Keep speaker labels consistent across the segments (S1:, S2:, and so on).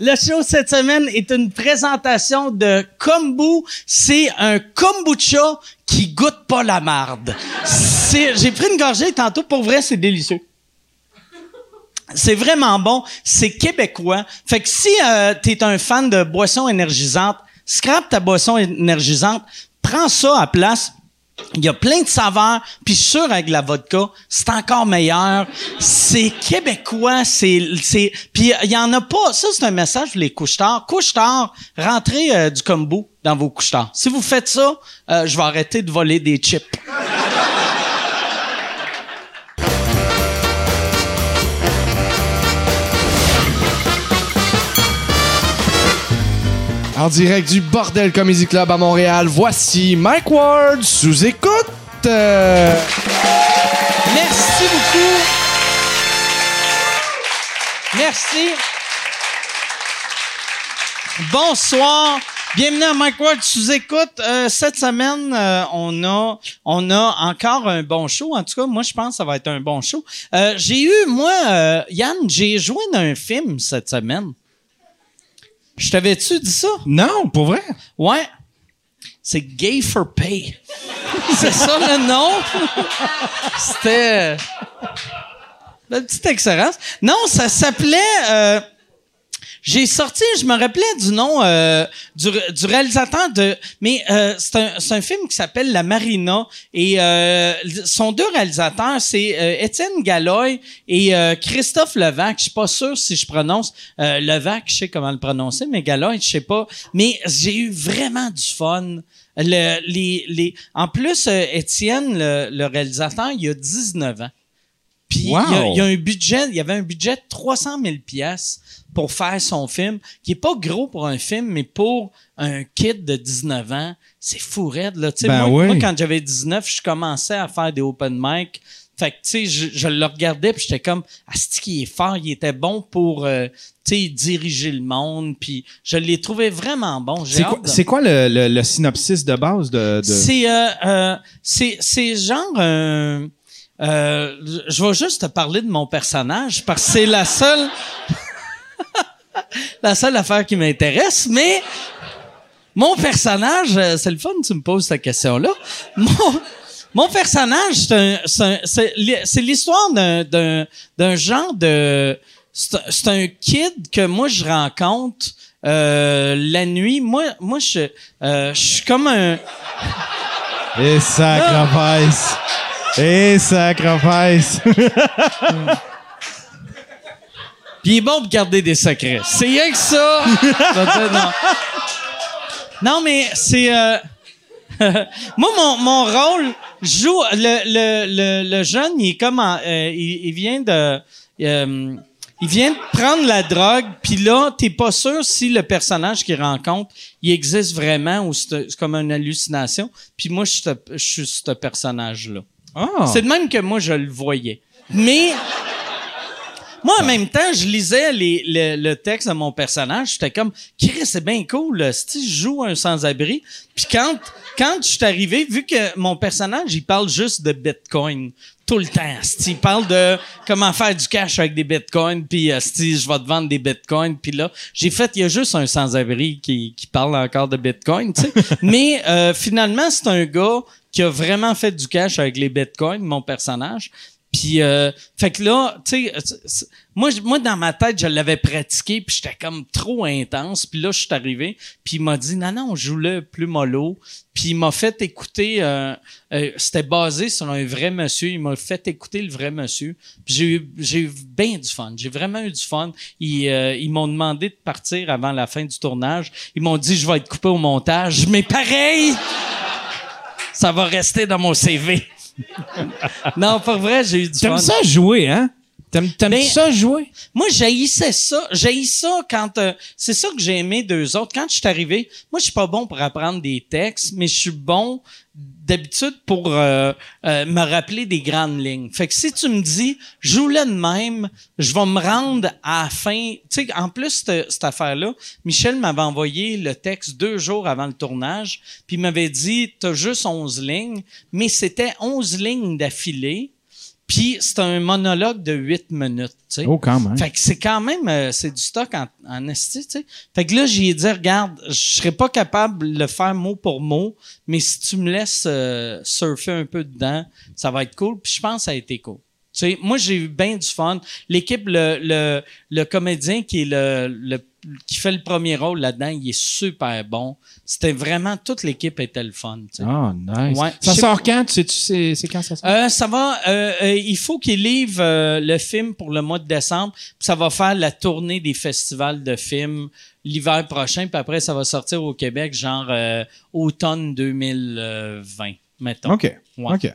S1: Le show cette semaine est une présentation de Kombu. C'est un kombucha qui goûte pas la marde. C'est- J'ai pris une gorgée tantôt. Pour vrai, c'est délicieux. C'est vraiment bon. C'est québécois. Fait que si euh, t'es un fan de boissons énergisantes, scrape ta boisson énergisante, prends ça à place. Il y a plein de saveurs, puis je suis sûr avec la vodka, c'est encore meilleur. C'est québécois, c'est c'est puis il y en a pas. Ça c'est un message pour les couche-tard. Couche-tard, rentrez euh, du combo dans vos couche-tard. Si vous faites ça, euh, je vais arrêter de voler des chips.
S2: En direct du Bordel Comedy Club à Montréal, voici Mike Ward sous écoute. Euh,
S1: Merci beaucoup. Merci. Bonsoir. Bienvenue à Mike Ward sous écoute. Euh, cette semaine, euh, on a on a encore un bon show. En tout cas, moi, je pense que ça va être un bon show. Euh, j'ai eu, moi, euh, Yann, j'ai joué dans un film cette semaine. Je t'avais-tu dit ça?
S2: Non, pour vrai.
S1: Ouais. C'est Gay for Pay. C'est ça le nom? C'était. euh, La petite excellence. Non, ça s'appelait. euh, j'ai sorti, je me rappelais du nom euh, du, du réalisateur de. Mais euh, c'est un, c'est un film qui s'appelle La Marina. Et euh, sont deux réalisateurs, c'est euh, Étienne Galloy et euh, Christophe Levac. Je suis pas sûr si je prononce. Euh, Levac, je sais comment le prononcer, mais Galloy, je sais pas. Mais j'ai eu vraiment du fun. Le- les, les... En plus, euh, Étienne, le, le réalisateur, il a 19 ans. Puis
S2: Wow!
S1: il, y a, il y a un budget, il y avait un budget de 300 000 pièces pour faire son film, qui est pas gros pour un film, mais pour un kid de 19 ans, c'est fou raide, là. Tu sais,
S2: Ben
S1: moi,
S2: oui.
S1: moi, quand j'avais 19, je commençais à faire des open mic. Fait que, tu sais, je, je le regardais puis j'étais comme, Asti, qui est fort, il était bon pour, euh, tu sais, diriger le monde puis je l'ai trouvé vraiment bon. J'ai
S2: C'est
S1: hâte
S2: quoi,
S1: de-
S2: c'est quoi le, le- le synopsis de base de. de...
S1: c'est euh, euh, c'est c'est genre euh, euh, je vais juste te parler de mon personnage parce que c'est la seule la seule affaire qui m'intéresse mais mon personnage euh, c'est le fun tu me poses cette question là mon mon personnage c'est un- c'est un- c'est l'hi- c'est l'histoire d'un d'un d'un genre de c'est un- c'est un kid que moi je rencontre euh, la nuit moi moi je euh, je suis comme un
S2: Et sacrifice. Et sacrifice.
S1: Puis il est bon pour garder des secrets. C'est rien que ça. Je vais dire non. Non, mais c'est... euh, Moi, mon, mon rôle je joue... Le, le, le, le jeune, il est comme... en- euh, il, il vient de... euh, il vient de prendre la drogue, puis là, t'es pas sûr si le personnage qu'il rencontre, il existe vraiment ou c'est c'est comme une hallucination. Puis moi, je suis ce- je suis ce personnage-là.
S2: Ah!
S1: C'est de même que moi, je le voyais. Mais moi, en même temps, je lisais les- le, le texte de mon personnage. J'étais comme, Chris, c'est bien cool. là. Si je joue un sans-abri. Puis quand, quand je suis arrivé, vu que mon personnage, il parle juste de Bitcoin tout le temps. asti. Il parle de comment faire du cash avec des Bitcoins. Puis asti, je vais te vendre des Bitcoins. Puis là, j'ai fait, il y a juste un sans-abri qui, qui parle encore de Bitcoin. tu sais. Mais euh, finalement, c'est un gars qui a vraiment fait du cash avec les Bitcoins, mon personnage. Puis, euh, fait que là, tu sais, euh, c- c- moi, j- moi, dans ma tête, je l'avais pratiqué, puis j'étais comme trop intense. Puis là, je suis arrivé, puis il m'a dit, non, non, joue-le plus mollo. Puis il m'a fait écouter, euh, euh, c'était basé sur un vrai monsieur, il m'a fait écouter le vrai monsieur. Puis j'ai eu, j'ai eu bien du fun, j'ai vraiment eu du fun. Ils, euh, ils m'ont demandé de partir avant la fin du tournage. Ils m'ont dit, je vais être coupé au montage. Mais pareil, ça va rester dans mon CV. non, pour vrai, j'ai eu du fun.
S3: T'aimes ça jouer, hein? T'aimes t'aimes-tu
S2: Ben,
S1: Mais-
S3: ça jouer?
S1: Moi, j'haïssais ça. J'haïs ça quand... euh, c'est ça que j'ai aimé d'eux autres. Quand je suis arrivé, moi, je suis pas bon pour apprendre des textes, mais je suis bon d'habitude pour euh, euh, me rappeler des grandes lignes. Fait que si tu me dis, joue-le de même, je vais me rendre à la fin. Tu sais, en plus, cette, cette affaire-là, Michel m'avait envoyé le texte deux jours avant le tournage, puis il m'avait dit, t'as juste 11 lignes, mais c'était 11 lignes d'affilée. Puis c'est un monologue de huit minutes, tu sais.
S4: Oh, quand même.
S1: Fait que c'est quand même, euh, c'est du stock en, en esti, tu sais. Fait que là, j'ai dit, regarde, je serais pas capable de le faire mot pour mot, mais si tu me laisses euh, surfer un peu dedans, ça va être cool. Puis je pense que ça a été cool. Tu sais, moi, j'ai eu bien du fun. L'équipe, le, le, le comédien qui est le, le- qui fait le premier rôle là-dedans, il est super bon. C'était vraiment, toute l'équipe était le fun, tu sais.
S4: Oh, nice.
S1: Ouais.
S4: Ça
S1: Je sais-
S4: sort quand? Tu sais-tu, c'est, c'est quand ça sort?
S1: Euh, ça va. euh, euh, il faut qu'il livre euh, le film pour le mois de décembre. Puis ça va faire la tournée des festivals de films l'hiver prochain. Puis après, ça va sortir au Québec, genre euh, automne 2020, mettons.
S5: OK.
S1: Ouais.
S5: OK.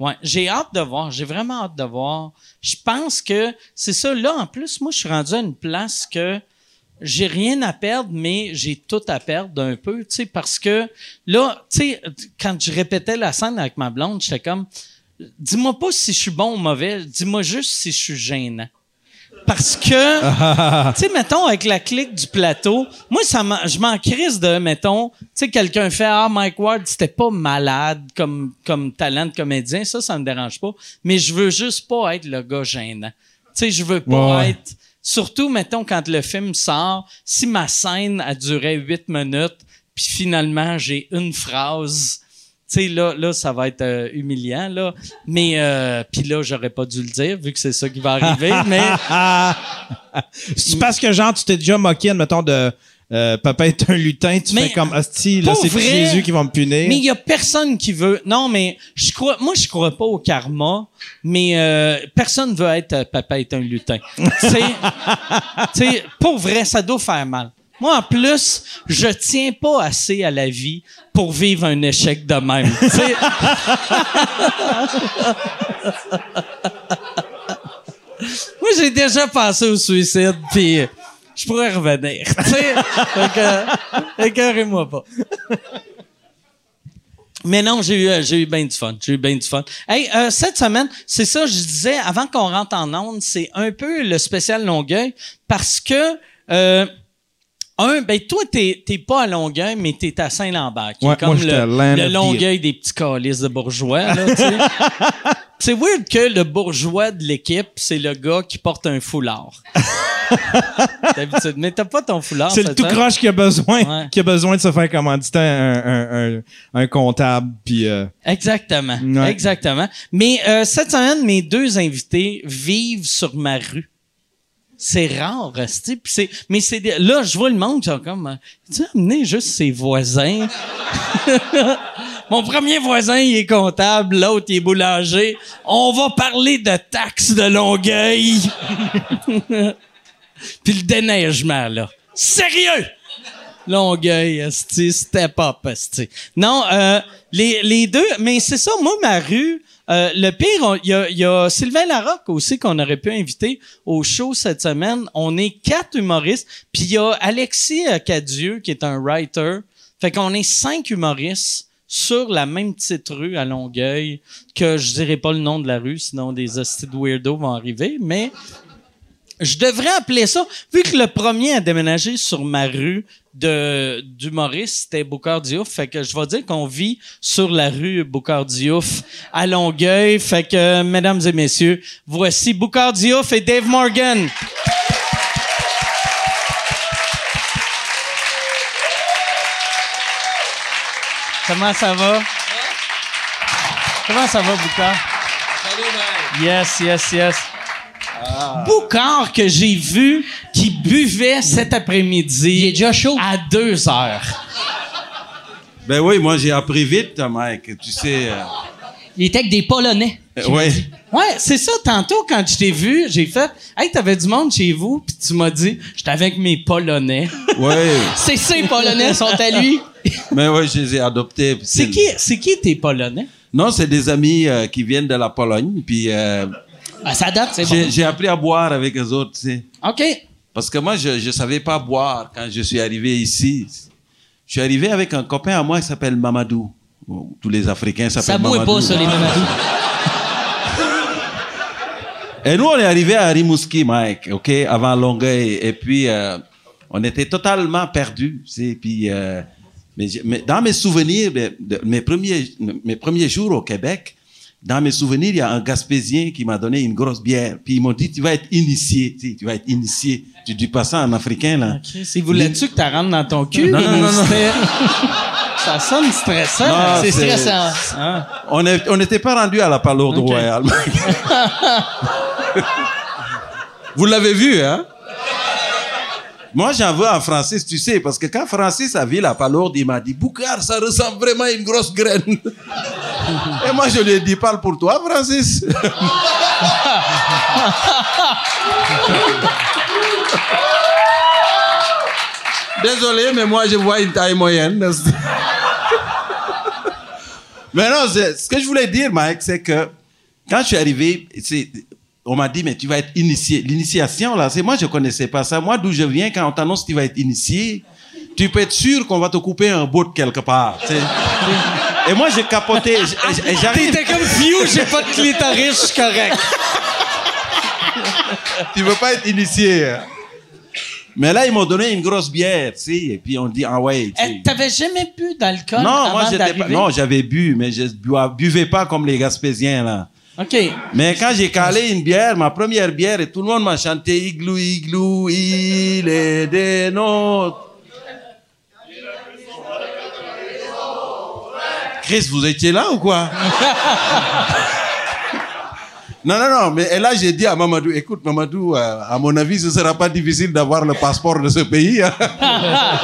S1: Ouais, j'ai hâte de voir, j'ai vraiment hâte de voir. Je pense que c'est ça. Là, en plus, moi, je suis rendu à une place que j'ai rien à perdre, mais j'ai tout à perdre un peu, tu sais, parce que là, tu sais, quand je répétais la scène avec ma blonde, j'étais comme, dis-moi pas si je suis bon ou mauvais, dis-moi juste si je suis gênant. Parce que, tu sais, mettons, avec la clique du plateau, moi, ça m'en- je m'en crise de, mettons, tu sais, quelqu'un fait Ah, Mike Ward, c'était pas malade comme, comme talent de comédien, ça, ça me dérange pas. Mais je veux juste pas être le gars gênant. Tu sais, je veux pas
S4: Ouais, ouais.
S1: être. Surtout, mettons, quand le film sort, si ma scène a duré huit minutes, puis finalement, j'ai une phrase. Tu sais, là, là, ça va être euh, humiliant, là. Mais, euh, puis là, j'aurais pas dû le dire, vu que c'est ça qui va arriver, mais.
S2: C'est parce que, genre, tu t'es déjà moqué, admettons, de euh, Papa est un lutin, tu
S1: Mais
S2: fais comme Hostie, là,
S1: pour
S2: c'est
S1: vrai-
S2: Jésus qui va me punir.
S1: Mais il y a personne qui veut. Non, mais je crois. Moi, je crois pas au karma, mais euh, personne veut être euh, papa est un lutin. Tu sais, tu sais, pour vrai, ça doit faire mal. Moi, en plus, je tiens pas assez à la vie pour vivre un échec de même. Tu sais. Moi, j'ai déjà pensé au suicide, puis euh, je pourrais revenir. Tu sais, Fait que, euh, écœurez-moi pas. Mais non, j'ai eu, euh, j'ai eu bien du fun. J'ai eu bien du fun. Hey, euh, cette semaine, c'est ça, je disais, avant qu'on rentre en onde, c'est un peu le spécial Longueuil parce que, euh, un, ben, toi, t'es t'es pas à Longueuil, mais t'es à Saint-Lambert, qui
S2: Ouais,
S1: est comme
S2: moi, j'étais à
S1: le,
S2: Land
S1: le
S2: of the-
S1: Longueuil des petits calices de bourgeois, là, tu sais. C'est weird que le bourgeois de l'équipe, c'est le gars qui porte un foulard. D'habitude. Mais t'as pas ton foulard.
S2: C'est le
S1: cette
S2: tout
S1: semaine.
S2: croche qui a besoin,
S1: Ouais.
S2: qui a besoin de se faire commanditer un, un, un, un comptable, puis euh,
S1: Exactement.
S2: Ouais.
S1: Exactement. Mais euh, cette semaine, mes deux invités vivent sur ma rue. C'est rare, Rusty. Puis c'est, mais c'est des- là, je vois le monde, genre comme, euh, tu as amené juste ses voisins. Mon premier voisin, il est comptable, l'autre, il est boulanger. On va parler de taxes de Longueuil. Puis le déneigement, là. Sérieux! Longueuil, esti, step up, esti. Non, euh, les, les deux, mais c'est ça, moi, ma rue, euh, le pire, on- il y a, il y a Sylvain Larocque aussi qu'on aurait pu inviter au show cette semaine. On est quatre humoristes, puis il y a Alexis euh, Cadieux qui est un writer. Fait qu'on est cinq humoristes sur la même petite rue à Longueuil, que je dirais pas le nom de la rue, sinon des hosties de weirdos vont arriver, mais... Je devrais appeler ça, vu que le premier à déménager sur ma rue de d'humoriste, c'était Boucard Diouf. Fait que je vais dire qu'on vit sur la rue Boucard Diouf à Longueuil. Fait que, euh, mesdames et messieurs, voici Boucard Diouf et Dave Morgan. Comment ça va? Comment ça va, Boucard? Yes, yes, yes. Boucard que j'ai vu qui buvait cet après-midi.
S4: Il est déjà chaud.
S1: À deux heures.
S6: Ben oui, moi j'ai appris vite, Mike. Tu sais. euh,
S4: Il était avec des Polonais.
S6: euh, ouais.
S1: Ouais, c'est ça. Tantôt, quand je t'ai vu, j'ai fait Hey, t'avais du monde chez vous, puis tu m'as dit J'étais avec mes Polonais.
S6: Ouais.
S4: C'est ces Polonais sont à lui.
S6: Mais ouais, je les ai adoptés.
S1: C'est qui, c'est qui tes Polonais?
S6: Non, c'est des amis euh, qui viennent de la Pologne. Puis euh,
S4: Ah, ça date, c'est
S6: j'ai j'ai appris à boire avec les autres, tu sais.
S1: OK.
S6: Parce que moi, je ne savais pas boire quand je suis arrivé ici. Je suis arrivé avec un copain à moi qui s'appelle Mamadou. Bon, Tous les Africains
S4: Ça
S6: s'appellent
S4: bouille
S6: Mamadou.
S4: pas, ça, les Mamadou.
S6: Et nous, on est arrivé à Rimouski, Mike, OK, avant Longueuil. Et puis, euh, on était totalement perdus. tu sais, Puis, euh, ben, mais, j'ai- mais dans mes souvenirs, de, de mes, premiers, mes premiers jours au Québec, Dans mes souvenirs, il y a un Gaspésien qui m'a donné une grosse bière. Puis ils m'ont dit, tu vas être initié. Tu, sais, tu vas être initié. Tu dis pas ça en africain, là.
S7: Si voulais-tu que tu rentres dans ton cul?
S6: Non,
S7: les
S6: non, non, non.
S7: mystères? ça sonne stressant.
S6: Non,
S1: C'est
S6: c'est-
S1: stressant.
S7: Hein?
S6: On est- on n'était pas rendu à la palourde
S7: Ok.
S6: royale. Vous l'avez vu, hein? Moi, j'en veux à Francis, tu sais, parce que quand Francis a vu la palourde, il m'a dit Boucard, ça ressemble vraiment à une grosse graine. Et moi, je lui ai dit Parle pour toi, Francis. Désolé, mais moi, je vois une taille moyenne. n'est-ce pas? Mais non, c'est- ce que je voulais dire, Mike, c'est que quand je suis arrivé, c'est- on m'a dit, mais tu vas être initié. L'initiation, là, c'est moi, je connaissais pas ça. Moi, d'où je viens, quand on t'annonce que tu vas être initié, tu peux être sûr qu'on va te couper un bout de quelque part. tu sais. Et moi, j'ai capoté. j- j- et J'arrive.
S7: T'étais comme Fiu, j'ai pas de clitoris, je suis correct.
S6: Tu veux pas être initié. hein. Mais là, ils m'ont donné une grosse bière, tu sais, et puis on dit, ah ouais. tu sais.
S1: Eh, T'avais jamais bu d'alcool
S6: Non, moi,
S1: avant
S6: j'étais pas-
S1: d'arriver?
S6: non, j'avais bu, mais je bua- buvais pas comme les Gaspésiens, là.
S1: OK.
S6: Mais quand j'ai calé une bière, ma première bière, et tout le monde m'a chanté igloo, igloo, il est des nôtres. Chris, vous étiez là ou quoi? non, non, non, mais et là j'ai dit à Mamadou, écoute Mamadou, euh, à mon avis, ce sera pas difficile d'avoir le passeport de ce pays. hein.
S1: Ah.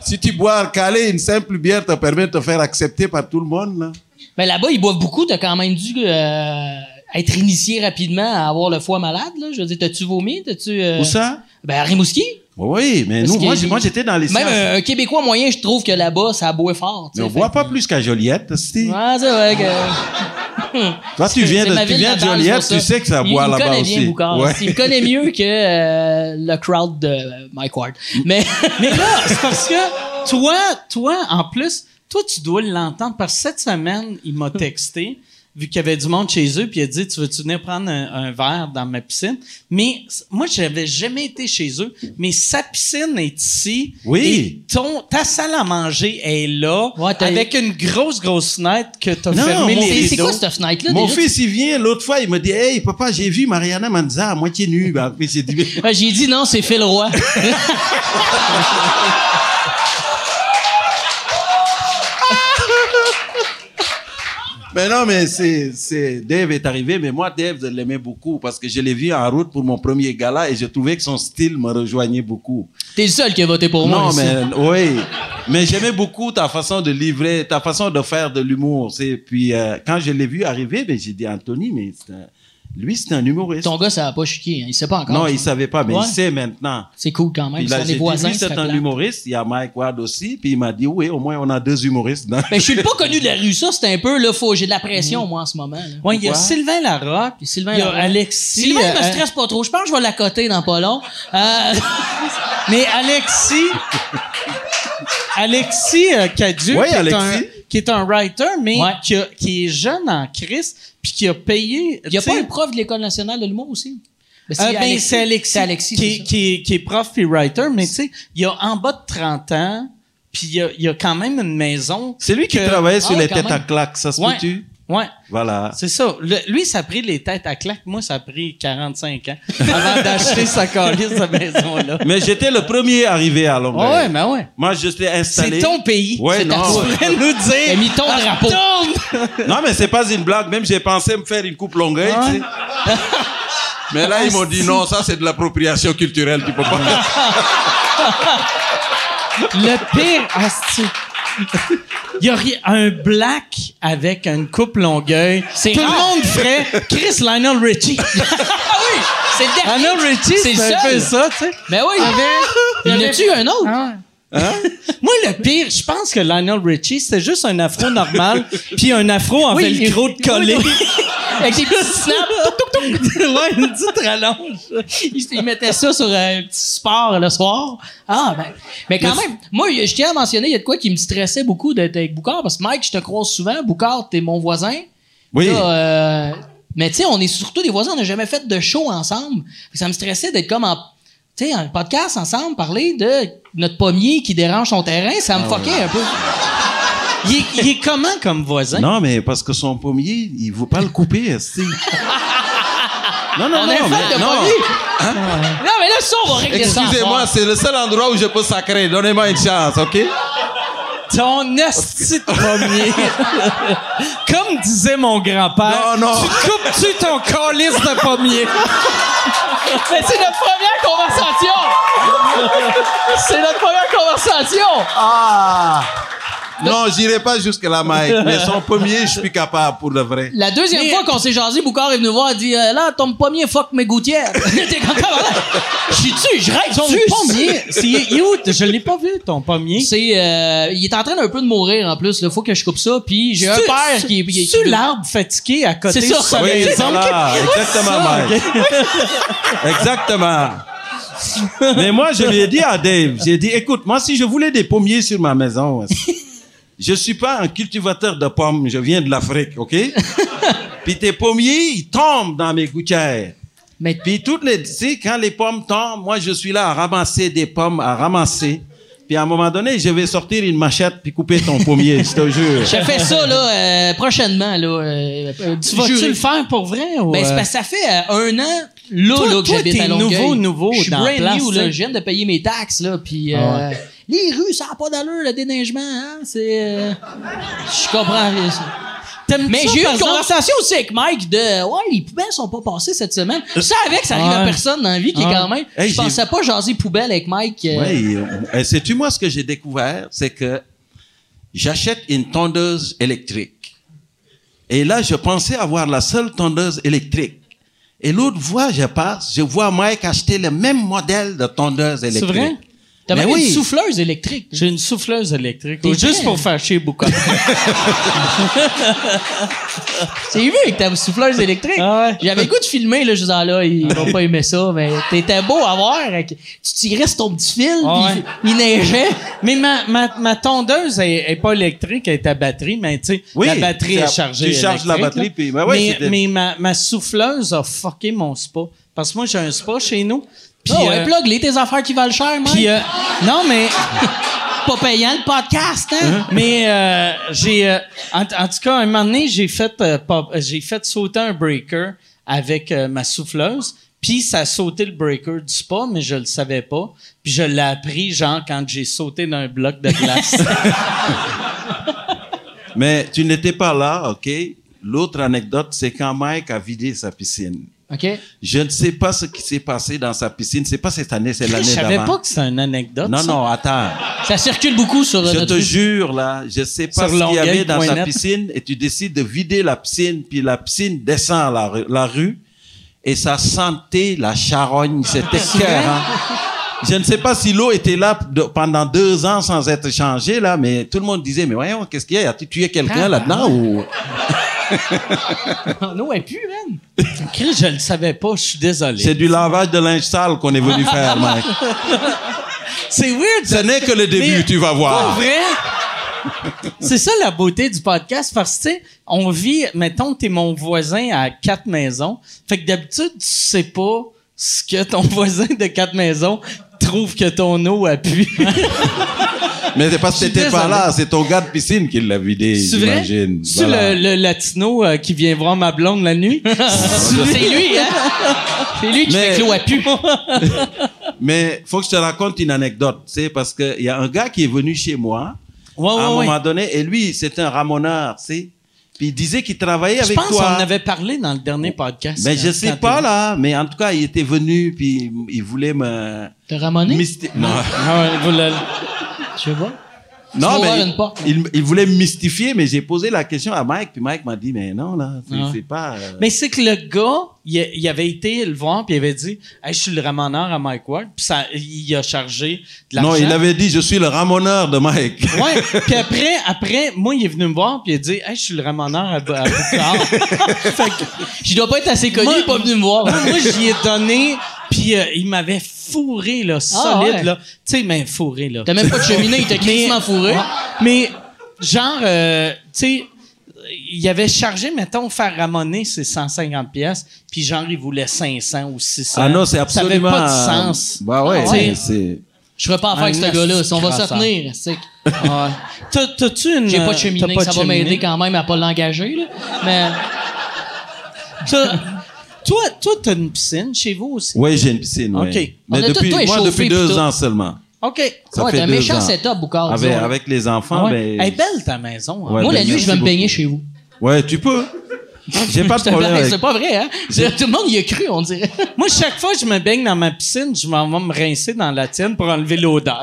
S6: si tu bois calé, une simple bière te permet de te faire accepter par tout le monde. là.
S1: Mais là-bas, ils boivent beaucoup. T'as quand même dû euh, être initié rapidement à avoir le foie malade. Là. Je veux dire, t'as-tu vomi? T'as-tu... euh,
S6: Où ça?
S1: Ben, à Rimouski.
S6: Bah Oui, mais
S1: Parce
S6: nous,
S1: que-
S6: moi, j'ai- moi, j'étais dans les
S1: Même euh, un,
S6: sciences.
S1: un Québécois moyen, je trouve que là-bas, ça boit fort. tu
S6: Mais on
S1: sais,
S6: voit
S1: fait-
S6: pas plus qu'à Joliette, si.
S1: Ouais, c'est vrai que...
S6: Toi, tu viens
S1: C'est
S6: de,
S1: ma
S6: tu
S1: ville
S6: viens de
S1: natale,
S6: Joliette,
S1: c'est pour
S6: tu sais que ça
S1: Il-
S6: boit
S1: il me
S6: là-bas
S1: connaît bien,
S6: aussi.
S1: Boucard.
S6: Ouais.
S1: Il me connaît mieux que euh, le crowd de euh, Mike Ward. Mais,
S6: Mm.
S7: Mais là, c'est parce que toi, toi, en plus, toi, tu dois l'entendre parce que cette semaine, il m'a texté, vu qu'il y avait du monde chez eux, puis il a dit Tu veux-tu venir prendre un, un verre dans ma piscine Mais c- moi, j'avais jamais été chez eux, mais sa piscine est ici.
S6: Oui.
S7: et ton, ta salle à manger est là,
S1: Ouais, t'as-
S7: avec une grosse, grosse fenêtre que tu as
S6: Non,
S7: fermée
S6: mon
S7: les
S1: c'est
S7: rideaux.
S1: c'est quoi cette fenêtre-là?
S6: Mon
S1: déjà?
S6: fils, il vient, l'autre fois, il me dit Hey, papa, j'ai vu Mariana Manza à moitié nue. Ben, Après, j'ai dit Mais-
S1: Ah, J'ai dit non, c'est Phil Roy.
S6: Mais non, mais c'est, c'est- Dave est arrivé, mais moi, Dave, je l'aimais beaucoup parce que je l'ai vu en route pour mon premier gala et je trouvais que son style me rejoignait beaucoup.
S1: T'es le seul qui a voté pour moi.
S6: non,
S1: ici.
S6: mais oui. Mais j'aimais beaucoup ta façon de livrer, ta façon de faire de l'humour. Et puis, euh, quand je l'ai vu arriver, ben, j'ai dit Anthony, mais c'est un- lui, c'est un humoriste.
S1: Ton gars, ça a pas chiqué. hein. Il sait pas encore.
S6: Non, il savait pas, mais
S1: Ouais.
S6: il sait maintenant.
S1: C'est cool quand même.
S6: Puis là,
S1: C'est
S6: j'ai
S1: des
S6: dit,
S1: voisins.
S6: lui,
S1: ça
S6: c'est
S1: fait
S6: un
S1: plate.
S6: humoriste. Il y a Mike Ward aussi. Puis il m'a dit, oui, au moins, on a deux humoristes. dans-
S1: Mais Ben, je suis pas connu de la rue. Ça, c'est un peu là, faut. J'ai de la pression, moi, en ce moment. là.
S7: Ouais, il y a
S1: Pourquoi?
S7: Sylvain Larocque,
S1: Puis Sylvain
S7: il y a
S1: Laurent.
S7: Alexis.
S1: Sylvain, il me
S7: euh,
S1: stresse pas trop. Je pense que je vais la coter dans pas long. Euh,
S7: Mais Alexis, Alexis euh, Cadieux,
S6: Oui,
S7: qui, est
S6: Alexis.
S7: un- qui est un writer, mais
S1: Ouais.
S7: qui, a- qui est jeune en Christ, puis qui a payé.
S1: il y a
S7: tu sais,
S1: pas un prof de l'École nationale de l'humour aussi? Ben,
S7: euh, ben, c'est Alexis,
S1: C'est Alexis.
S7: qui,
S1: c'est
S7: est-
S1: ça.
S7: qui est, qui est prof et writer, mais tu sais, il a en bas de 30 ans, puis il a, il a quand même une maison.
S6: C'est lui qui
S7: que-
S6: travaillait
S1: Ah
S6: sur
S1: ouais,
S6: les
S1: quand
S6: têtes à
S1: même.
S6: claques. Ça se
S7: Ouais.
S6: peut-tu?
S7: Ouais,
S6: Voilà.
S7: c'est ça. Le- lui, ça a pris les têtes à claque. Moi, ça a pris 45 ans avant d'acheter sa calice de maison-là.
S6: Mais j'étais le premier arrivé à
S1: Ah
S6: Longueuil.
S7: ouais, mais ouais.
S6: Moi, je l'ai installé.
S7: C'est ton pays.
S6: Ah, Ouais,
S7: C'est
S6: non.
S7: à toi. Tu pourrais nous dire.
S1: T'as mis ton
S7: Ah,
S1: drapeau.
S7: tourne!
S6: Non, mais c'est pas une blague. Même, j'ai pensé me faire une coupe Longueuil.
S7: Ouais.
S6: tu sais. mais là, ils m'ont dit, non, ça, c'est de l'appropriation culturelle. Tu peux pas.
S7: Le pire, asti. Il y aurait un black avec une coupe longueuil.
S1: C'est
S7: Tout
S1: rare.
S7: le monde ferait Chris Lionel Richie.
S1: Ah oui! C'est le dernier.
S7: Lionel Richie,
S1: C'est
S7: c'est
S1: le seul.
S7: un peu Ah, ben. ça, tu sais.
S1: Mais oui! Il y en a-tu un autre?
S7: Moi, le pire, je pense que Lionel Richie, c'était juste un afro normal, puis un afro en
S1: Oui,
S7: velcro de collet.
S1: oui, Avec des petits snaps.
S7: ouais, une petite rallonge.
S1: Ils ils mettaient ça sur euh, un petit sport le soir. Ah, ben. Mais quand même, moi, je tiens à mentionner, il y a de quoi qui me stressait beaucoup d'être avec Boucard, parce que Mike, je te croise souvent. Boucard, t'es mon voisin.
S6: Oui.
S1: Là, euh, mais tu sais, on est surtout des voisins, on n'a jamais fait de show ensemble. Fait que Ça me stressait d'être comme en, tu sais, en
S7: Ah
S1: podcast ensemble, parler de notre pommier qui dérange son terrain, ça me fuckait un peu.
S7: Il est, il est comment comme voisin?
S6: Non, mais parce que son pommier, il ne faut pas le couper, esti. Non, non,
S1: On
S6: non,
S1: est fan
S6: mais-
S1: de
S6: non. Hein?
S1: Polly. Non, mais là, ça, on va régler ça.
S6: Excusez-moi, c'est le seul endroit où je peux sacrer. Donnez-moi une chance, OK?
S7: Ton esti de premier. Comme disait mon grand-père,
S6: Non, non.
S7: tu coupes-tu ton calice de pommier?
S1: Mais c'est notre première conversation! c'est notre première conversation!
S6: Ah! Non, j'irai pas jusque-là, Mike. Mais son pommier, je suis capable, pour le vrai.
S1: La deuxième fois qu'on s'est jasé, Boucard est venu voir et dit euh, Là, ton pommier, fuck mes gouttières. T'es content, ah, voilà. J'y tue, je rêve.
S7: Ton pommier, c'est, il est où? Je l'ai pas vu, ton pommier.
S1: C'est, euh, il est en train un peu de mourir en plus. Il faut que je coupe ça. Puis j'ai un
S7: C'est-
S1: père qui est. qui-
S7: C'est l'arbre fatigué à côté
S1: C'est ça.
S7: de sa
S6: Oui,
S7: maison.
S6: voilà, exactement, Mike. Exactement. Mais moi, je lui ai dit à Dave, j'ai dit, écoute, moi, si je voulais des pommiers sur ma maison, hein, je suis pas un cultivateur de pommes, je viens de l'Afrique, OK? Puis tes pommiers, ils tombent dans mes gouttières.
S1: Mais
S6: Puis toutes les, tu sais, quand les pommes tombent, moi, je suis là à ramasser des pommes, à ramasser. Puis à un moment donné, je vais sortir une machette puis couper ton pommier, je te jure.
S1: je fais ça, là, euh, prochainement, là. euh, euh,
S7: Tu vas-tu
S1: juré.
S7: le faire pour vrai? Ou
S1: Ben, c'est
S7: euh,
S1: parce que ça fait euh, un an, là,
S7: Toi-
S1: là que
S7: toi,
S1: j'habite
S7: t'es
S1: à Longueuil.
S7: nouveau, nouveau
S1: Je suis
S7: dans la
S1: brand
S7: place,
S1: new, là.
S7: là.
S1: Je viens de payer mes taxes, là, puis... euh, Les rues, ça n'a pas d'allure, le déneigement, hein? C'est... euh, Je comprends rien, ça.
S7: t'aimes-tu
S1: Mais
S7: ça,
S1: j'ai eu
S7: par
S1: une
S7: exemple?
S1: conversation aussi avec Mike de Ouais, les poubelles sont pas passées cette semaine. Je savais que ça arrive à
S7: Ouais.
S1: personne dans la vie qui
S7: Ouais.
S1: est quand même.
S6: Hey,
S1: je
S6: j'ai-
S1: pensais pas jaser poubelle avec Mike. euh,
S6: Oui, et sais-tu, moi, ce que j'ai découvert, c'est que j'achète une tondeuse électrique. Et là, je pensais avoir la seule tondeuse électrique. Et l'autre fois, je passe, je vois Mike acheter le même modèle de tondeuse électrique.
S7: vrai?
S1: T'as
S6: Mais
S1: même
S6: oui.
S1: une souffleuse électrique.
S7: J'ai une souffleuse électrique.
S1: T'es
S7: Juste
S1: prêt?
S7: pour faire chier Boucard.
S1: J'ai vu avec ta souffleuse électrique.
S7: Ah ouais.
S1: J'avais le goût de filmer, là, je disais, ah, là, ils vont pas aimer ça, mais t'étais beau à voir. avec- Tu tirais sur ton petit fil,
S7: Ah
S1: puis
S7: ouais.
S1: il neigeait.
S7: Mais ma, ma, ma tondeuse elle est pas électrique, elle est à batterie, mais tu sais,
S6: Oui,
S7: la batterie
S6: c'est à-
S7: est chargée.
S6: tu charges la
S7: électrique,
S6: batterie,
S7: là.
S6: puis- ben ouais, c'est des-
S7: mais mais ma, ma souffleuse a fucké mon spa. Parce que moi, j'ai un spa chez nous. Puis,
S1: oh, ouais,
S7: euh,
S1: plug, les tes affaires qui valent cher, Mike.
S7: puis, euh, non, mais,
S1: pas payant le podcast, hein?
S7: mais euh, j'ai. euh, en, en tout cas, un moment donné, j'ai fait, euh, pas- j'ai fait sauter un breaker avec euh, ma souffleuse. Puis ça a sauté le breaker du spa, mais je le savais pas. Puis je l'ai appris, genre, quand j'ai sauté d'un bloc de glace.
S6: Mais tu n'étais pas là, OK? L'autre anecdote, c'est quand Mike a vidé sa piscine.
S1: OK.
S6: Je ne sais pas ce qui s'est passé dans sa piscine. C'est pas cette année, c'est
S7: je
S6: l'année
S7: savais pas
S6: d'avant.
S7: que c'était une anecdote.
S6: Non,
S7: ça.
S6: non, attends.
S1: Ça circule beaucoup sur euh,
S6: Je
S1: notre
S6: te jure, là, je sais pas
S7: Sur
S6: ce qu'il y avait dans
S7: longueuil.net.
S6: ta piscine et tu décides de vider la piscine, puis la piscine descend la, rue- la rue et ça sentait la charogne,
S7: Ah,
S6: c'était cœur. hein. Je ne sais pas si l'eau était là de- pendant deux ans sans être changée, là, mais tout le monde disait, mais voyons, qu'est-ce qu'il y a? As-tu tué
S7: Ah.
S6: quelqu'un là-dedans ou...
S1: Nous, elle pue, man.
S7: Chris, je le savais pas, je suis désolé.
S6: C'est du lavage de linge sale qu'on est venu faire, Mike.
S7: C'est weird.
S6: Ce n'est que le début,
S7: Mais-
S6: tu vas
S7: Pas
S6: voir.
S7: vrai? C'est ça la beauté du podcast, parce que, tu sais, on vit, mettons, t'es mon voisin à quatre maisons. Fait que d'habitude, tu sais pas ce que ton voisin de quatre maisons trouve que ton eau appuie.
S6: Ah, Mais c'est parce
S7: Je
S6: que
S7: suis
S6: t'étais pas
S7: désolé.
S6: là, c'est ton gars de piscine qui l'a vidé,
S7: C'est vrai?
S6: j'imagine.
S7: C'est
S6: Voilà.
S7: le, le latino euh, qui vient voir ma blonde la nuit?
S1: C'est lui, hein? C'est lui qui
S6: Mais-
S1: fait que l'eau elle pue.
S6: Mais faut que je te raconte une anecdote, c'est parce que il y a un gars qui est venu chez moi
S7: Ouais, ouais,
S6: à un
S7: ouais.
S6: moment donné et lui c'est un ramoneur, c'est. Puis il disait qu'il travaillait
S7: Je
S6: avec
S7: pense qu'on en
S6: toi.
S7: avait parlé dans le dernier podcast.
S6: Mais je
S7: Quand-
S6: sais
S7: quand
S6: pas
S7: t'es-
S6: là, mais en tout cas il était venu puis il voulait me.
S1: Te ramener?
S6: mysti- Non,
S7: Ah ouais, vous le-
S1: Je vois.
S6: non,
S1: vas
S6: mais
S1: ouvrir une porte.
S6: il, il voulait me mystifier, mais j'ai posé la question à Mike puis Mike m'a dit mais non là, c'est
S7: Ah.
S6: c'est pas. euh,
S7: Mais c'est que le gars, il, a- il avait été le voir, puis il avait dit hey, Je suis le ramoneur à Mike Ward. Puis ça, il a chargé de l'argent.
S6: non, il avait dit je suis le ramoneur de Mike.
S7: Ouais. Puis après, après, moi, il est venu me voir, puis il a dit hey, Je suis le ramoneur à, Bo- à Boucard. fait que
S1: Je dois pas être assez connu,
S7: Moi-
S1: il est pas venu me voir.
S7: moi, moi, j'y ai donné, puis euh, il m'avait fourré, là, solide,
S1: Ah, ouais.
S7: là. Tu sais, mais fourré, là.
S1: T'as même pas de cheminée, il t'a crissement fourré.
S7: Ouais. Mais, genre, euh, tu sais, il avait chargé, mettons, faire ramonner ses 150 pièces, puis genre, il voulait 500 ou 600.
S6: Ah non, c'est absolument.
S7: Ça avait pas de sens.
S6: Bah ouais,
S7: Ah ouais.
S6: c'est.
S1: Je ferais pas affaire avec
S7: Un
S1: ce gars-là. Si on va se
S7: crasseur.
S1: tenir, c'est que-
S7: Ouais. T'as- T'as-tu une.
S1: J'ai pas
S7: euh,
S1: de cheminée,
S7: t'as pas de
S1: ça va
S7: cheminée? Ah,
S1: m'aider quand même à pas l'engager, là. Mais
S7: T'as- Toi, toi, t'as une piscine chez vous aussi?
S6: Oui, j'ai une piscine. ouais.
S7: OK.
S6: Mais
S1: On a
S6: depuis,
S1: tout
S6: moi,
S1: échauffé
S6: depuis
S1: puis
S6: deux
S1: tout.
S6: ans seulement.
S7: OK.
S6: Ça
S1: Ouais,
S6: fait
S1: t'as un
S6: deux
S1: méchant
S6: ans.
S1: setup, Boucard,
S6: Avec,
S1: disons, là.
S6: avec les enfants,
S7: Ah ouais.
S6: ben.
S7: Elle est belle ta maison. hein?
S6: Ouais.
S1: moi, la
S6: ben,
S1: nuit, je vais
S6: merci
S1: me baigner
S6: beaucoup.
S1: chez vous.
S6: Ouais, tu peux. J'ai pas
S1: Je
S6: de
S1: te
S6: problème.
S1: blague,
S6: avec-
S1: C'est pas vrai, hein? Tout le monde y a cru, on dirait.
S7: Moi, chaque fois que je me baigne dans ma piscine, je m'en vais me rincer dans la tienne pour enlever l'odeur.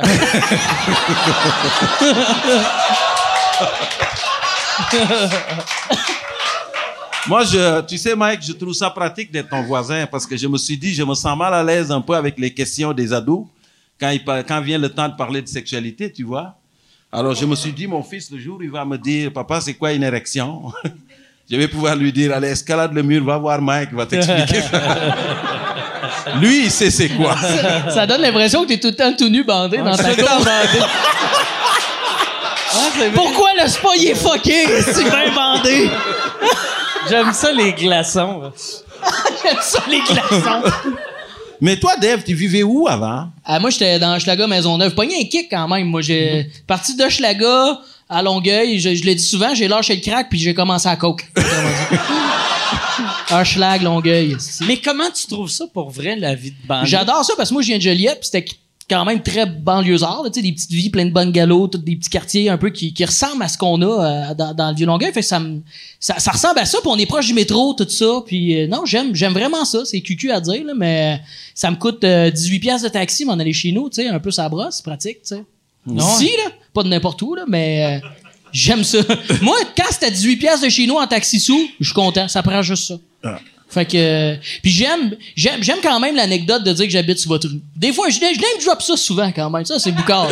S6: Moi, je, tu sais, Mike, je trouve ça pratique d'être ton voisin parce que je me suis dit, je me sens mal à l'aise un peu avec les questions des ados quand, il, par- quand vient le temps de parler de sexualité, tu vois. Alors, je me suis dit, mon fils, le jour, il va me dire, papa, c'est quoi une érection? je vais pouvoir lui dire, allez, escalade le mur, va voir Mike, il va t'expliquer ça. Lui, il sait c'est quoi.
S1: Ça donne l'impression que t'es tout le temps tout nu bandé dans ta cour. Pourquoi le spa il est fucké? C'est bien bandé!
S7: J'aime ça, les glaçons.
S1: J'aime ça les glaçons!
S6: Mais toi, Dave, tu vivais où avant?
S1: Ah, moi, j'étais dans Schlaga Maisonneuve. Pogné un kick quand même. Moi, j'ai parti de Schlaga à Longueuil. Je, je l'ai dit souvent, j'ai lâché le crack puis j'ai commencé à coke. un schlag Longueuil.
S7: Mais comment tu trouves ça pour vrai, la vie de bandit?
S1: J'adore ça parce que moi, je viens de Joliette puis c'était quand même très banlieusard. là, Tu sais, des petites villes pleines de bungalows, tous des petits quartiers un peu qui, qui ressemblent à ce qu'on a euh, dans, dans le Vieux-Longueuil. Fait que ça, me- ça, ça ressemble à ça puis on est proche du métro, tout ça. Puis euh, non, j'aime j'aime vraiment ça. C'est cucu à dire, là, mais ça me coûte euh, 18 piastres de taxi m'en aller chez nous, tu sais, un peu ça brosse, c'est pratique, tu sais. Ici, là, pas de n'importe où, là, mais euh, j'aime ça. Moi, quand c'était 18 piastres de chez nous en taxi sous, je suis content, ça prend juste ça. Fait que euh, puis j'aime j'aime j'aime quand même l'anecdote de dire que j'habite sur votre rue. Des fois je n'aime drop ça souvent quand même. Ça c'est Boucard.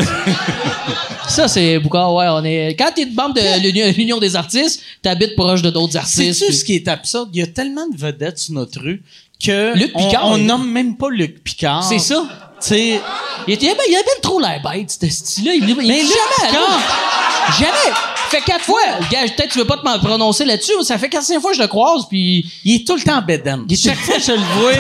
S1: ça c'est Boucard, ouais, on est quand t'es de membre de l'Union- l'Union des artistes, t'habites proche de d'autres artistes.
S7: Sais-tu
S1: puis-
S7: ce qui est absurde? Il y a tellement de vedettes sur notre rue que
S1: Luc
S7: on-
S1: Picard,
S7: on,
S1: il-
S7: nomme même pas Luc Picard.
S1: C'est ça.
S7: Tu sais,
S1: Il était, il avait, il avait trop l'air bête, ce style-là. Il, il dit
S7: Luc,
S1: jamais à
S7: quand?
S1: l'autre. Jamais. Fait quatre fois. Gars, peut-être que tu veux pas te m'en prononcer là-dessus, mais ça fait quatre, cinq fois que je le croise, puis...
S7: il est tout le temps en bédaine.
S1: Il est-
S7: Chaque fois que je le vois,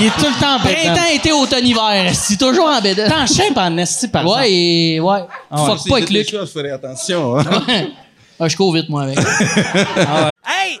S7: il est tout le temps en bédaine.
S1: Printemps, été, automne, hiver. C'est toujours en bédaine.
S7: T'en chèpes en esti, par
S1: Ouais,
S7: exemple.
S1: et... Ouais.
S7: Ah
S1: Fuck pas avec Luc.
S6: choses, ferais attention. hein.
S1: Ah, je cours vite, moi, avec.
S8: Hey,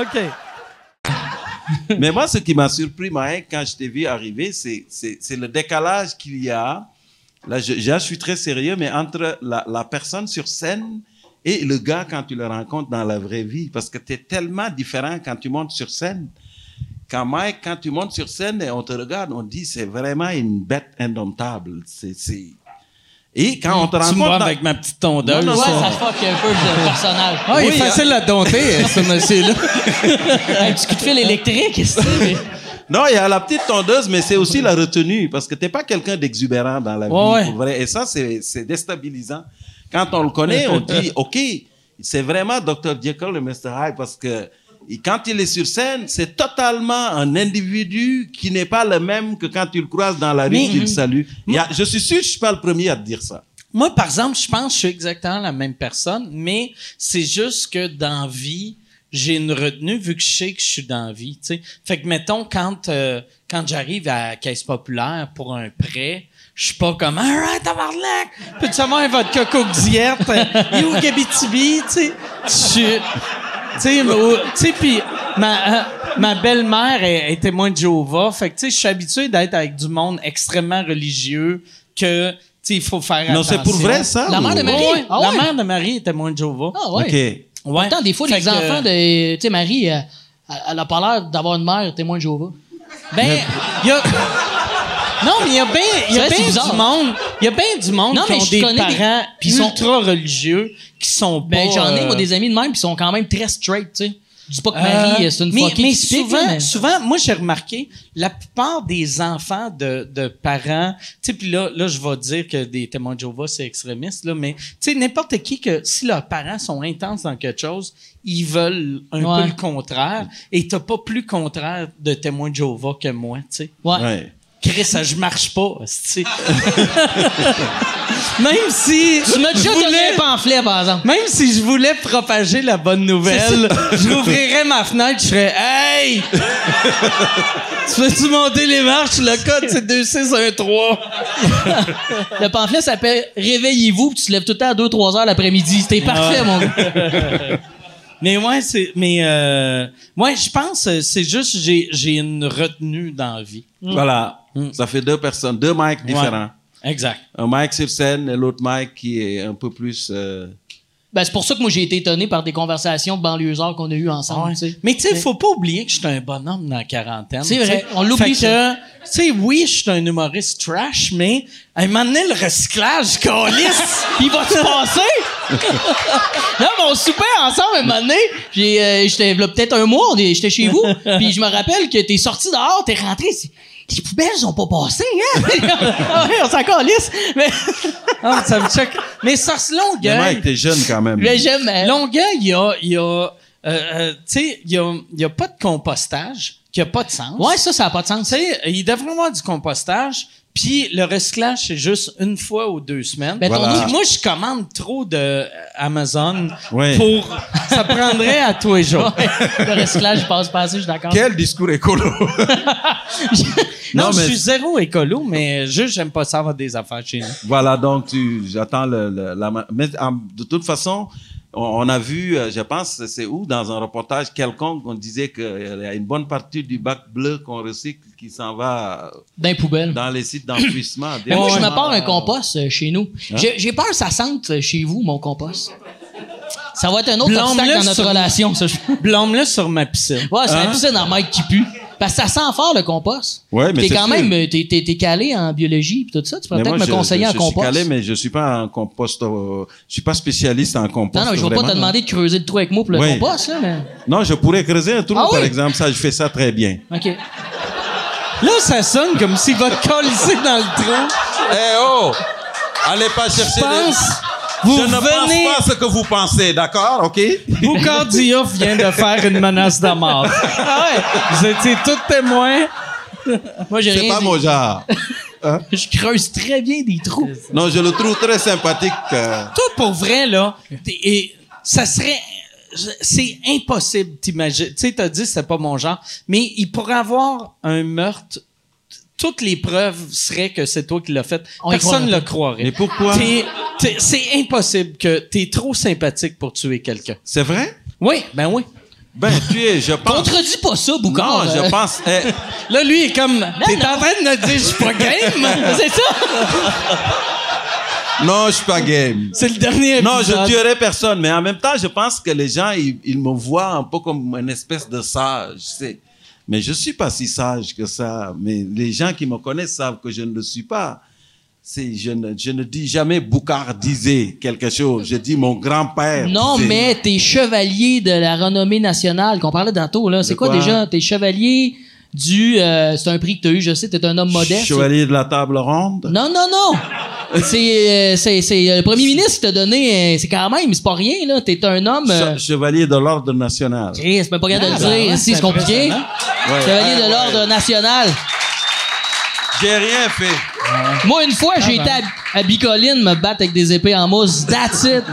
S8: OK.
S6: Mais moi, ce qui m'a surpris, Mike, quand je t'ai vu arriver, c'est- c'est c'est le décalage qu'il y a. Là, je, je suis très sérieux, mais entre la, la personne sur scène et le gars quand tu le rencontres dans la vraie vie. Parce que tu es tellement différent quand tu montes sur scène. Quand Mike, quand tu montes sur scène et on te regarde, on dit c'est vraiment une bête indomptable. C'est- c'est- Et quand on te
S7: Tu me vois
S6: rencontre. dans-
S7: avec ma petite tondeuse.
S1: Ouais,
S7: ça.
S1: ça fuck un peu le personnage.
S7: Ah, il
S1: Oui, hein.
S7: est facile à dompter, hein, ce monsieur-là.
S1: Un petit coup de fil électrique, est-ce que c'est?
S6: Non, il y a la petite tondeuse, mais c'est aussi la retenue, parce que t'es pas quelqu'un d'exubérant dans la vie,
S7: Ouais, ouais.
S6: pour vrai. Et ça, c'est c'est déstabilisant. Quand on le connaît, on dit, OK, c'est vraiment Dr. Jekyll et Mr. Hyde, parce que il- quand il est sur scène, c'est totalement un individu qui n'est pas le même que quand tu le croises dans la rue, tu le salues. Il y a- je suis sûr que je suis pas le premier à te dire ça.
S7: Moi, par exemple, je pense que je suis exactement la même personne, mais c'est juste que dans vie, j'ai une retenue vu que je sais que je suis dans vie. tu sais. Fait que, mettons, quand, euh, quand j'arrive à Caisse Populaire pour un prêt, je suis pas comme « Alright, tabarnak! Peux-tu avoir votre coco diète? Et où Gabitibi? » Tu sais, je suis- tu sais, mais au- tu sais, puis ma, euh, ma belle-mère est, est témoin de Jéhovah. Fait que, tu sais, je suis habitué d'être avec du monde extrêmement religieux que, tu sais, il faut faire
S6: Non, c'est pour
S7: attention.
S6: vrai, ça?
S1: La
S6: ou-
S1: mère de Marie?
S7: Ouais, Oh,
S1: Ah
S7: La
S1: ouais?
S7: mère de Marie est témoin de Jéhovah.
S1: Ah ouais.
S6: OK.
S7: Ouais.
S1: Pourtant, des fois,
S7: Fait
S1: les
S7: que- euh,
S1: enfants de. Tu sais, Marie, euh, elle, elle a pas l'air d'avoir une mère témoin de Jéhovah.
S7: Ben, il y a... Non, mais il y a bien il y a
S1: C'est vrai, c'est
S7: bien
S1: bizarre.
S7: du monde, il y a bien du monde
S1: Non,
S7: qui
S1: mais
S7: ont
S1: je
S7: des
S1: connais des-
S7: parents qui
S1: Ils sont-
S7: sont ultra religieux qui sont
S1: Ben,
S7: pas
S1: j'en ai, moi,
S7: euh,
S1: des amis de même, puis ils sont quand même très straight, tu sais. Je dis pas que Marie,
S7: Euh,
S1: c'est une
S7: mais,
S1: fucking
S7: mais
S1: typique,
S7: souvent,
S1: là, mais-
S7: souvent, moi, j'ai remarqué, la plupart des enfants de, de parents, tu sais, puis là, là, je vais dire que des témoins de Jéhovah, c'est extrémiste, là, mais, tu sais, n'importe qui que, si leurs parents sont intenses dans quelque chose, ils veulent un
S1: Ouais.
S7: peu le contraire, et t'as pas plus contraire de témoins de Jéhovah que moi, tu sais.
S1: Ouais.
S6: Ouais.
S7: Chris, ça, je marche pas, tu sais. Même si...
S1: Tu m'as déjà
S7: je
S1: donné
S7: voulais-
S1: un pamphlet, par exemple.
S7: même si je voulais propager la bonne nouvelle, j'ouvrirais ma fenêtre, je ferais Hey! tu veux-tu monter les marches? Le code, c'est 2613.
S1: Le pamphlet s'appelle Réveillez-vous, puis tu te lèves tout le temps à 2-3 heures l'après-midi. C'était parfait, mon gars.
S7: Mais ouais, c'est. Mais euh, ouais, je pense, euh, c'est juste, j'ai, j'ai une retenue dans la vie.
S1: Mm.
S6: Voilà. Ça fait deux personnes, deux mics différents.
S7: Exact.
S6: Un mic sur scène et l'autre mic qui est un peu plus. euh,
S1: Ben, c'est pour ça que moi, j'ai été étonné par des conversations de banlieusards qu'on a eues ensemble,
S7: Ah Ouais.
S1: tu sais.
S7: Mais tu sais, faut pas oublier que je suis un bonhomme dans la quarantaine.
S1: C'est
S7: tu
S1: vrai,
S7: sais.
S1: on l'oublie,
S7: Fait que, tu sais, oui, je suis un humoriste trash, mais à un moment donné, le recyclage, calisse, il va se passer.
S1: Non, mais on soupait ensemble un moment donné. J'ai, euh, j'étais là, peut-être un mois, on est- j'étais chez vous. Puis je me rappelle que t'es sorti dehors, t'es rentré. c'est- Les poubelles sont pas passées, hein? Ah ouais, on s'en calisse. Mais,
S7: Ah, ça me choque. Mais ça se
S6: Le mic
S7: longueuil.
S6: était jeune quand même.
S1: mais j'aime. euh,
S7: Longueuil, il y a, il y a, euh, euh, tu sais, il y a, il y a pas de compostage, qui a pas de sens.
S1: Ouais, ça, ça a pas de
S7: Tu
S1: sens.
S7: sais, il devrait y avoir du compostage, puis le recyclage, c'est juste une fois ou deux semaines.
S1: Ben, ton
S7: Puis
S6: Voilà.
S7: moi, je commande trop de euh, Amazon
S6: Ouais.
S7: pour... Ça prendrait à tous les jours.
S1: Le recyclage passe pas assez, je suis d'accord.
S6: Quel discours écolo
S7: Non,
S6: Non, mais-
S7: je suis zéro écolo, mais juste, j'aime pas ça avoir des affaires chez nous.
S6: Voilà, donc tu, j'attends le, le- la. ma- Mais en- de toute façon, on, on a vu, euh, je pense, c'est où, dans un reportage quelconque, on disait qu'il y a une bonne partie du bac bleu qu'on recycle qui s'en va euh,
S1: D'un poubelle.
S6: dans les sites d'enfouissement.
S1: Mais moi, je me
S6: Défouissement.
S1: pars un compost euh, chez nous. J'ai j'ai peur que ça sente euh, chez vous, mon compost. Ça va être un autre
S7: Blâme-le
S1: obstacle dans notre
S7: sur-
S1: relation, ça. je-
S7: Blâme-le sur ma piscine. Hein?
S1: Ouais,
S6: Hein?
S1: c'est un piscine en Mike qui pue. Parce que ça sent fort, le compost.
S6: Ouais, mais
S1: T'es
S6: c'est
S1: quand
S6: sûr.
S1: même, euh, t'es t'es- t'es calé en biologie et tout ça. Tu pourrais
S6: Mais
S1: peut-être
S6: moi,
S1: me
S6: je-
S1: conseiller
S6: je,
S1: en
S6: je
S1: compost.
S6: Suis calé, mais je suis pas un compost. euh, je suis pas spécialiste en compost.
S1: Non, non, je vais pas te
S6: vraiment, là.
S1: demander de creuser le trou avec moi pour le
S6: Ouais.
S1: compost, là, mais.
S6: Non, je pourrais creuser un trou,
S1: Ah
S6: par
S1: oui?
S6: exemple. Ça, je fais ça très bien.
S1: OK.
S7: Là, ça sonne comme s'il va te colisser dans le tronc.
S6: Eh oh Allez pas chercher. des-
S7: Je pense. Vous
S6: je ne
S7: venez.
S6: pense pas ce que vous pensez, d'accord Ok
S7: Boucard Diouf vient de faire une menace de mort. Ah Vous étiez tous témoins.
S1: Moi, j'ai
S6: C'est
S1: rien
S6: pas
S1: dit.
S6: mon genre.
S1: Je creuse très bien des trous.
S6: Non, je le trouve très sympathique. euh,
S7: Toi, pour vrai, là, t'es- et ça serait. je- C'est impossible, t'imagines. Tu sais, t'as dit c'est pas mon genre, mais il pourrait avoir un meurtre. T- Toutes les preuves seraient que c'est toi qui l'as fait.
S1: On y
S7: Personne ne
S1: croirait
S7: le
S6: Mais
S7: croirait.
S6: pourquoi?
S7: T'es- t'es- C'est impossible que t'es trop sympathique pour tuer quelqu'un.
S6: C'est vrai
S7: Oui, ben oui.
S6: Ben, tu es, je pense.
S1: Contredis pas ça, Boucard.
S6: non,
S1: euh.
S6: je pense. eh,
S7: Là, lui, il est comme. T'es en train de me dire, je suis pas game.
S1: C'est ça!
S6: non, je suis pas game.
S7: C'est le dernier épisode.
S6: Non, je tuerai personne, mais en même temps, je pense que les gens, ils, ils me voient un peu comme une espèce de sage, tu sais. Mais je suis pas si sage que ça. Mais les gens qui me connaissent savent que je ne le suis pas. C'est, je ne, je ne dis jamais boucardisé quelque chose. Je dis mon grand-père.
S1: Non,
S6: disait.
S1: mais t'es chevalier de la renommée nationale qu'on parlait tantôt, là. C'est
S6: De
S1: quoi,
S6: quoi?
S1: déjà? T'es chevalier du. euh, c'est un prix que t'as eu, je sais, t'es un homme modeste.
S6: Chevalier de la table ronde.
S1: Non, non, non! c'est, euh, c'est, c'est, euh, le premier ministre qui t'a donné. euh, c'est quand même, c'est pas rien, là. T'es un homme. euh,
S6: Che- Chevalier de l'ordre national.
S1: Chris, même pas capable de
S7: Ah,
S1: le
S7: ouais,
S1: dire. Si,
S7: c'est
S1: c'est compliqué.
S7: impressionnant.
S6: Ouais.
S1: Chevalier
S6: Ah,
S1: de l'Ordre
S6: ouais.
S1: national.
S6: J'ai rien fait.
S1: Moi, une fois,
S7: Ah,
S1: j'ai été
S7: ben.
S1: à, à Bicoline me battre avec des épées en mousse. That's it.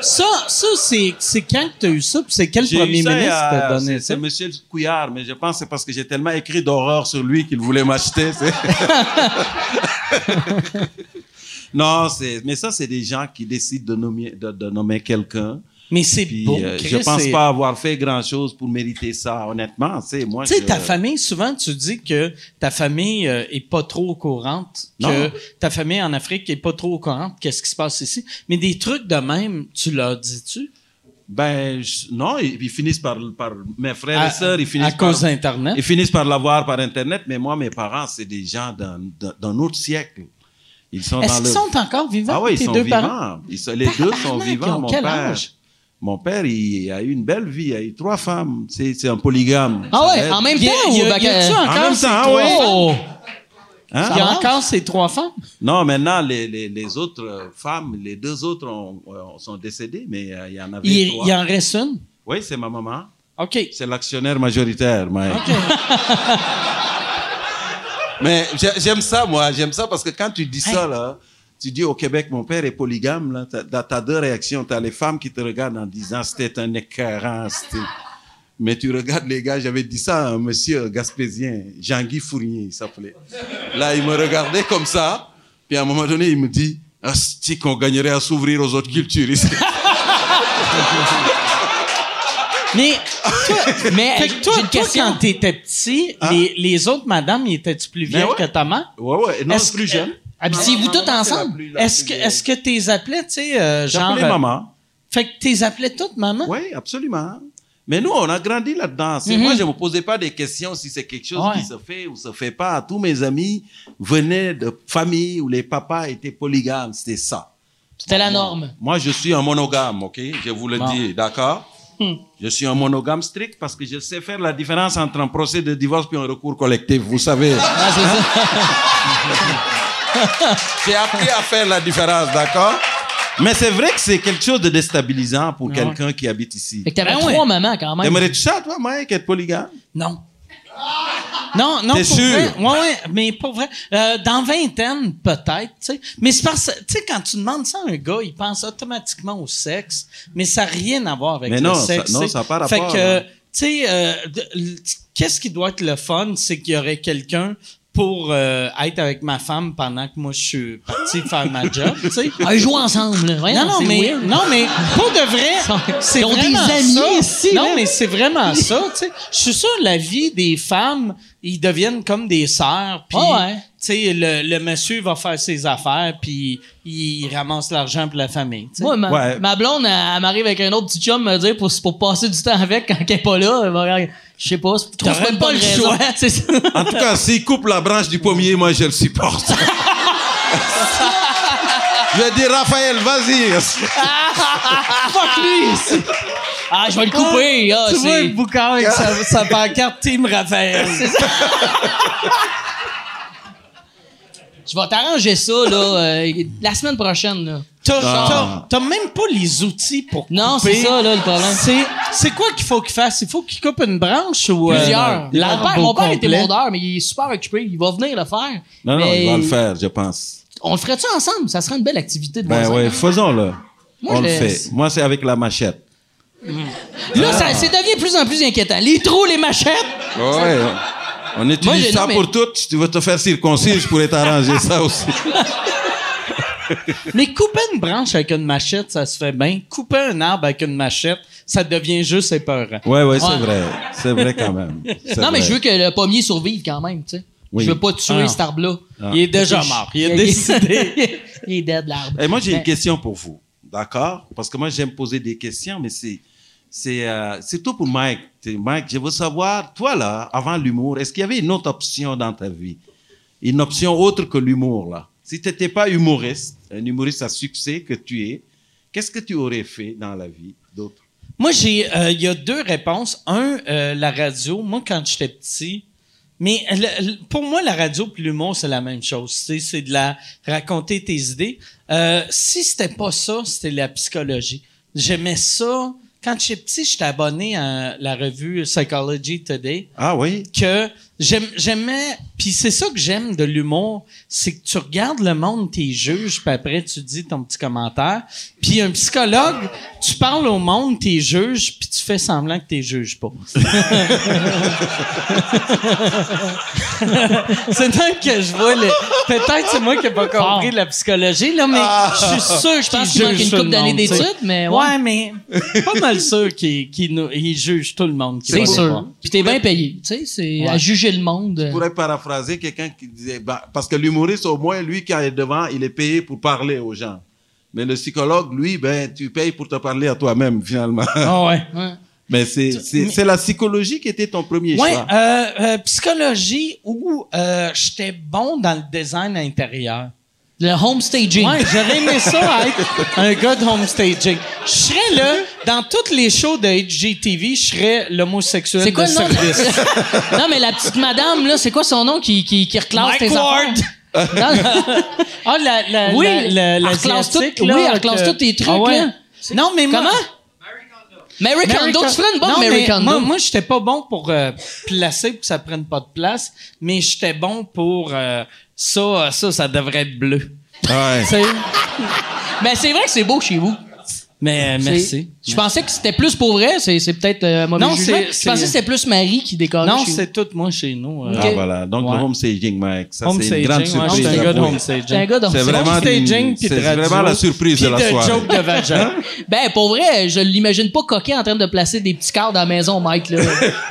S7: Ça, ça c'est, c'est quand que t'as eu ça? Puis c'est quel
S6: J'ai
S7: premier
S6: eu ça,
S7: ministre qui t'a
S6: euh,
S7: donné
S6: c'est- C'est
S7: ça?
S6: Monsieur Couillard, mais je pense que c'est parce que j'ai tellement écrit d'horreur sur lui qu'il voulait m'acheter. c'est- non, c'est. Mais ça, c'est des gens qui décident de nommer, de, de nommer quelqu'un.
S7: Mais c'est
S6: Puis
S7: beau.
S6: euh,
S7: Chris,
S6: je pense
S7: c'est-
S6: pas avoir fait grand chose pour mériter ça, honnêtement. Tu sais, moi,
S7: Tu sais,
S6: je-
S7: ta famille, souvent, tu dis que ta famille euh, est pas trop au courant, que
S6: Non.
S7: ta famille en Afrique est pas trop au courant, de qu'est-ce qui se passe ici. Mais des trucs de même, tu leur dis-tu?
S6: Ben je- non, ils, ils finissent par, par mes frères
S7: À-
S6: et sœurs, ils finissent
S7: à cause
S6: par-
S7: d'Internet.
S6: Ils finissent par l'avoir par Internet, mais moi, mes parents, c'est des gens d'un- d'un d'un autre siècle. Ils sont
S7: Est-ce
S6: dans
S7: qu'ils
S6: le-
S7: sont encore vivants,
S6: Ah oui, ils
S7: tes
S6: sont
S7: deux
S6: vivants.
S7: parents?
S6: Ils sont- les deux sont
S7: Tabarnak, ils
S6: vivants,
S7: ont
S6: mon
S7: quel
S6: père.
S7: âge?
S6: Mon père, il a eu une belle vie. Il a eu trois femmes. C'est c'est un polygame.
S1: Ah
S6: Ça
S1: ouais,
S6: aide.
S1: en même
S7: Y a-
S1: temps
S7: y
S1: ou
S7: a-
S1: bac
S7: y a-tu
S1: à-
S7: encore
S6: En même
S7: ces
S6: temps, ah
S7: trois
S6: oui.
S7: femmes?
S1: Oh!
S6: Hein?
S7: Il y a
S1: marche.
S7: encore ces trois femmes?
S6: Non, maintenant, les, les, les autres euh, femmes, les deux autres ont- ont- sont décédées, mais euh, il y en avait
S7: Il,
S6: trois.
S7: il en reste une?
S6: Oui, c'est ma maman.
S7: OK.
S6: C'est l'actionnaire majoritaire, mais... mais j'ai- j'aime ça, moi. J'aime ça parce que quand tu dis ça, là, tu dis au Québec, mon père est polygame, là, t'as- t'as, t'as deux réactions. T'as les femmes qui te regardent en disant, c'était un écœurant, c'était- Mais tu regardes les gars, j'avais dit ça à un monsieur gaspésien, Jean-Guy Fournier, il s'appelait. Là, il me regardait comme ça, puis à un moment donné, il me dit, ah, c'est qu'on gagnerait à s'ouvrir aux autres cultures ici.
S7: Mais,
S1: Mais
S7: fait que toi,
S1: j'ai une
S7: toi,
S1: question.
S7: quand t'étais petit,
S6: Hein?
S7: les, les autres madames, ils étaient-tu plus
S6: Ben
S7: vieilles
S6: ouais.
S7: que ta mère?
S6: Ouais, ouais, non,
S7: Est-ce
S6: plus
S7: que-
S6: jeune.
S1: Habitiez-vous toutes ensemble?
S7: Est-ce que, est-ce que t'es appelais, tu sais, euh, genre...
S6: J'appelais
S7: euh,
S6: maman.
S7: Fait que t'es appelais toutes maman?
S6: Oui, absolument. Mais nous, on a grandi là-dedans. C'est- Moi, je ne me posais pas des questions si c'est quelque chose
S7: Ouais.
S6: qui se fait ou se fait pas. Tous mes amis venaient de familles où les papas étaient polygames. C'était ça.
S1: C'était la norme.
S6: Moi, je suis un monogame, OK? Je vous le dis, d'accord? Je suis un monogame strict parce que je sais faire la différence entre un procès de divorce et un recours collectif. Vous savez. J'ai appris à faire la différence, d'accord? Mais c'est vrai que c'est quelque chose de déstabilisant pour quelqu'un qui habite ici.
S1: Fait que t'avais
S7: Ben ouais.
S1: trois mamans quand même.
S6: T'aimerais-tu ça, toi, Mike, être polygame?
S7: Non. Non, non,
S6: T'es
S7: pour
S6: sûr?
S7: vrai. Ouais, ouais, mais pour vrai. Euh, dans vingtaine, peut-être, tu sais. Mais c'est parce que, tu sais, quand tu demandes ça à un gars, il pense automatiquement au sexe, mais ça n'a rien à voir avec
S6: Mais
S7: le
S6: non, ça-
S7: sexe.
S6: non,
S7: tu sais.
S6: ça a pas
S7: Fait
S6: rapport,
S7: que,
S6: hein.
S7: tu sais, euh, de- le- qu'est-ce qui doit être le fun, c'est qu'il y aurait quelqu'un pour euh, être avec ma femme pendant que moi, je suis parti faire ma job, tu sais.
S1: Ah, ils jouent ensemble. là. Voyons,
S7: Non, non,
S1: c'est
S7: mais,
S1: weird.
S7: non, mais pour de
S1: sont-
S7: vrai, c'est
S1: ils ont des
S7: vraiment
S1: amis
S7: ça.
S1: ici,
S7: Non,
S1: là.
S7: mais c'est vraiment ça, tu sais. Je suis sûr, la vie des femmes, ils deviennent comme des sœurs, puis,
S1: Ah ouais.
S7: tu sais, le, le monsieur va faire ses affaires, puis il ramasse l'argent pour la famille, tu sais.
S1: Moi, ma,
S6: Ouais.
S1: ma blonde, elle, elle m'arrive avec un autre petit chum me dire pour, pour passer du temps avec quand elle est pas là. elle va regarder. Je sais pas, c'est- je trouve
S7: T'aurais
S1: pas une
S7: pas
S1: bonne
S7: le
S1: raison.
S7: choix.
S1: C'est ça.
S6: En tout cas, s'il coupe la branche du pommier, moi, je le supporte. je dis, Raphaël, vas-y.
S7: Fuck lui! c'est-
S1: Ah, je vais le couper. ah,
S7: tu vois,
S1: c'est-
S7: le boucard avec sa, sa pancarte Team Raphaël.
S1: je vais t'arranger ça là, euh, la semaine prochaine. Là.
S7: T'as,
S6: Ah.
S7: t'as- t'as même pas les outils pour
S1: Non,
S7: couper.
S1: c'est ça là, le problème.
S7: C'est, c'est quoi qu'il faut qu'il fasse? Il faut qu'il coupe une branche ou... euh,
S1: Plusieurs. Mon
S7: l'arbre
S1: père, mon
S7: au
S1: père était
S7: complet?
S1: mondeur, mais il est super occupé. Il va venir le faire.
S6: Non, non,
S1: Mais
S6: il va le faire, je pense.
S1: On le ferait-tu ensemble? Ça serait une belle activité de
S6: Ben
S1: voir ça.
S6: oui, faisons-le.
S1: Moi,
S6: On
S1: je
S6: le
S1: le-
S6: fait. Moi, c'est avec la machette.
S1: Là, ça, c'est devenu de plus en plus inquiétant. Les trous, les machettes.
S6: Ouais. On utilise
S1: j'ai-
S6: ça
S1: non, mais-
S6: pour tout. Si tu veux te faire circoncire, je pourrais t'arranger ça aussi.
S7: Mais couper une branche avec une machette, ça se fait bien. Couper un arbre avec une machette, ça devient juste épeurant.
S6: Ouais, ouais,
S1: Ouais.
S6: c'est vrai. C'est vrai quand même. C'est
S1: Non, mais
S6: vrai.
S1: je veux que le pommier survive quand même, tu sais.
S6: Oui.
S1: Je veux pas tuer
S7: Ah.
S1: cet arbre-là.
S7: Il est déjà mort. Il a décidé.
S1: il est dead, l'arbre.
S6: Et moi, j'ai
S1: Mais-
S6: une question pour vous, d'accord? Parce que moi, j'aime poser des questions, mais c'est c'est euh, surtout pour Mike. T'es- Mike, je veux savoir, toi là, avant l'humour, est-ce qu'il y avait une autre option dans ta vie? Une option autre que l'humour, là. Si tu n'étais pas humoriste, un humoriste à succès que tu es, qu'est-ce que tu aurais fait dans la vie d'autre?
S7: Moi, j'ai, euh, il y a deux réponses. Un, euh, la radio. Moi, quand j'étais petit, mais le- le- pour moi, la radio et l'humour, c'est la même chose. C'est, c'est de la raconter tes idées. Euh, si c'était pas ça, c'était la psychologie. J'aimais ça. Quand j'étais petit, j'étais abonné à la revue Psychology Today.
S6: Ah oui?
S7: que j'aime- j'aimais puis c'est ça que j'aime de l'humour c'est que tu regardes le monde t'es juges puis après tu dis ton petit commentaire puis un psychologue tu parles au monde t'es juges puis tu fais semblant que t'es juges pas c'est là que je vois le peut-être c'est moi qui ai pas compris la psychologie là mais je suis sûr que je
S1: pense qu'il manque une couple d'années d'études, mais ouais.
S7: ouais mais pas mal sûr qu'il qu'il nous- il juge tout le monde qui
S1: C'est
S7: va
S1: sûr.
S7: voir.
S1: Puis t'es bien payé, tu sais. C'est
S7: Ouais.
S1: à juger le monde.
S6: Je pourrais paraphraser quelqu'un qui disait, bah, parce que l'humoriste, au moins, lui qui est devant, il est payé pour parler aux gens. Mais le psychologue, lui, ben, tu payes pour te parler à toi-même, finalement.
S7: Ah ouais
S1: Ouais.
S6: Mais c'est c'est- c'est la psychologie qui était ton premier
S7: Ouais,
S6: choix.
S7: euh, euh, psychologie où euh, j'étais bon dans le design intérieur.
S1: Le home staging.
S7: Ouais, j'aurais aimé ça être un gars de home staging. Je serais là, dans toutes les shows de HGTV, je serais l'homosexuel
S1: C'est quoi
S7: de
S1: le nom?
S7: service.
S1: de- non, mais la petite madame, là, c'est quoi son nom qui, qui, qui reclasse
S7: Mike
S1: tes
S7: Ward.
S1: affaires? Non, non.
S7: Ah, la, la,
S1: Oui,
S7: la, la,
S1: elle
S7: la
S1: reclasse tout-
S7: asiatique, là,
S1: oui, elle
S7: que- Ah
S1: reclasse tous tes trucs, là.
S7: Non, mais moi...
S1: Comment? Mary
S7: Mary
S1: Kondo.
S7: Con-
S1: Tu ferais une bonne
S7: Non,
S1: Mary
S7: mais
S1: Kondo.
S7: Moi, moi j'étais pas bon pour euh, placer pour que ça prenne pas de place, mais j'étais bon pour euh, ça, euh, ça, ça devrait être bleu.
S6: Ouais.
S7: Tu sais?
S1: Mais Ben, c'est vrai que c'est beau chez vous.
S7: Mais euh, merci.
S1: C'est- Je pensais que c'était plus pour vrai. C'est c'est peut-être euh, un mauvais
S7: Non,
S1: jugement.
S7: c'est-
S1: Je pensais que c'était plus Marie qui décorait
S7: Non,
S1: chez vous.
S7: c'est tout moi chez nous. euh.
S6: Ah,
S1: Ok.
S6: voilà. Donc,
S7: Ouais.
S6: le home staging, Mike. Ça,
S7: Home
S6: c'est
S7: staging,
S6: une grande
S7: ouais,
S6: surprise.
S7: j'étais un gars de
S6: j'avoue.
S7: home
S1: C'est un
S7: staging.
S1: gars d'or-
S6: C'est
S7: home
S6: vraiment, une-
S7: staging puis de
S6: c'est
S7: radio.
S6: vraiment la surprise
S7: Puis
S6: de la soirée. Hein?
S7: joke de vagin.
S1: Ben, pour vrai, je l'imagine pas coquet en train de placer des petits quarts dans la maison, Mike, là.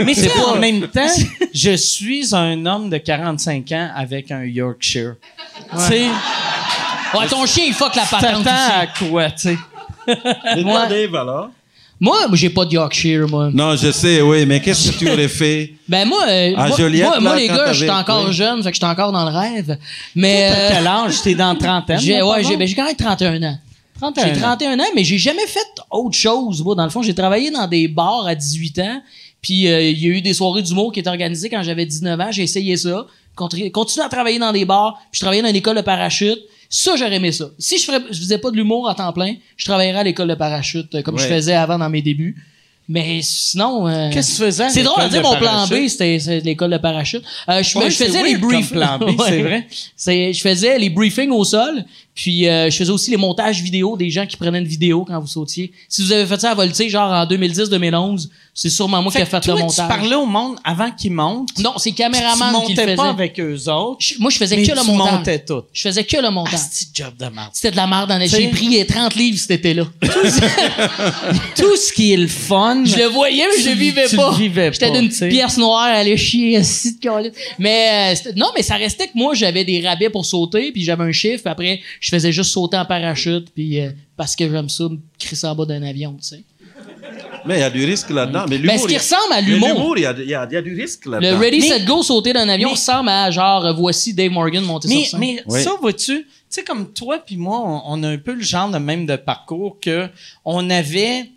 S7: Mais c'est pas en même temps, je suis un homme de 45 ans avec un Yorkshire. Tu sais,
S1: Ouais, ton chien, il fuck la patente
S7: t'attends
S1: aussi.
S7: à quoi, tu sais?
S6: Et toi, Dave, alors?
S1: Moi, j'ai pas de Yorkshire, moi.
S6: Non, je sais, oui, mais qu'est-ce que tu aurais fait?
S1: Ben, moi, euh, moi,
S6: À Ah, Joliette,
S1: moi, moi,
S6: là,
S1: les
S6: quand
S1: gars,
S6: t'avais-
S1: j'étais encore
S6: oui.
S1: jeune, fait que j'étais encore dans le rêve. Mais.
S7: T'as
S1: euh,
S7: quel âge? T'es dans trentaine?
S1: J'ai
S7: là,
S1: ouais,
S7: pardon?
S1: j'ai ben, j'ai quand même 31 ans.
S7: 31
S1: J'ai
S7: ans.
S1: 31 ans, mais j'ai jamais fait autre chose. Moi, dans le fond, j'ai travaillé dans des bars à 18 ans, puis euh, il y a eu des soirées d'humour qui étaient organisées quand j'avais 19 ans. J'ai essayé ça. Contri- Continuer à travailler dans des bars, puis je travaillais dans l'école de parachute. Ça, j'aurais aimé ça. Si je, ferais, je faisais pas de l'humour à temps plein, je travaillerais à l'école de parachute euh, comme je
S7: Ouais.
S1: faisais avant dans mes débuts. Mais sinon... euh,
S7: Qu'est-ce que tu faisais? à
S1: c'est drôle à
S7: l'école
S1: dire
S7: de
S1: mon plan
S7: parachute?
S1: B, c'était c'était l'école de parachute. Euh, je,
S7: Ouais,
S1: je faisais
S7: c'est
S1: les
S7: weird comme
S1: briefings.
S7: plan B, c'est vrai.
S1: C'est- Je faisais les briefings au sol, puis euh, je faisais aussi les montages vidéo des gens qui prenaient une vidéo quand vous sautiez. Si vous avez fait ça à Voltige, genre en 2010-2011, c'est sûrement moi qui ai
S7: Fait que
S1: fait
S7: toi,
S1: le
S7: tu
S1: montage.
S7: parlais au monde avant qu'ils montent.
S1: Non, c'est le
S7: puis
S1: caméraman
S7: tu
S1: qui le
S7: montais
S1: faisait.
S7: pas avec eux autres.
S1: Je- moi, je faisais
S7: mais
S1: que le
S7: tu
S1: montage.
S7: montais tout.
S1: Je faisais que le montage.
S7: Asti de job de merde.
S1: C'était de la merde en
S7: T'sais-
S1: J'ai pris euh, 30 livres cet été-là.
S7: Tout ce qui est le fun.
S1: Je le voyais, mais je
S7: Tu-
S1: vivais
S7: tu
S1: pas.
S7: le vivais
S1: J'étais
S7: pas,
S1: d'une
S7: tu sais.
S1: petite pièce noire, à aller chier, assis de câlisse. Mais euh, c'était- non, mais ça restait que moi, j'avais des rabais pour sauter, puis j'avais un chiffre. puis Après, je faisais juste sauter en parachute, puis euh, parce que j'aime ça, me crisser en bas d'un avion, tu sais.
S6: Mais il y a du risque là-dedans. Mais,
S1: Mais
S6: l'humour,
S1: ce qui
S6: il-
S1: ressemble à
S6: mais
S1: l'humour.
S6: L'humour, il y a, il y a- il y a du risque
S1: Le
S6: là-dedans.
S1: Ready,
S7: Mais-
S1: Set, Go, sauter d'un avion
S7: mais-
S1: ressemble à genre, euh, voici Dave Morgan monter
S7: Mais,
S1: sur scène.
S7: mais
S6: Oui.
S7: ça, vois-tu, tu sais, comme toi puis moi, on, on a un peu le genre de même de parcours que on avait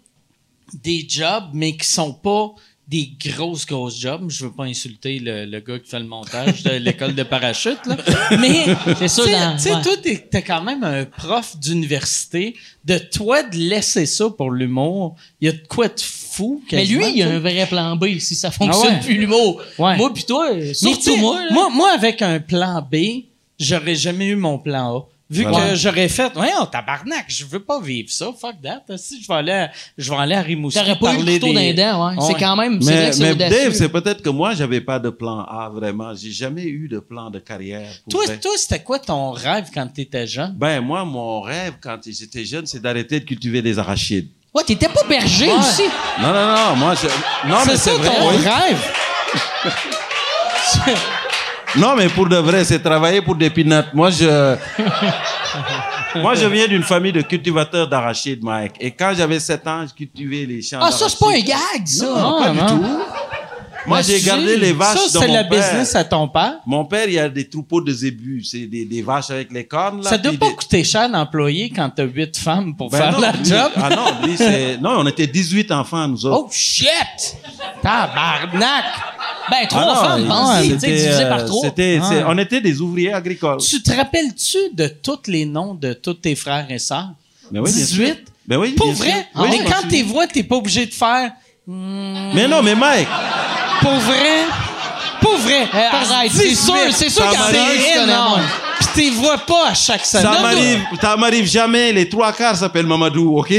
S7: des jobs, mais qui sont pas des grosses, grosses jobs. Je veux pas insulter le, le gars qui fait le montage de l'école de parachute, là. Mais,
S1: C'est ça,
S7: tu sais-
S1: dans-
S7: tu sais,
S1: ouais.
S7: toi, t'es, t'es quand même un prof d'université. De toi, de laisser ça pour l'humour, il y a de quoi de fou.
S1: Mais
S7: quasiment,
S1: lui, il
S7: tu
S1: a
S7: sais.
S1: un vrai plan B si ça fonctionne
S7: Ah ouais.
S1: plus l'humour.
S7: Ouais.
S1: Moi puis toi, euh,
S7: Mais tu
S1: surtout
S7: sais,
S1: moi. là.
S7: moi. Moi, avec un plan B, j'aurais jamais eu mon plan A. Vu
S6: Voilà.
S7: que j'aurais fait, ouais, oh, tabarnak, je veux pas vivre ça, fuck that. Si je vais aller, à- je vais aller à Rimouski
S1: T'aurais pas eu le
S7: parler
S1: couteau
S7: des...
S1: d'un dent, ouais.
S7: Ouais.
S1: C'est quand même. c'est vrai
S6: Mais,
S1: que
S6: mais
S1: c'est audacieux.
S6: Dave, c'est peut-être que moi, j'avais pas de plan A vraiment. J'ai jamais eu de plan de carrière. pour
S7: Toi,
S6: vrai.
S7: toi, c'était quoi ton rêve quand t'étais jeune?
S6: Ben, moi, mon rêve quand j'étais jeune, c'est d'arrêter de cultiver des arachides.
S1: Ouais, t'étais pas berger
S7: Ouais.
S1: aussi.
S6: Non, non, non, moi, je- non, Ah, mais
S7: c'est ça
S6: c'est vrai.
S7: ton
S6: oui.
S7: rêve?
S6: Non, mais pour de vrai, c'est travailler pour des peanuts. Moi, je. Moi, je viens d'une famille de cultivateurs d'arachides, Mike. Et quand j'avais 7 ans, je cultivais les champs.
S1: Ah, ça, c'est pas un
S6: d'arachides.
S1: gag, ça.
S7: Non,
S6: pas du
S7: Ah, non.
S6: tout. Moi,
S7: Mais
S6: j'ai
S7: tu-
S6: gardé les vaches
S7: Ça,
S6: de
S7: c'est
S6: mon
S7: la
S6: père.
S7: business à ton père.
S6: Mon père, il a des troupeaux de zébus. C'est des, des vaches avec les cornes. Là,
S7: Ça doit
S6: puis
S7: pas
S6: des-
S7: coûter cher d'employer quand t'as huit femmes pour
S6: Ben
S7: faire
S6: non,
S7: la
S6: lui-
S7: job.
S6: Ah non, lui, c'est- non, on était 18 enfants, nous autres.
S7: Oh shit! Tabarnak!
S1: Ben,
S6: Ah
S1: trois
S6: non,
S1: femmes,
S6: il-
S1: pense. Tu
S6: c'était,
S1: sais, divisé
S6: euh,
S1: par trois.
S6: c'était-
S7: Ah.
S6: c'est- On était des ouvriers agricoles.
S7: Tu te rappelles-tu de tous les noms de tous tes frères et sœurs?
S6: Ben oui, bien sûr.
S7: 18?
S6: Ben oui,
S7: Pour
S6: bien sûr.
S7: vrai?
S6: Oui,
S7: mais
S6: je
S7: quand
S6: continue.
S7: t'es vois, t'es pas obligé de faire
S6: Mais non, mais Mike,
S7: pour vrai. Pour vrai.
S6: Eh,
S7: Parce-
S1: arrête,
S7: dis-
S1: c'est sûr, c'est sûr
S6: Ça
S7: que
S6: qu'il y en a
S7: c'est
S6: un
S1: qui connaît
S7: énorme.
S1: moins.
S7: Puis t'es vois pas à chaque semaine.
S6: ça m'arrive, ça m'arrive jamais. Les trois quarts s'appellent Mamadou, ok?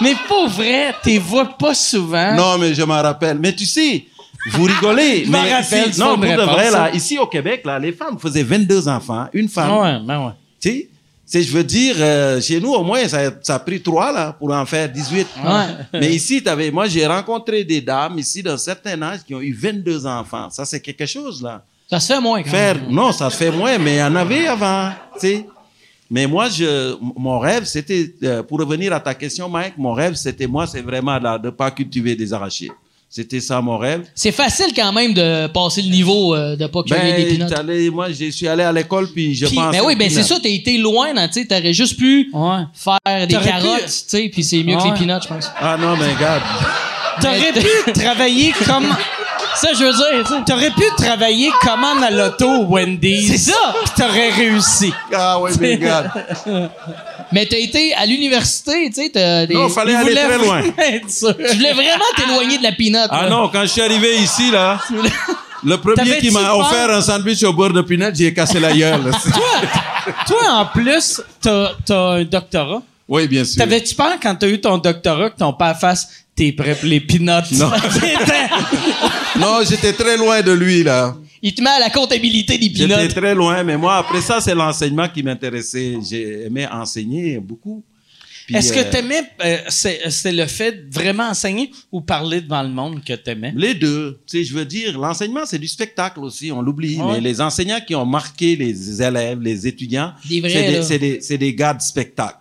S7: Mais pour vrai, t'es vois pas souvent.
S6: Non, mais je m'en rappelle. Mais tu sais, vous rigolez.
S7: m'en
S6: mais
S7: rappelle,
S6: ici-
S7: c'est
S6: non,
S7: une
S6: pour de
S7: réponse,
S6: vrai,
S7: ça.
S6: là, ici au Québec, là, les femmes faisaient 22 enfants, une femme.
S7: Ah ouais, ben ouais.
S6: Tu sais, c'est, je veux dire, euh, chez nous, au moins, ça, ça a pris trois, là, pour en faire 18.
S7: Ah Ouais.
S6: Mais ici, t'avais, moi, j'ai rencontré des dames, ici, d'un certain âge, qui ont eu 22 enfants. Ça, c'est quelque chose, là.
S1: Ça se fait moins, quand même.
S6: Faire, non, ça se fait moins, mais il y en avait avant, tu sais. Mais moi, je, m- mon rêve, c'était, euh, pour revenir à ta question, Mike, mon rêve, c'était moi, c'est vraiment là, de ne pas cultiver des arachides. C'était ça mon rêve.
S1: C'est facile quand même de passer le niveau euh, de pas cueillir des
S6: Ben,
S1: pinottes.
S6: t'allais- moi, je suis allé à l'école, puis je
S1: Puis-
S6: pense.
S1: ben oui, ben c'est ça, t'as été loin, dans- tu sais, t'aurais juste pu
S7: Ouais.
S1: faire des
S7: T'aurais pu-
S1: carottes, tu sais, puis c'est mieux que
S7: Ouais.
S1: les peanuts, je pense.
S6: Ah non, mais regarde.
S7: T'aurais pu travailler comme.
S1: Ça, je veux dire, tu sais.
S7: T'aurais pu travailler commande à l'auto au Wendy's.
S1: C'est ça!
S7: Pis t'aurais réussi.
S6: Ah oui, mais regarde.
S1: Mais t'as été à l'université, tu sais, t'as des...
S6: Non, fallait aller très loin.
S7: Être sûr.
S1: Tu voulais vraiment t'éloigner de la peanut.
S6: Ah
S1: là.
S6: non, quand je suis arrivé ici, là, le premier
S7: T'avais-tu
S6: qui m'a
S7: peur?
S6: offert un sandwich au beurre de pinette, j'ai cassé la gueule.
S7: Toi, en plus, t'as, t'as un doctorat.
S6: oui, bien sûr.
S7: T'avais-tu peur quand t'as eu ton doctorat que ton père fasse T'es prêt pour les peanuts?
S6: Non.
S7: T'étais-
S6: Non, j'étais très loin de lui, là.
S1: Il te met à la comptabilité des
S6: J'étais
S1: peanuts.
S6: très loin, mais moi, après ça, c'est l'enseignement qui m'intéressait. J'ai aimé enseigner beaucoup. Puis,
S7: Est-ce
S6: euh,
S7: que t'aimais, euh, c'est, c'est le fait de vraiment enseigner ou parler devant le monde que t'aimais?
S6: Les deux. Tu sais, je veux dire, l'enseignement, c'est du spectacle aussi, on l'oublie.
S7: Ouais.
S6: Mais les enseignants qui ont marqué les élèves, les étudiants,
S1: Des vrais,
S6: c'est
S1: là.
S6: des, c'est des- c'est des gars de spectacle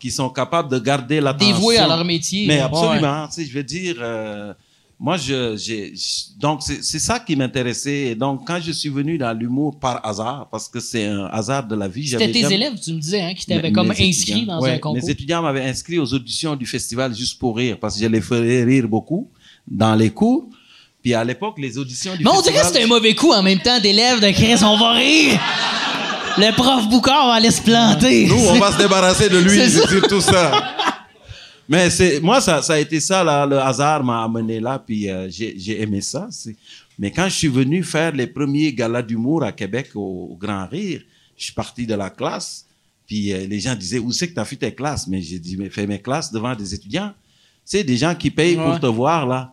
S6: qui sont capables de garder l'attention.
S1: Dévoués à leur métier.
S6: Ah, Mais
S1: Ouais.
S6: absolument. Tu sais, je veux dire, euh, moi, je, j'ai, je- donc c'est c'est ça qui m'intéressait. Et donc, quand je suis venu dans l'humour par hasard, parce que c'est un hasard de la vie,
S1: C'était
S6: j'avais
S1: tes
S6: jamais-
S1: élèves, tu me disais, hein, qui
S6: mes-
S1: t'avaient comme
S6: mes
S1: inscrit
S6: étudiants.
S1: dans
S6: Ouais,
S1: un concours.
S6: Mes étudiants m'avaient inscrit aux auditions du festival juste pour rire, parce que je les faisais rire beaucoup dans les cours. Puis à l'époque, les auditions du
S1: Mais on
S6: festival.
S1: dirait que c'était un mauvais coup en même temps d'élèves de Chris, on va rire! Le prof Boucard hein. va aller se planter.
S6: Nous, on va se débarrasser de lui,
S1: C'est ça.
S6: c'est tout ça. Mais c'est moi, ça, ça a été ça, là, le hasard m'a amené là, puis euh, j'ai j'ai aimé ça. c'est- Mais quand je suis venu faire les premiers galas d'humour à Québec au, au Grand Rire, je suis parti de la classe, puis euh, les gens disaient Où c'est que tu as fait tes classes Mais j'ai dit Mais fais mes classes devant des étudiants. C'est des gens qui payent pour te voir là.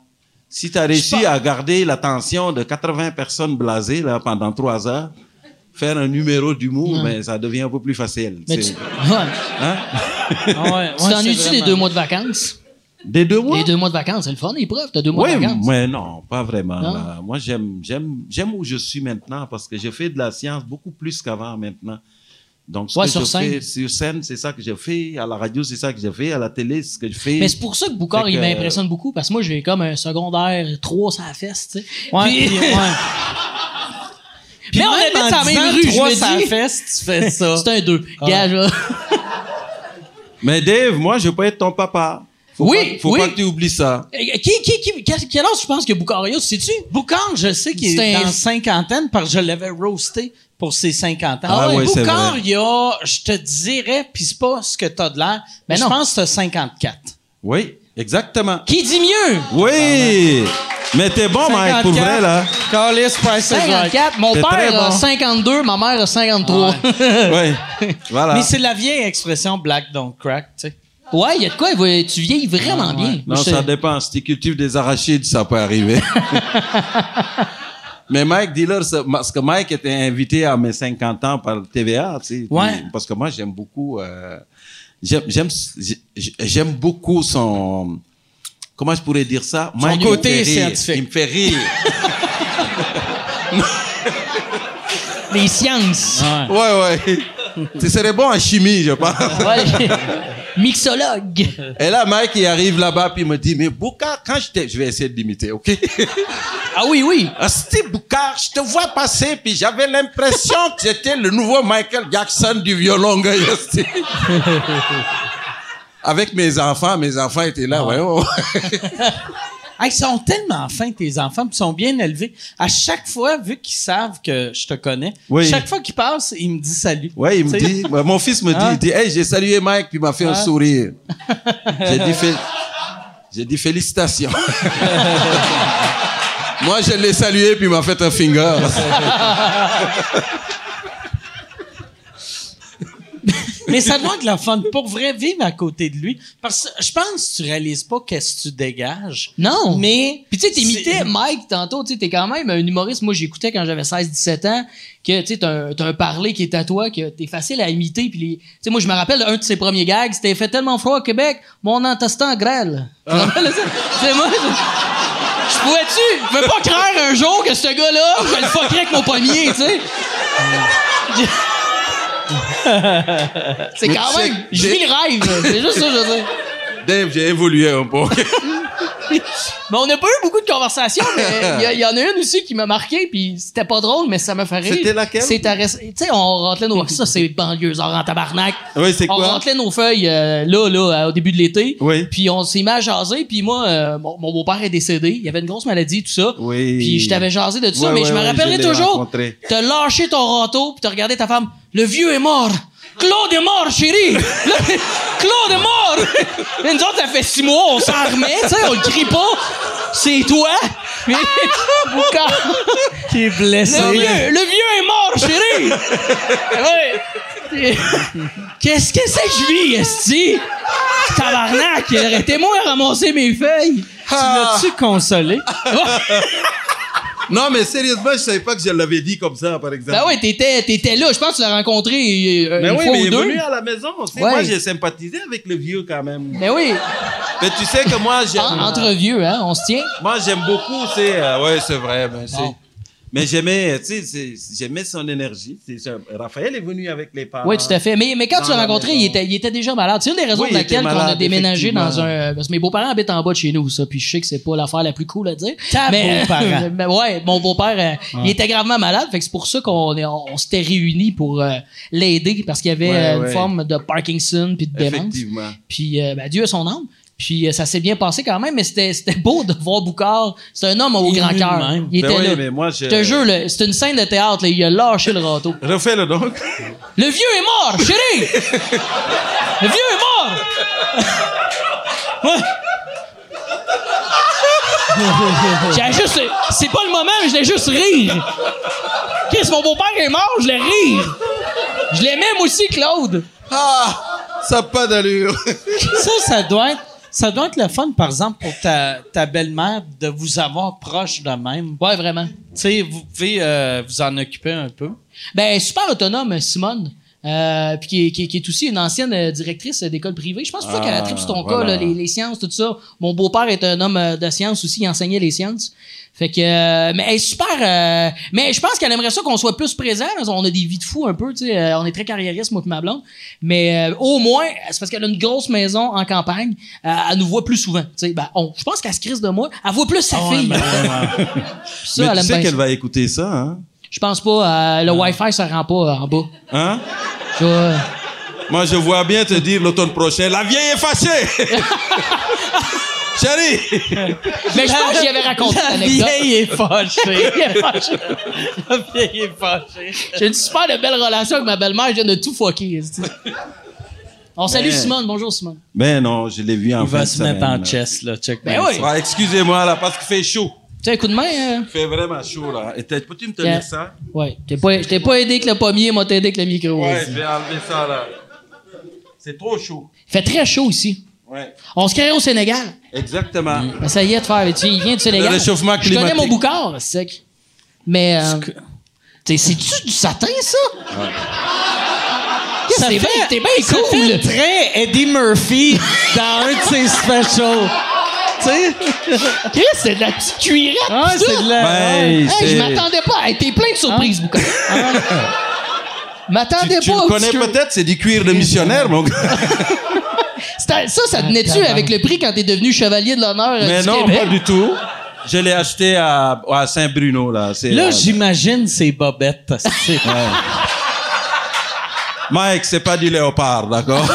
S6: Si tu as réussi à garder l'attention de 80 personnes blasées là, pendant trois heures, faire un numéro d'humour, ben, ça devient un peu plus facile.
S1: Mais
S6: C'est-
S1: tu ouais.
S6: Hein?
S7: Ah
S1: Tu t'ennuies-tu des deux mois de vacances?
S6: Des deux mois?
S1: Les deux mois de vacances, c'est le fun, l'épreuve, t'as deux mois
S6: Oui,
S1: de vacances.
S6: mais non, pas vraiment.
S1: Non?
S6: là. Moi, j'aime, j'aime, j'aime où je suis maintenant parce que je fais de la science beaucoup plus qu'avant maintenant. Donc, ce
S1: Ouais,
S6: que
S1: sur
S6: je
S1: scène.
S6: fais sur scène, c'est ça que je fais. À la radio, c'est ça que je fais. À la télé, c'est ce que je fais.
S1: Mais c'est pour ça que Boucard,
S6: Fait
S1: il
S6: que- euh,
S1: m'impressionne beaucoup, parce que moi, j'ai comme un secondaire 3 sans fesse, tu sais.
S7: Ouais,
S1: Puis-
S7: puis- ouais. Puis
S1: Mais on
S7: même
S1: habite
S7: en
S1: dans la même
S7: disant
S1: rue, je
S7: trois
S1: me dis.
S7: sans fesse, tu fais ça.
S1: c'est un 2.
S7: Ah.
S1: Gage, là.
S6: Mais Dave, moi, je peux être ton papa. Faut
S1: Oui,
S6: pas, faut
S1: oui.
S6: pas que tu oublies ça.
S1: Qui, qui, qui, quel, quel âge tu penses que Boucard a, tu sais-tu?
S7: Boucan, je sais qu'il est,
S1: C'est un-
S7: dans cinquantaine parce que je l'avais roasté pour ses 50 ans.
S6: Ah ouais, c'est
S7: Boucan,
S6: vrai.
S7: il y a, je te dirais, puis c'est pas ce que t'as de l'air, mais
S1: Ben
S7: je
S1: non.
S7: pense que t'as 54.
S6: Oui, exactement.
S1: Qui dit mieux? bah,
S6: Oui! Mais t'es bon, Mike, pour vrai, là.
S7: Carlis Price is right.
S1: 54. Mon
S6: C'est
S1: père
S6: très
S1: a
S6: bon.
S1: 52, ma mère a 53.
S6: Oui. Voilà.
S7: Mais c'est la vieille expression black don't crack, tu sais.
S1: ouais, il y a de quoi, il va- tu vieillis vraiment bien.
S6: Ah Non,
S1: Je-
S6: ça dépend. Si tu cultives des arachides, ça peut arriver. Mais Mike, dis-leur, ça- parce que Mike était invité à mes 50 ans par le TVA, tu sais. puis-
S7: Ouais.
S6: Parce que moi, j'aime beaucoup, euh, j'aime, j'aime, j'aime beaucoup son, comment je pourrais dire ça? Mike, il me
S7: côté
S6: fait rire.
S7: scientifique.
S6: Il me fait rire.
S1: Les sciences.
S6: ouais, ouais. tu serais bon en chimie, je pense.
S1: Ouais. Mixologue.
S6: Et là, Mike, il arrive là-bas, puis il me dit, mais Bouka, quand je t'ai, je vais essayer de l'imiter, ok?
S1: Ah oui, oui.
S6: Asti Boucard, je te vois passer, puis j'avais l'impression que j'étais le nouveau Michael Jackson du violon, gars, asti. Avec mes enfants, mes enfants étaient là, ouais, ouais, ouais.
S7: Hey, ils sont tellement fins, tes enfants, puis ils sont bien élevés. À chaque fois, vu qu'ils savent que je te connais,
S6: Oui.
S7: chaque fois qu'ils passent, ils me disent salut.
S6: Ouais, il me
S7: Tu sais?
S6: dit, ouais, mon fils me dit,
S7: Ah.
S6: il dit, hey, j'ai salué Mike, puis il m'a fait un sourire. J'ai dit, fé- j'ai dit félicitations. Moi, je l'ai salué, puis il m'a fait un finger.
S7: Mais ça doit être le fun. Pour vrai, vivre à côté de lui. Parce que je pense que tu réalises pas qu'est-ce que tu dégages.
S1: Non.
S7: Mais.
S1: Puis tu sais,
S7: C'est-
S1: t'imitais Mike tantôt, tu sais, t'es quand même un humoriste. Moi, j'écoutais quand j'avais 16-17 ans, que tu sais, t'as un, t'as un parler qui est à toi, que t'es facile à imiter. Puis les... tu sais, moi, je me rappelle un de ses premiers gags, c'était fait tellement froid au Québec, mon intestin grêle. Tu
S6: Ah.
S1: te rappelles de ça? C'est moi. je- Je pouvais-tu? Je veux pas craindre un jour que ce gars-là, je le fuckerais avec mon pommier, tu sais. C'est
S6: Mais
S1: quand
S6: tu sais-
S1: même. Je vis le rêve. C'est juste ça, je veux dire.
S6: Dave, j'ai évolué un peu.
S1: Mais on n'a pas eu beaucoup de conversations, mais il y a- il y, en a une aussi qui m'a marqué, puis c'était pas drôle, mais ça m'a fait rire.
S9: C'était laquelle?
S1: C'est ta res- Tu sais, on rentrait nos. Ça, c'est banlieusard en tabarnak.
S9: Oui, c'est
S1: On
S9: quoi?
S1: rentrait nos feuilles euh, là, là, euh, au début de l'été.
S9: Oui.
S1: Puis on s'est mis à jaser, puis moi, euh, mon, mon beau-père est décédé, il avait une grosse maladie, tout ça.
S9: Oui.
S1: Puis je t'avais jasé de tout ça,
S9: Ouais,
S1: mais
S9: ouais,
S1: je me
S9: ouais,
S1: rappellerai
S9: je l'ai
S1: toujours.
S9: rencontré.
S1: T'as lâché ton râteau, puis t'as regardé ta femme. Le vieux est mort. Claude est mort, chérie. Le- Claude est mort. Mais nous autres, ça fait six mois, on s'en remet, tu sais, on le crie pas. C'est toi. Mais
S9: Ah!
S1: quand-
S7: Qui est blessé.
S1: le, vieux, le vieux est mort, chérie. Ouais. Qu'est-ce que c'est que je vis, esti? Tabarnak, arrêtez-moi à ramasser mes feuilles.
S9: Ah!
S7: L'as-tu consolé?
S9: Non, mais sérieusement, je savais pas que je l'avais dit comme ça, par exemple.
S1: Ben ouais, t'étais, t'étais là. Je pense que tu l'as rencontré euh,
S9: Mais
S1: une
S9: Ben oui,
S1: fois
S9: mais il
S1: ou
S9: est
S1: deux.
S9: venu à la maison. tu sais.
S1: Ouais.
S9: Moi, j'ai sympathisé avec le vieux quand même.
S1: Mais Ben oui,
S9: Mais tu sais que moi, j'aime,
S1: en- entre vieux, hein, on se tient.
S9: moi, j'aime beaucoup. C'est, euh, ouais, c'est vrai. Mais, c'est-
S1: Bon.
S9: mais j'aimais, tu sais, c'est- j'aimais son énergie. C'est ça. Raphaël est venu avec les parents.
S1: Oui, tout à fait. Mais, mais quand
S9: Dans
S1: tu l'as
S9: la
S1: rencontré,
S9: maison.
S1: il était, il était déjà malade. C'est une des raisons
S9: Oui,
S1: pour
S9: il était
S1: laquelle on a
S9: malade,
S1: déménagé dans
S9: effectivement.
S1: un. Parce que mes beaux-parents habitent en bas de chez nous, ça. Puis je sais que c'est pas l'affaire la plus cool à dire.
S7: Ta beau-parent.
S1: mais ouais, mon beau-père, euh, il était gravement malade. Fait que c'est pour ça qu'on est- on, on s'était réunis pour euh, l'aider parce qu'il y avait
S9: Ouais,
S1: euh, une
S9: ouais.
S1: forme de Parkinson puis de démence.
S9: Effectivement.
S1: Puis euh, ben, Dieu a son âme. Puis euh, ça s'est bien passé quand même, mais c'était c'était beau de voir Boucard. C'est un homme au
S7: Il est
S1: grand
S7: venu de
S1: cœur.
S7: même.
S1: Il
S9: Ben
S1: était
S9: oui,
S1: là.
S9: mais moi, je-
S1: Je te jure, là, c'est une scène de théâtre. là, il a lâché le râteau.
S9: Refais-le donc.
S1: Le vieux est mort, chérie! le vieux est mort! J'avais juste. C'est pas le moment, mais je l'ai juste rire. Qu'est-ce mon beau-père est mort? Je l'ai rire. Je l'aimais, moi aussi, Claude.
S9: Ah, ça n'a pas d'allure.
S7: Ça, ça doit être. Ça doit être le fun, par exemple, pour ta, ta belle-mère de vous avoir proche de même.
S1: Ouais, vraiment.
S7: Tu sais, vous pouvez euh, vous en occuper un peu.
S1: Ben, super autonome, Simone. Euh, puis qui est, qui est- qui est aussi une ancienne euh, directrice euh, d'école privée. Je pense que c'est ça qu'elle a tripe sur ton
S9: Ah, voilà.
S1: cas, là, les, les sciences, tout ça. Mon beau-père est un homme euh, de sciences aussi, il enseignait les sciences. Fait que, euh, mais elle est super. euh, mais je pense qu'elle aimerait ça qu'on soit plus présent. là. On a des vies de fous un peu, tu sais. euh, on est très carriériste, moi et ma blonde. Mais euh, au moins, c'est parce qu'elle a une grosse maison en campagne. euh, elle nous voit plus souvent, tu sais. Ben, on, je pense qu'elle se crise de moi. Elle voit plus sa
S9: Ah
S1: fille. ça,
S9: ben, mais
S1: elle
S9: tu
S1: aime
S9: sais
S1: bien
S9: qu'elle
S1: ça.
S9: va Ah. écouter ça, hein?
S1: Je pense pas. euh, le Wi-Fi, ça rend pas euh, en bas.
S9: Hein?
S1: Je vois-
S9: Moi, je vois bien te dire l'automne prochain, la vieille est fâchée. Chérie,
S1: Mais je pense que j'y avais raconté
S7: La
S1: l'anecdote.
S7: vieille est fâchée. La vieille est fâchée.
S1: J'ai une super de belle relation avec ma belle-mère, je viens de tout fucker. esti. On salue
S9: Mais-
S1: Simone, bonjour Simone.
S9: Mais non, je l'ai vu en
S7: Il
S9: fin
S7: va
S9: de
S7: se
S9: semaine,
S7: mettre en
S9: là.
S7: chest, là. Check
S1: Ben
S7: bien
S1: oui.
S7: ça.
S9: Ah, excusez-moi là, parce qu'il fait chaud.
S1: Tu as un coup de main? euh?
S9: Il fait vraiment chaud là. Et t'as- Peux-tu me tenir
S1: Yeah.
S9: ça
S1: Ouais, je t'ai pas, je t'ai pas aidé avec le pommier, moi t'ai aidé avec le micro.
S9: Ouais,
S1: esti.
S9: je vais enlever ça là. C'est trop chaud.
S1: Fait très chaud ici.
S9: Ouais,
S1: On se crée au Sénégal.
S9: exactement.
S1: Ben, ça y est, de faire, tu sais, il vient du Sénégal.
S9: réchauffement
S1: Je connais
S9: climatique.
S1: mon boucard, c'est sec. Mais, euh, t'sais, c'est-tu du satin, ça? Qu'est-ce que
S7: Ça
S1: T'es bien,
S7: fait-
S1: t'es bien
S7: ça fait le
S1: cool!
S7: très Eddie Murphy dans un de ses specials. tu sais?
S1: Chris, c'est de la petite cuirette!
S7: Ah,
S1: pis
S7: c'est
S1: tout.
S7: de la.
S9: Ben,
S7: ouais.
S1: Hey, je
S9: c'est- Hein?
S1: m'attendais pas. Hey, T'es plein de surprises, Boucan.
S9: Tu,
S1: M'attendais
S9: tu
S1: pas
S9: le
S1: au
S9: connais
S1: petit que-
S9: peut-être, c'est du cuir de missionnaire, mon gars.
S1: C'était- Ça, ça tenait-tu
S7: tabarnak.
S1: avec le prix quand t'es devenu chevalier de l'honneur euh,
S9: Hein? Mais
S1: du
S9: non,
S1: Québec?
S9: pas du tout. Je l'ai acheté à, à Saint-Bruno là. C'est,
S7: Là,
S9: euh,
S7: j'imagine ces bobettes. c'est-
S9: Mike, c'est pas du léopard, d'accord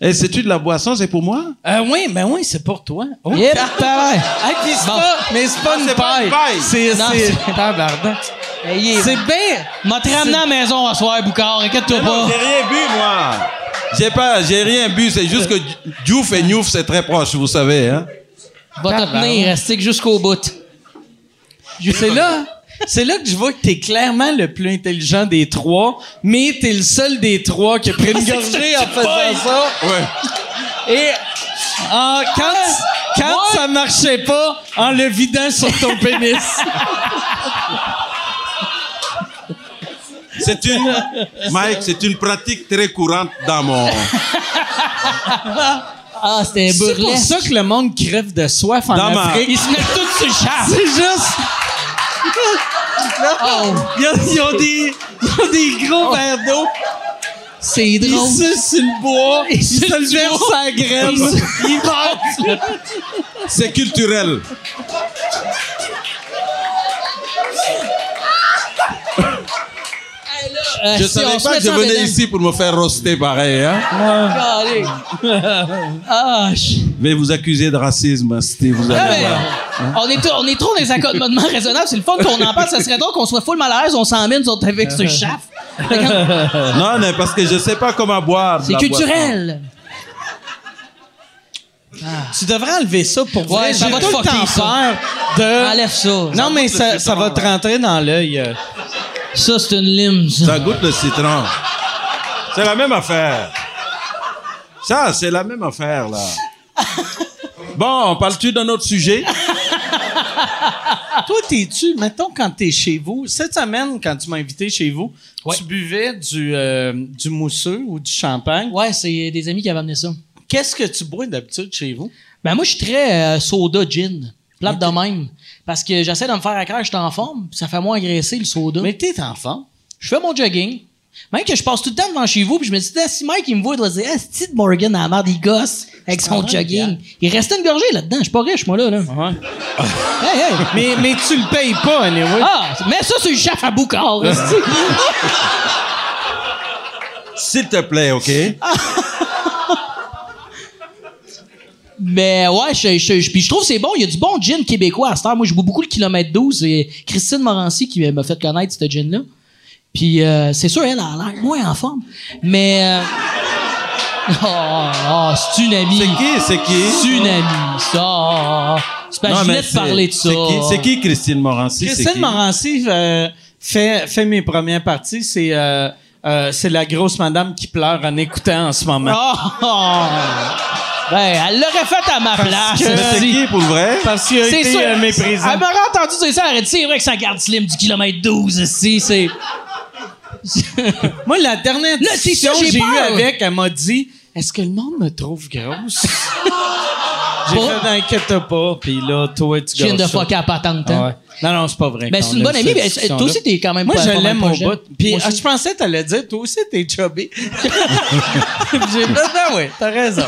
S9: Et Eh, c'est-tu de la boisson, c'est pour moi
S7: Euh, oui, ben oui, c'est pour toi. Oh,
S1: Yep.
S7: tabarnak. Ah, puis c'est pas, mais c'est pas une
S9: Ah, c'est pas
S7: paille.
S9: une paille.
S7: C'est,
S1: Non,
S7: c'est,
S1: c'est-
S7: tabarnak.
S1: Hey, yeah.
S7: C'est bien.
S1: M'a te ramené à la maison à soir, Boucard. Inquiète-toi pas.
S9: J'ai rien bu, moi. J'ai pas, j'ai rien bu. C'est juste que Diouf et Niouf, c'est très proche, vous savez. Hein?
S1: Va te
S7: Tabarnak.
S1: tenir, restez jusqu'au bout.
S7: C'est là, c'est là que je vois que t'es clairement le plus intelligent des trois, mais t'es le seul des trois qui a pris une gorgée en faisant ça.
S9: Ouais.
S7: Et en- quand, quand ça marchait pas, en le vidant sur ton pénis.
S9: C'est une, Mike, c'est une pratique très courante dans mon.
S1: Ah, c'était
S7: C'est pour
S1: burlesque.
S7: ça que le monde crève de soif en
S9: Dans ma-
S7: Afrique.
S1: Ils se mettent tous sur le char.
S7: C'est juste.
S1: Oh.
S7: Ils ont, ils ont des, ils ont des gros verres d'eau.
S1: C'est drôle.
S7: suce le bois,
S1: Il suce le bois.
S7: sa graine.
S1: Il passe.
S6: C'est culturel.
S1: Euh,
S6: Je savais pas que je venais ici pour me faire roster pareil. Hein?
S1: Ah, je-
S6: Je vais vous accuser de racisme, Steve. Vous
S1: Ah,
S6: allez
S1: mais-
S6: voir.
S1: on, est, trop- on est trop dans les accommodements raisonnables. C'est le fun qu'on en parle. Ça serait drôle qu'on soit full mal à l'aise. On s'en mine sur- avec ce chaf.
S6: Non, non, parce que je sais pas comment boire. de
S1: C'est
S6: la
S1: culturel.
S7: tu devrais enlever ça pour vrai.
S1: Ouais, ça
S7: J'ai
S1: va te
S7: tout le
S1: fucker,
S7: temps
S1: ça.
S7: peur de...
S1: Enlève ça.
S7: Non, mais ça, ça va te rentrer dans l'œil. euh.
S1: Ça, c'est une lime. ça.
S6: boisson. Ça goûte le citron. C'est la même affaire. Ça, c'est la même affaire, là. Bon, parles-tu d'un autre sujet?
S1: Ah.
S7: Toi, t'es-tu, mettons, quand t'es chez vous, cette semaine, quand tu m'as invité chez vous, tu buvais du, euh, du mousseux ou du champagne.
S1: Ouais, c'est des amis qui avaient amené ça.
S7: Qu'est-ce que tu bois d'habitude chez vous?
S1: Ben moi, je suis très euh, soda gin. Plate de même. Parce que j'essaie de me faire accroître, je suis en forme. puis Ça fait moins agresser le soda.
S7: Mais t'es enfant.
S1: Je fais mon jogging. Même que je passe tout le temps devant chez vous, puis je me dis, Ah, si Mike, il me voit, il doit se dire, ah, c'est Morgan à la merde, il gosse avec son jogging. Il restait une gorgée là-dedans. Je suis pas riche, moi, là. là. Hey, hey.
S7: Mais, mais tu le payes pas, anyway.
S1: Ah, mais ça, c'est le chef à Boucard. esti.
S6: S'il te plaît, OK?
S1: mais ouais, je, je, je- puis je trouve que c'est bon. Il y a du bon gin québécois à cette heure. Moi, je bois beaucoup le kilomètre 12. C'est Christine Morancy qui m'a fait connaître ce gin-là. Puis euh, c'est sûr, elle a l'air moins en forme. Mais. euh, Oh, oh, c'est une amie.
S6: C'est qui? C'est qui?
S1: Tsunami, ça. C'est parce que je
S6: Oh. Non, mais
S1: venais de
S6: c'est-
S1: parler de ça.
S6: C'est qui, c'est qui Christine Morancy? C'est
S7: Christine
S6: qui?
S7: Morancy euh, fait, fait mes premières parties. C'est euh, euh, c'est la grosse madame qui pleure en écoutant en ce moment.
S1: Oh, oh. Ben, elle l'aurait fait à ma place.
S6: Mais c'est
S1: aussi.
S6: qui pour vrai?
S7: Parce qu'il a
S1: C'est
S7: été
S1: sûr. Ah ben,
S7: euh,
S1: Elle
S7: méprisant.
S1: m'aurait entendu dire ça, arrête. C'est vrai que ça garde slim du kilomètre 12 ici, c'est.
S7: Moi, la dernière
S1: Là, c'est ça,
S7: discussion que
S1: j'ai
S7: j'ai eue
S1: peur.
S7: avec, elle m'a dit Est-ce que le monde me trouve grosse J'ai
S1: Pas.
S7: fait N'inquiète pas, puis là, toi, tu
S1: Je viens
S7: gosses
S1: de
S7: ça.
S1: fucker à patente,
S7: Ah
S1: hein.
S7: ouais. Non, non, c'est pas vrai.
S1: Ben,
S7: qu'on
S1: c'est une
S7: a
S1: bonne
S7: eu
S1: amie,
S7: cette
S1: mais elle-
S7: discussion-là.
S1: toi aussi, t'es quand même
S7: Moi,
S1: pas-
S7: je
S1: pas mal
S7: l'aime au
S1: proche d'elle.
S7: bout. Puis
S1: Moi
S7: ah,
S1: aussi.
S7: je pensais que t'allais dire, toi aussi, t'es chubby. J'ai fait, ah ouais, t'as raison.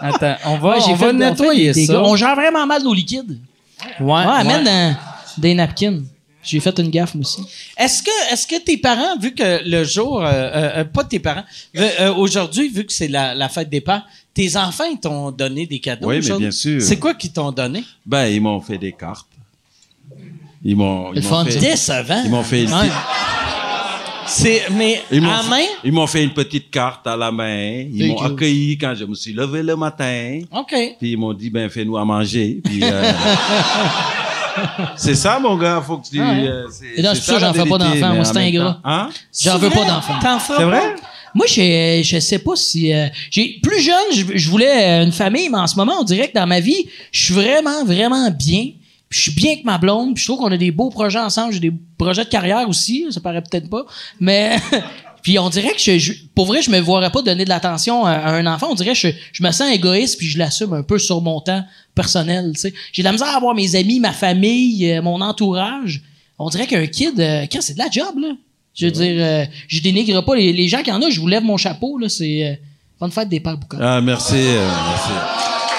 S7: Attends, on
S1: Ouais,
S7: va, on va
S1: fait- on fait
S7: nettoyer
S1: des
S7: ça.
S1: gars- On gère vraiment mal nos liquides.
S7: Ouais,
S1: Ouais,
S7: ouais.
S1: amène euh, des napkins. J'ai fait une gaffe, moi aussi.
S7: Est-ce que, est-ce que tes parents, vu que le jour, euh, euh, euh, pas tes parents, euh, euh, aujourd'hui, vu que c'est la, la fête des parents, tes enfants, ils t'ont donné des cadeaux
S6: Oui, mais
S7: aujourd'hui?
S6: bien sûr.
S7: C'est quoi qu'ils t'ont donné?
S6: Ben, ils m'ont fait des cartes. Ils m'ont.
S1: Le
S6: ils m'ont
S1: fun,
S6: fait-
S1: ça.
S7: Décevant.
S6: Ils m'ont fait une petite-
S7: C'est, mais
S6: Ils m'ont
S7: à
S6: fait-
S7: main?
S6: ils m'ont fait une petite carte à la main. Ils
S1: Thank
S6: m'ont
S1: you.
S6: accueilli quand je me suis levé le matin.
S7: OK.
S6: Puis ils m'ont dit, ben, fais-nous à manger. Puis, euh, c'est ça, mon gars. Faut que tu. euh, c'est-
S1: Et non,
S6: c'est
S1: je suis sûr, j'en
S6: la
S1: ferai pas
S6: vérité,
S1: d'enfant,
S6: mais
S1: moi,
S6: en
S1: c'est
S6: même
S1: ingrat.
S6: temps- Hein?
S1: J'en veux pas d'enfant.
S7: T'en feras
S6: C'est
S7: pas?
S6: vrai?
S1: Moi, je, je sais pas si. euh, j'ai Plus jeune, je, je voulais euh, une famille, mais en ce moment, on dirait que dans ma vie, je suis vraiment, vraiment bien. Puis je suis bien avec ma blonde, puis je trouve qu'on a des beaux projets ensemble. J'ai des projets de carrière aussi, ça paraît peut-être pas. Mais. puis on dirait que je, je- Pour vrai, je me voirais pas donner de l'attention à, à un enfant. On dirait que je, je me sens égoïste, puis je l'assume un peu sur mon temps personnel, tu sais. J'ai de la misère à avoir mes amis, ma famille, euh, mon entourage. On dirait qu'un kid, euh, quand c'est de la job, là. Je veux dire, euh, je dénigre pas les, les gens qui en ont, je vous lève mon chapeau, là, c'est euh, bonne fête des pères boucans.
S6: Ah, merci. euh, merci.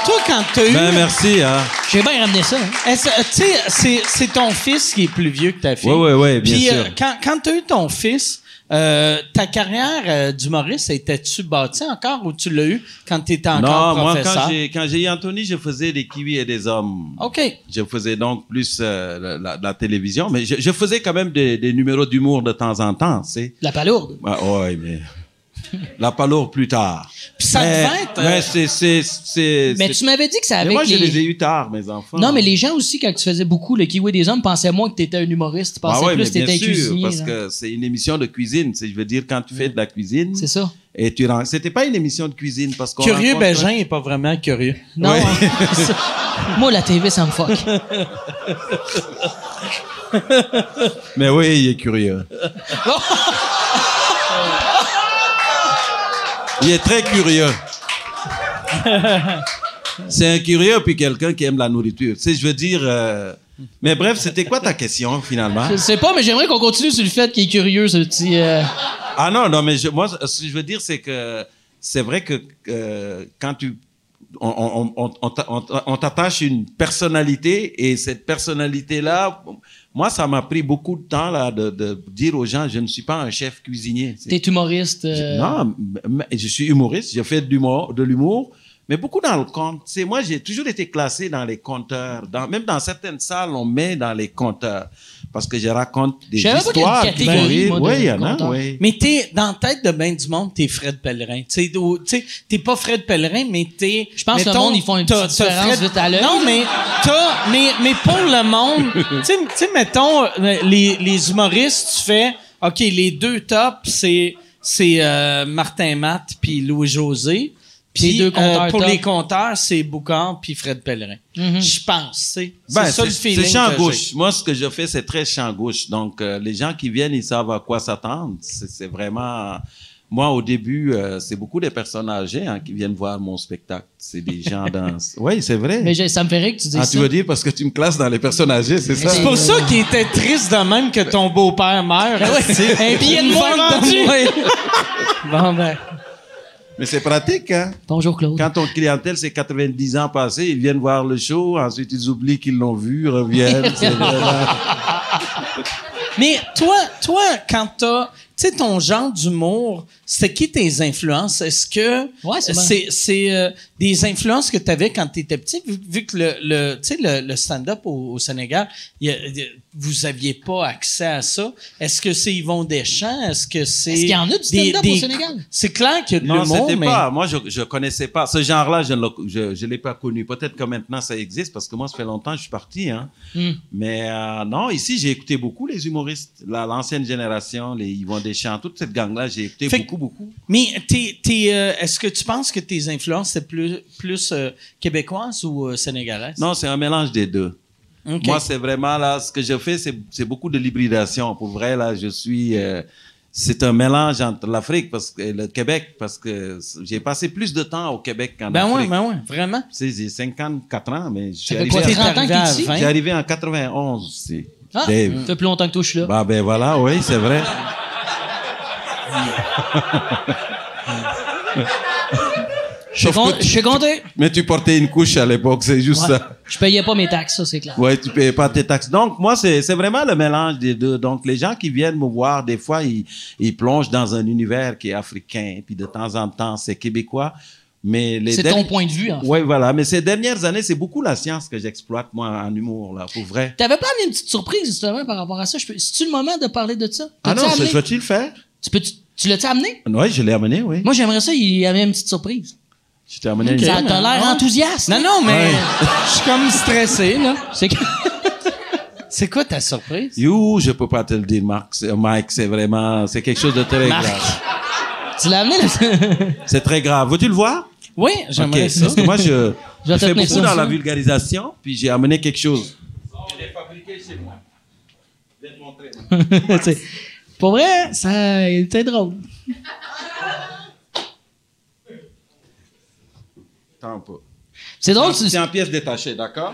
S7: Toi, quand t'as eu...
S6: Ben, merci, hein.
S1: J'ai bien ramené ça, hein.
S7: Est-ce- euh, Tu sais, c'est- c'est ton fils qui est plus vieux que ta fille.
S6: Ouais, ouais, ouais, bien
S7: Puis,
S6: sûr.
S7: euh, quand, quand tu as eu ton fils, euh, ta carrière euh, d'humoriste, était-tu bâtie encore ou tu l'as eu quand tu étais encore
S6: non, moi, quand
S7: professeur?
S6: j'ai, quand j'ai eu Anthony, je faisais des kiwis et des hommes.
S7: OK.
S6: Je faisais donc plus euh, la, la- la télévision, mais je, je faisais quand même des, des numéros d'humour de temps en temps, tu sais.
S1: La palourde.
S6: Ah, ouais, mais. La palourde plus tard.
S7: Puis ça
S6: mais,
S7: devait être, euh,
S6: Mais c'est. c'est, c'est,
S1: hein. Mais
S6: c'est-
S1: tu m'avais dit que ça
S6: Mais
S1: avait.
S6: moi, je les ai eu tard, mes enfants.
S1: Non, mais les gens aussi, quand tu faisais beaucoup le kiwi des hommes, pensaient moins que t'étais un humoriste,
S9: Bah
S1: pensaient
S6: Ah ouais,
S1: plus que
S6: mais
S1: t'étais un
S6: bien sûr,
S1: cuisinier.
S6: parce
S1: là.
S6: que c'est une émission de cuisine. c'est- Je veux dire, quand tu fais de la cuisine,
S1: C'est ça. ben,
S6: et tu rentres. C'était pas une émission de cuisine parce qu'on.
S7: Curieux
S6: rencontre-
S7: Bégin n'est pas vraiment curieux.
S1: Non.
S6: Ouais.
S1: hein. Ça- Moi, la TV, ça me fuck.
S6: Mais oui, il est curieux. il est très curieux. C'est un curieux puis quelqu'un qui aime la nourriture. Tu sais, je veux dire. euh, Mais bref, c'était quoi ta question finalement
S1: Je sais pas, mais j'aimerais qu'on continue sur le fait qu'il est curieux, ce petit. euh,
S9: Ah non, non, mais je- moi, ce que je veux dire, c'est que c'est vrai que euh, quand tu. On, on- on- on t'a- on t'a- on t'attache une personnalité et cette personnalité-là, moi, ça m'a pris beaucoup de temps là, de, de dire aux gens, je ne suis pas un chef cuisinier. C'est-
S1: T'es humoriste. euh,
S9: Non, mais je suis humoriste, je fais de l'humour, de l'humour, mais beaucoup dans le conte. C'est moi, j'ai toujours été classé dans les conteurs. Dans, même dans certaines salles, on met dans les conteurs parce que je raconte des
S1: Je savais pas qu'il y a
S9: histoires.
S1: une catégorie, moi, de
S9: oui, il y en a.
S1: conteur.
S9: Oui.
S7: Mais t'es, dans la tête de ben du monde, t'es Fred Pellerin. Tu sais, ou- tu sais, t'es pas Fred Pellerin, mais t'es.
S1: Je pense que le monde, ils font une
S7: t'as-
S1: petite
S7: t'as
S1: différence vite à l'œil.
S7: Non, mais t'as, mais, mais pour le monde, tu sais, tu sais, mettons, euh, les, les humoristes, tu fais, OK, les deux tops, c'est, c'est, euh, Martin Matt puis Louis-José. Puis euh,
S1: Les deux compteurs
S7: pour
S1: top.
S7: les compteurs, c'est Boucan puis Fred Pellerin.
S1: Mhm.
S7: Je pense, tu sais. C'est
S9: Ben,
S7: ça le feeling.
S9: C'est champ
S7: que j'ai.
S9: gauche. Moi, ce que je fais, c'est très champ gauche. Donc, euh, les gens qui viennent, ils savent à quoi s'attendre. C'est c'est vraiment. Moi, au début, euh, c'est beaucoup des personnes âgées hein, qui viennent voir mon spectacle. C'est des gens dans. Oui, c'est vrai.
S1: Mais j'ai- ça me fait rire que tu dises
S9: Ah,
S1: ça.
S9: tu veux dire parce que tu me classes dans les personnes âgées, c'est ça?
S7: C'est pour ça qu'il était triste de même que ton beau-père meurt.
S1: Un billet de
S7: Une
S1: moins
S7: vente
S1: vendu.
S7: de moins.
S1: Bon, ben.
S9: Mais c'est pratique, hein?
S1: Bonjour, Claude.
S9: Quand ton clientèle, c'est 90 ans passés, ils viennent voir le show, ensuite ils oublient qu'ils l'ont vu, reviennent. c'est vraiment-
S7: Mais toi, toi, quand t'as, tu sais, ton genre d'humour, c'était qui tes influences? Est-ce que
S1: Ouais, c'est bon.
S7: c'est, c'est, euh, des influences que t'avais quand t'étais petit, vu, vu que le, le, tu sais, le, le stand-up au, au Sénégal, il y a- il y a- vous aviez pas accès à ça. Est-ce que c'est Yvon Deschamps? Est-ce que c'est...
S1: Est-ce qu'il y en a du
S7: des-
S1: stand-up au
S7: des-
S1: Sénégal?
S7: C'est clair qu'il y a de
S9: Non,
S7: l'humour,
S9: c'était
S7: mais...
S9: pas. Moi, je, je connaissais pas. Ce genre-là, je ne le- je, je l'ai pas connu. Peut-être que maintenant, ça existe parce que moi, ça fait longtemps que je suis parti. Hein.
S1: Hmm.
S9: Mais euh, non, ici, j'ai écouté beaucoup les humoristes, la- l'ancienne génération, les Yvon Deschamps, toute cette gang-là, j'ai écouté
S7: Fait que-
S9: beaucoup, beaucoup.
S7: Mais t'es, t'es, euh, est-ce que tu penses que tes influences c'est plus, plus euh, québécoises ou euh, sénégalaises?
S9: Non, c'est un mélange des deux.
S7: Ok.
S9: Moi, c'est vraiment là, ce que je fais, c'est c'est beaucoup de l'hybridation. Pour vrai, là, je suis. euh, c'est un mélange entre l'Afrique parce que, et le Québec, parce que j'ai passé plus de temps au Québec qu'en
S7: ben ouais,
S9: Afrique.
S7: ben ouais, vraiment.
S9: Tu sais, J'ai 54 ans, mais je suis
S1: Ça fait
S9: arrivé
S1: quoi,
S9: à-
S1: 30 ans que
S7: T'es arrivé
S1: t'es ici?
S7: à
S9: J'ai arrivé en 91, c'est
S1: Ah,
S9: Dave.
S1: ça fait plus longtemps que toi, je suis là.
S9: Bah ben voilà, oui, c'est vrai.
S1: je suis con- je suis content.
S9: Mais tu portais une couche à l'époque, c'est juste
S1: Ouais.
S9: ça.
S1: Je payais pas mes taxes, ça, c'est clair.
S9: Ouais, tu payais pas tes taxes. Donc moi, c'est c'est vraiment le mélange des deux. Donc les gens qui viennent me voir, des fois, ils, ils plongent dans un univers qui est africain, puis de temps en temps, c'est québécois. Mais les
S1: C'est ton point de vue, en fait.
S9: Oui, voilà. Mais ces dernières années, c'est beaucoup la science que j'exploite, moi, en humour, là, pour vrai.
S1: T'avais pas amené une petite surprise, justement, par rapport à ça? Je peux- C'est-tu le moment de parler de ça?
S9: Ah
S1: T'as-tu
S9: non,
S1: amené?
S9: je veux-tu le faire?
S1: Tu, peux, tu, tu l'as-tu amené?
S9: Oui, je l'ai amené, oui.
S1: Moi, j'aimerais ça, il y avait une petite surprise.
S9: Je t'ai amené une-
S1: Ça T'as l'air
S7: Ouais.
S1: enthousiaste.
S7: Non, non, mais
S9: Ouais.
S7: je suis comme stressé, là.
S1: C'est que-
S7: C'est quoi ta surprise?
S9: You, je peux pas te le dire, Marc. C'est- Mike, c'est vraiment, c'est quelque chose de très
S1: Marc.
S9: grave.
S1: tu l'as amené, là?
S9: C'est très grave. Veux-tu le voir?
S7: Oui,
S9: Ok.
S7: j'aimerais ça.
S9: Parce que moi, je,
S1: Je vais
S9: je
S1: te
S9: fais
S1: tenir
S9: beaucoup
S1: ça.
S9: dans la vulgarisation, puis j'ai amené quelque chose.
S1: C'est- Pour vrai, hein, ça était drôle.
S9: Attends un peu.
S1: C'est drôle, tu-
S9: C'est en pièces détachées, d'accord?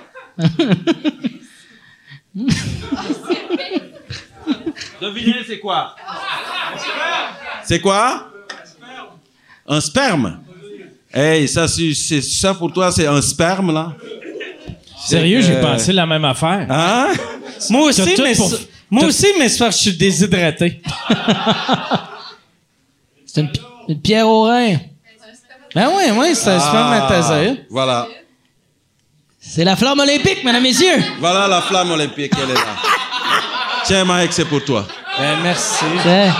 S9: Devinez, c'est quoi? C'est quoi? Un sperme. Hey, ça, c'est c'est- ça pour toi, c'est un sperme, là?
S10: Sérieux,
S9: C'est que-
S10: j'ai pensé la même affaire.
S9: Hein?
S7: Moi aussi,
S10: T'as tout
S7: mais
S10: pour-
S7: c'est- moi aussi, mais c'est parce que je suis déshydraté.
S1: c'est une, pi- une pierre au rein.
S7: Ben oui, oui, c'est un spermatozoïde.
S9: Voilà.
S1: C'est la flamme olympique, mesdames, messieurs.
S9: Voilà la flamme olympique, elle est là. Tiens, Mike, c'est pour toi.
S7: Ben merci.
S1: C'est-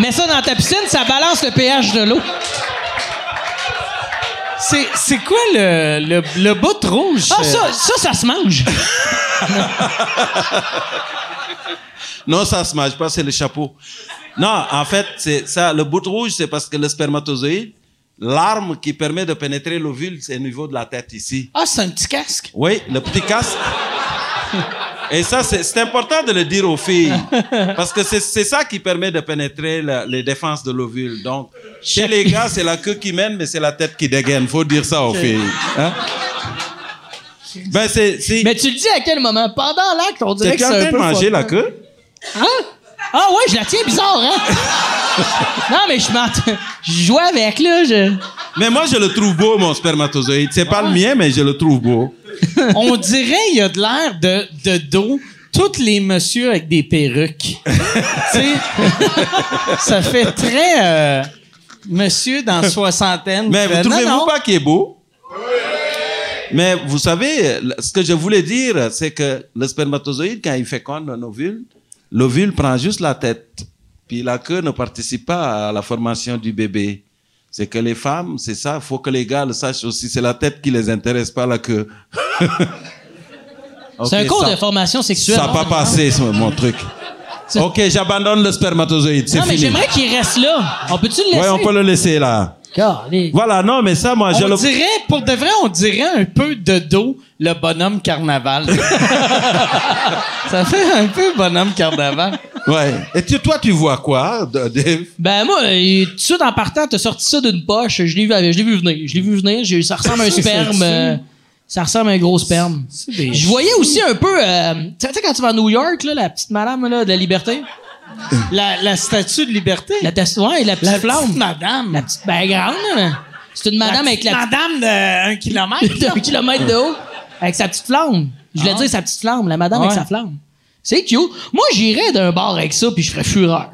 S1: Mets ça dans ta piscine, ça balance le pH de l'eau.
S7: C'est, c'est quoi le, le, le bout rouge?
S1: Ah, ça, ça, ça se mange.
S9: Non, ça se mange pas, c'est le chapeau. Non, en fait, c'est ça. Le bout rouge, c'est parce que le spermatozoïde, l'arme qui permet de pénétrer l'ovule, c'est au niveau de la tête ici.
S7: Ah, c'est un petit casque.
S9: Oui, le petit casque. Et ça, c'est c'est important de le dire aux filles, parce que c'est c'est ça qui permet de pénétrer la- les défenses de l'ovule. Donc, chez les gars, c'est la queue qui mène, mais c'est la tête qui dégaine. Faut dire ça aux filles. Hein? Ben, c'est... c'est-
S1: Mais tu le dis à quel moment? Pendant l'acte, on dirait que
S9: T'es-tu en
S1: c'est
S9: train
S1: un
S9: de
S1: peu hein.
S9: manger
S1: fuck.
S9: la queue?
S1: Hein? Ah ouais, je la tiens bizarre, hein? non, mais je m'en... Je jouais avec, là. Je...
S9: Mais moi, je le trouve beau, mon spermatozoïde. C'est pas le mien, mais je le trouve beau.
S7: On dirait il y a de l'air de, de dos tous les messieurs avec des perruques. tu sais, ça fait très euh, monsieur dans la soixantaine.
S9: Mais
S7: qui
S9: vous
S7: fait, non,
S9: trouvez-vous
S7: non.
S9: pas qu'il est beau? Mais vous savez, le- ce que je voulais dire, c'est que le spermatozoïde, quand il féconde un ovule, l'ovule prend juste la tête. Puis la queue ne participe pas à la formation du bébé. C'est que les femmes, c'est ça, faut que les gars le sachent aussi. C'est la tête qui les intéresse, pas la queue.
S1: C'est un
S9: Ok,
S1: cours
S9: ça-
S1: de formation sexuelle.
S9: Ça n'a pas
S1: Ah, Non,
S9: passé, ce- mon truc.
S1: Ça-
S9: Ok, j'abandonne le spermatozoïde. C'est
S1: Non, mais
S9: fini.
S1: j'aimerais qu'il reste là. On peut-tu le laisser?
S9: Ouais, on peut le laisser là.
S1: Calé.
S9: Voilà, non, mais ça, moi, je
S7: On
S9: le.
S7: dirait, pour de vrai, on dirait un peu de dos le bonhomme carnaval. ça fait un peu bonhomme carnaval.
S9: Ouais. Et tu- toi, tu vois quoi, de- Dave?
S1: Ben moi, euh, tout de suite en partant, t'as sorti ça d'une poche. Je l'ai vu, je l'ai vu venir. Je l'ai vu venir. J'ai- ça ressemble à un sperme. euh, ça ressemble à un gros sperme. Je voyais aussi un peu. euh, tu sais tu sais, quand tu vas à New York, là, la petite madame là, de la liberté,
S7: La, la statue de liberté.
S1: la test- ouais, la petite
S7: La
S1: flamme,
S7: petite madame.
S1: la petite ben grande. là, mais C'est une madame avec la
S7: Madame de un kilomètre.
S1: petite- d'un kilomètre de haut, avec sa petite flamme. Je voulais dire sa petite flamme, la madame avec
S7: Ouais.
S1: sa flamme. C'est cute. Moi, j'irais d'un bar avec ça, puis je ferais fureur.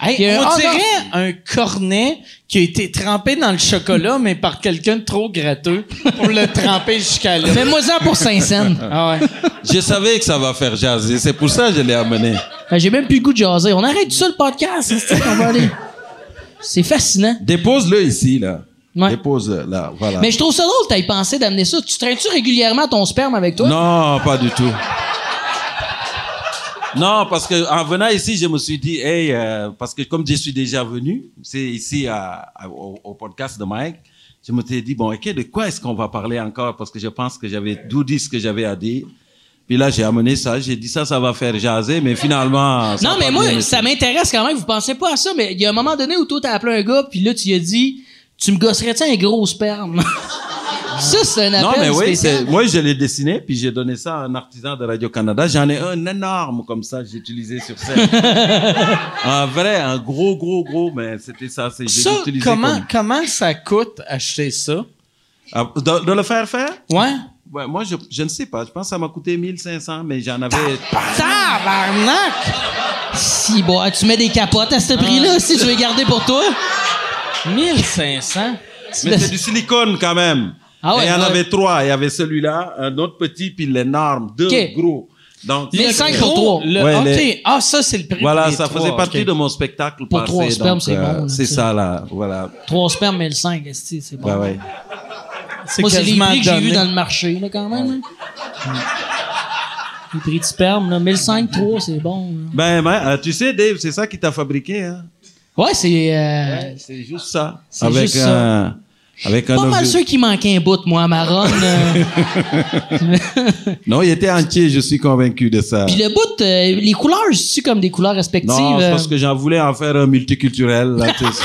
S7: Hey,
S1: Puis, euh,
S7: on
S1: ah,
S7: dirait
S1: non.
S7: un cornet qui a été trempé dans le chocolat, mais par quelqu'un de trop gratteux pour le tremper jusqu'à là.
S1: Fais-moi ça pour saint cents.
S7: Ah ouais.
S9: Je savais que ça va faire jaser. C'est pour ça que je l'ai amené.
S1: Ben, j'ai même plus le goût de jaser. On arrête ça le podcast. hein, c'est-tu qu'on va aller. C'est fascinant.
S9: Dépose-le ici, là.
S1: Ouais.
S9: Dépose-le là. Voilà.
S1: Mais je trouve ça drôle, t'as pensé d'amener ça. Tu traînes-tu régulièrement ton sperme avec toi?
S9: Non, pas du tout. Non, parce que en venant ici, je me suis dit, hey, euh, parce que comme je suis déjà venu, c'est ici à- à- au, au podcast de Mike, je me suis dit, bon, ok, de quoi est-ce qu'on va parler encore Parce que je pense que j'avais tout dit ce que j'avais à dire. Puis là, j'ai amené ça, j'ai dit ça, ça va faire jaser, mais finalement. ça
S1: Non,
S9: a
S1: mais
S9: pas
S1: moi,
S9: bien été.
S1: ça m'intéresse quand même. Vous pensez pas à ça, mais il y a un moment donné où toi, t'as appelé un gars, puis là, tu lui as dit, tu me gosserais-tu un gros sperme? ça, c'est un appel
S9: Non, mais oui,
S1: spécial.
S9: c'est- moi, je l'ai dessiné, puis j'ai donné ça à un artisan de Radio-Canada. J'en ai un énorme comme ça, j'ai utilisé sur scène. un vrai, un gros, gros, gros, mais c'était ça. c'est- j'ai
S7: Ça,
S9: utilisé
S7: comment,
S9: comme-
S7: comment ça coûte acheter ça?
S9: Ah, de, de le faire faire?
S7: Ouais.
S9: Ouais, moi, je, je ne sais pas. Je pense que ça m'a coûté 1500, mais j'en avais...
S7: Tabarnak!
S1: Si, bon, tu mets des capotes à ce prix-là, si tu veux garder pour toi.
S7: 1500.
S9: Mais c'est du silicone quand même.
S1: Ah ouais,
S9: Et il y en
S1: ouais.
S9: avait trois. Il y avait celui-là, un autre petit, puis l'énorme, deux
S1: Ok.
S9: gros. Donc,
S1: Mais cinq
S9: euh,
S1: pour
S7: Gros,
S1: trois.
S7: le-
S9: Ouais,
S7: OK.
S9: les-
S7: Ah, ça, c'est le prix.
S9: Voilà,
S7: pour les
S9: ça
S7: trois,
S9: faisait
S7: ok.
S9: partie de mon spectacle
S1: Pour
S9: passé.
S1: trois spermes,
S9: donc, euh,
S1: c'est bon, là,
S9: C'est
S1: tu sais.
S9: ça, là. Voilà.
S1: Trois spermes, mais le cinq, esti, c'est bon.
S9: Ben Ouais, ouais.
S7: C'est
S1: Moi, c'est les
S7: quasiment
S1: prix que j'ai
S7: donné.
S1: vus dans le marché, là, quand même. là. Les prix de sperme, là, 1500, 3, c'est bon. là.
S9: Ben, ben, euh, tu sais, Dave, c'est ça qui t'a fabriqué. Hein?
S1: Ouais, c'est... euh,
S9: C'est juste ça.
S1: C'est
S9: Avec
S1: juste
S9: un. Avec un
S1: pas mal
S9: ovule.
S1: ceux qui manquaient un bout, moi, à euh. Maron. là.
S9: Non, il était entier, je suis convaincu de ça.
S1: Puis le bout, euh, les couleurs, c'est-tu comme des couleurs respectives?
S9: Non, c'est
S1: euh?
S9: parce que j'en voulais en faire un multiculturel. là, tu sais.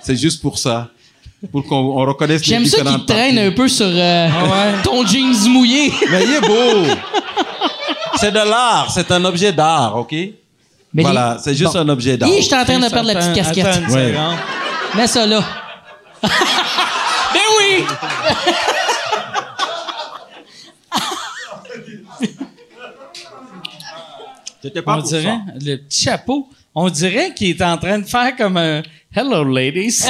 S9: c'est juste pour ça. Pour qu'on on reconnaisse les
S1: J'aime ça qui
S9: différentes
S1: traîne
S9: parties.
S1: un peu sur euh,
S7: Ah
S1: ton jeans mouillé.
S9: Mais il est beau. c'est de l'art. C'est un objet d'art, OK?
S1: Mais
S9: voilà, c'est juste un objet d'art.
S1: Hi, j'étais en train de perdre la petite
S7: Attends,
S1: casquette.
S7: attends une
S9: Ouais.
S7: seconde.
S1: Mets ça là. ben oui!
S9: C'était pas
S7: On
S9: pour
S7: dirait,
S9: ça.
S7: le petit chapeau, on dirait qu'il est en train de faire comme un Hello, ladies.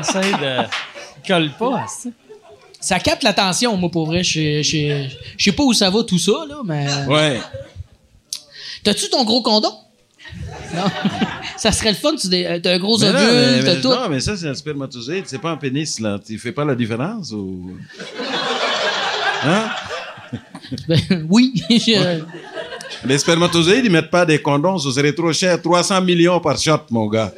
S7: Essaye de. Colle pas à ça.
S1: Ça capte l'attention, moi, pour vrai. Je je- je- je sais pas où ça va, tout ça, là, mais...
S9: Ouais.
S1: T'as-tu ton gros condom? Non. ça serait le fun, tu dé- euh, t'as un gros
S9: Mais là,
S1: ovule,
S9: mais-
S1: t'as
S9: mais-
S1: tout.
S9: Non, mais ça, c'est un spermatozoïde, c'est pas un pénis, là. Tu fais pas la différence ou. Hein?
S1: Ben, oui. je-
S9: Les spermatozoïdes, ils mettent pas des condoms, ce serait trop cher. 300 millions par shot, mon gars.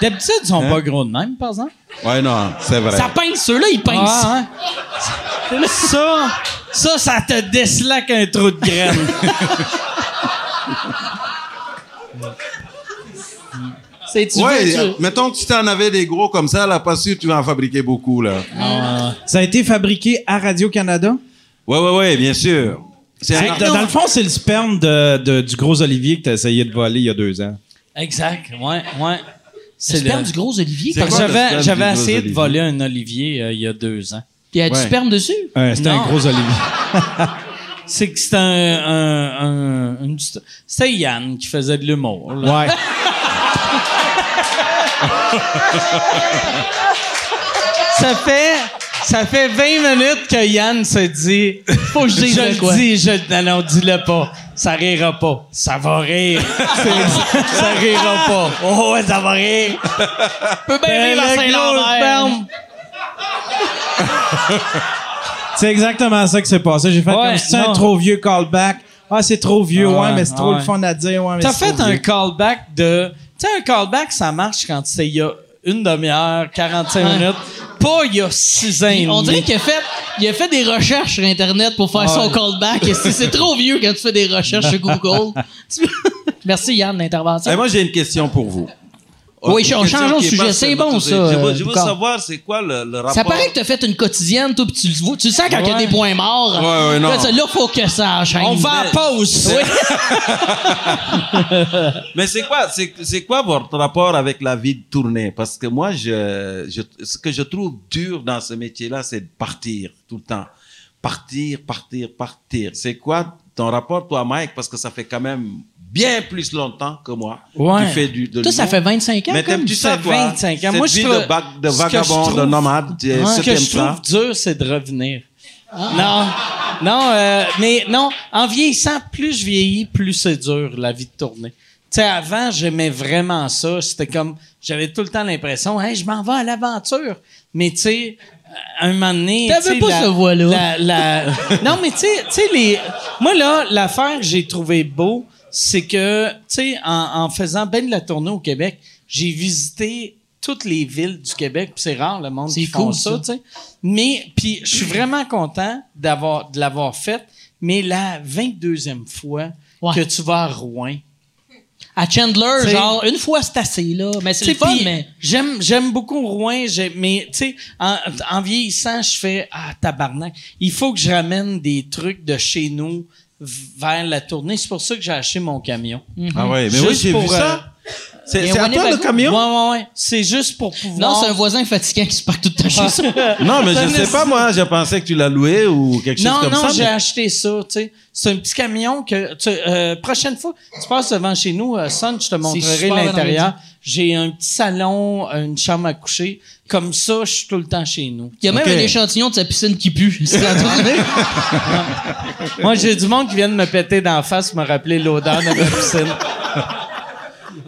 S7: D'habitude, ils
S9: Hein?
S7: sont pas gros de même, par exemple.
S9: Ouais, non, c'est vrai.
S1: Ça pince, ceux-là, ils pincent.
S7: Ah, hein. Ça, ça, ça te déslaque un trou de graine.
S1: C'est tu
S9: ouais,
S1: veux,
S9: euh,
S1: tu-
S9: mettons que si t'en avais des gros comme
S6: euh,
S9: ça, là, pas sûr que tu vas en fabriquer beaucoup, là.
S10: Ça a été fabriqué à Radio-Canada?
S9: Ouais, ouais, ouais, bien sûr. C'est un
S10: C'est- Dans, dans le fond, c'est le sperme de- de- du gros Olivier que t'as essayé de voler il y a deux ans.
S7: Exact, ouais, ouais.
S1: C'est
S7: C'est
S1: le
S7: le...
S1: sperme du gros Olivier.
S9: C'est
S1: par
S7: Parce que
S9: quoi
S1: exemple.
S9: le
S7: J'avais,
S9: sperme
S7: j'avais
S9: du gros
S7: essayé de
S9: Olivier?
S7: voler un olivier euh, il y a deux ans.
S1: Il y a du
S9: Ouais.
S1: sperme dessus.
S10: Euh, C'était
S7: Non.
S10: un gros Olivier.
S7: C'est que c'était un... un- un- une sto- c'était Yann qui faisait de l'humour. là.
S10: Ouais.
S7: Ça fait... Ça fait 20 minutes que Yann se dit...
S1: Faut que je dise
S7: je
S1: de quoi.
S7: le dis, je... Non, non, dis-le pas. Ça rira pas. Ça va rire. C'est- ça rira pas. Oh, ouais, ça va rire.
S1: Peut bien
S7: Ben,
S1: vivre à
S7: le gros
S1: Saint-Lambert.
S7: sperme.
S10: C'est exactement ça qui s'est passé. J'ai fait
S7: Ouais,
S10: comme c'est
S7: non.
S10: un trop vieux callback. Ah, c'est trop vieux,
S7: Ah
S10: ouais,
S7: ouais,
S10: mais c'est
S7: ah
S10: trop le
S7: ouais.
S10: fun à dire, ouais, mais
S7: T'as
S10: c'est
S7: fait
S10: trop
S7: un
S10: vieux.
S7: callback de. Tu sais, un callback, ça marche quand c'est il y a une demi-heure, 45
S1: Ouais.
S7: minutes, pas il y a six ans et
S1: Puis On dirait
S7: demi.
S1: qu'il a fait, il a fait des recherches sur Internet pour faire son callback. Et C'est c'est trop vieux quand tu fais des recherches sur Google. Tu- Merci Yann
S9: Eh,
S1: d'intervention.
S9: moi, j'ai une question pour vous.
S1: Oui,
S9: Une
S1: ch- on
S9: question
S1: changeons de
S9: qui
S1: sujet.
S9: passe
S1: C'est
S9: à votre
S1: bon,
S9: sujet.
S1: ça,
S9: Je veux,
S1: euh,
S9: je veux
S1: Boucard.
S9: savoir, c'est quoi le, le rapport?
S1: Ça paraît que t'as fait une quotidienne, toi, puis tu le vois. Tu le sens quand il y a des
S7: Ouais.
S1: points morts.
S9: Ouais, ouais, non.
S1: Là, ça- Là, faut que ça enchaîne.
S7: On va à pause.
S9: Mais c'est quoi, c'est, c'est quoi votre rapport avec la vie de tournée? Parce que moi, je, je- ce que je trouve dur dans ce métier-là, c'est de partir tout le temps. Partir, partir, partir. C'est quoi ton rapport, toi, Mike? Parce que ça fait quand même bien plus longtemps que moi.
S7: Ouais.
S9: Tu fais du, de
S1: Toi, ça
S9: l'humour.
S1: fait 25 ans.
S9: Mais
S1: comme?
S9: t'aimes-tu ça,
S7: fait
S9: toi? hein?
S7: 25 ans.
S9: Cette
S7: Moi, je
S9: vie
S7: trouve-
S9: de, bac- de
S7: ce que je
S9: vagabond, de
S7: trouve-
S9: nomade, euh, tu
S7: Ce
S9: es- ça,
S7: que
S9: t'aimes
S7: je trouve
S9: ça?
S7: dur, c'est de revenir.
S1: Ah.
S7: Non, non, euh, mais non, en vieillissant, plus je vieillis, plus c'est dur la vie de tournée. Tu sais, avant, j'aimais vraiment ça. C'était comme, j'avais tout le temps l'impression, hey, je m'en vais à l'aventure. Mais tu sais, euh, un moment donné.
S1: T'avais
S7: tu sais,
S1: pas
S7: la-
S1: ce voix-là.
S7: la- la- non, mais tu sais- tu sais, les. Moi, là, l'affaire que j'ai trouvé beau, c'est que, tu sais, en, en faisant ben de la tournée au Québec, j'ai visité toutes les villes du Québec, puis c'est rare le monde
S1: C'est
S7: qui font
S1: cool,
S7: ça,
S1: ça.
S7: tu sais. Mais puis je suis vraiment content d'avoir de l'avoir fait, mais la 22e fois
S1: Ouais.
S7: que tu vas à Rouen.
S1: À Chandler,
S7: T'sais-
S1: genre, une fois, c'est assez, là. Mais c'est le
S7: Tu sais,
S1: fun,
S7: puis
S1: mais...
S7: j'aime j'aime beaucoup Rouen, j'ai- mais tu sais en, en vieillissant, je fais ah tabarnak, il faut que je ramène des trucs de chez nous v- vers la tournée, c'est pour ça que j'ai acheté mon camion.
S1: Mm.
S9: Ah ouais, mais
S7: Juste
S9: oui, j'ai vu
S7: pour, euh,
S9: ça. C'est,
S1: Et
S9: c'est à toi le
S1: Winnebago?
S9: camion?
S7: Ouais ouais ouais, c'est juste pour pouvoir
S1: Non, c'est un voisin fatigant qui se parque tout le temps chez ça.
S9: Non, mais je
S7: Tennis.
S9: sais pas, moi, je pensais que tu l'as loué ou quelque chose
S7: non,
S9: comme
S7: non,
S9: ça.
S7: j'ai
S9: mais-
S7: acheté ça, tu sais. C'est un petit camion que tu- euh, prochaine fois, tu passes devant chez nous, euh, Son, je te montrerai
S1: super
S7: l'intérieur. J'ai un petit salon, une chambre à coucher. Comme ça, je suis tout le temps chez nous.
S1: Il y a même
S9: Ok.
S1: un échantillon de sa piscine qui pue. C'est la tournée.
S7: Moi, j'ai du monde qui vient de me péter d'en face, me rappeler l'odeur de ma piscine.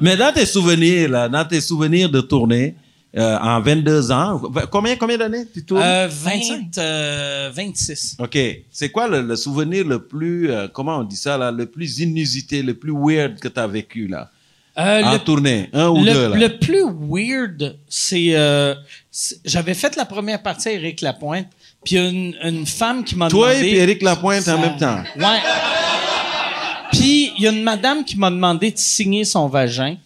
S9: Mais dans tes souvenirs, là, dans tes souvenirs de tournée, euh, en 22 ans, v- combien, combien d'années tu tournes?
S1: Ben,
S7: Euh, 20, euh, 26.
S9: OK. C'est quoi le, le souvenir le plus, euh, comment on dit ça, là, le plus inusité, le plus weird que tu as vécu, là,
S7: Euh,
S9: en
S7: le
S9: tournée? Un ou deux,
S7: le,
S9: là?
S7: le plus weird, c'est euh, c'est- j'avais fait la première partie à Eric Lapointe, puis une, une femme qui m'a
S9: Toi
S7: demandé.
S9: et puis Éric Lapointe
S7: Ça-
S9: en même temps.
S7: Ouais. Puis il y a une madame qui m'a demandé de signer son vagin.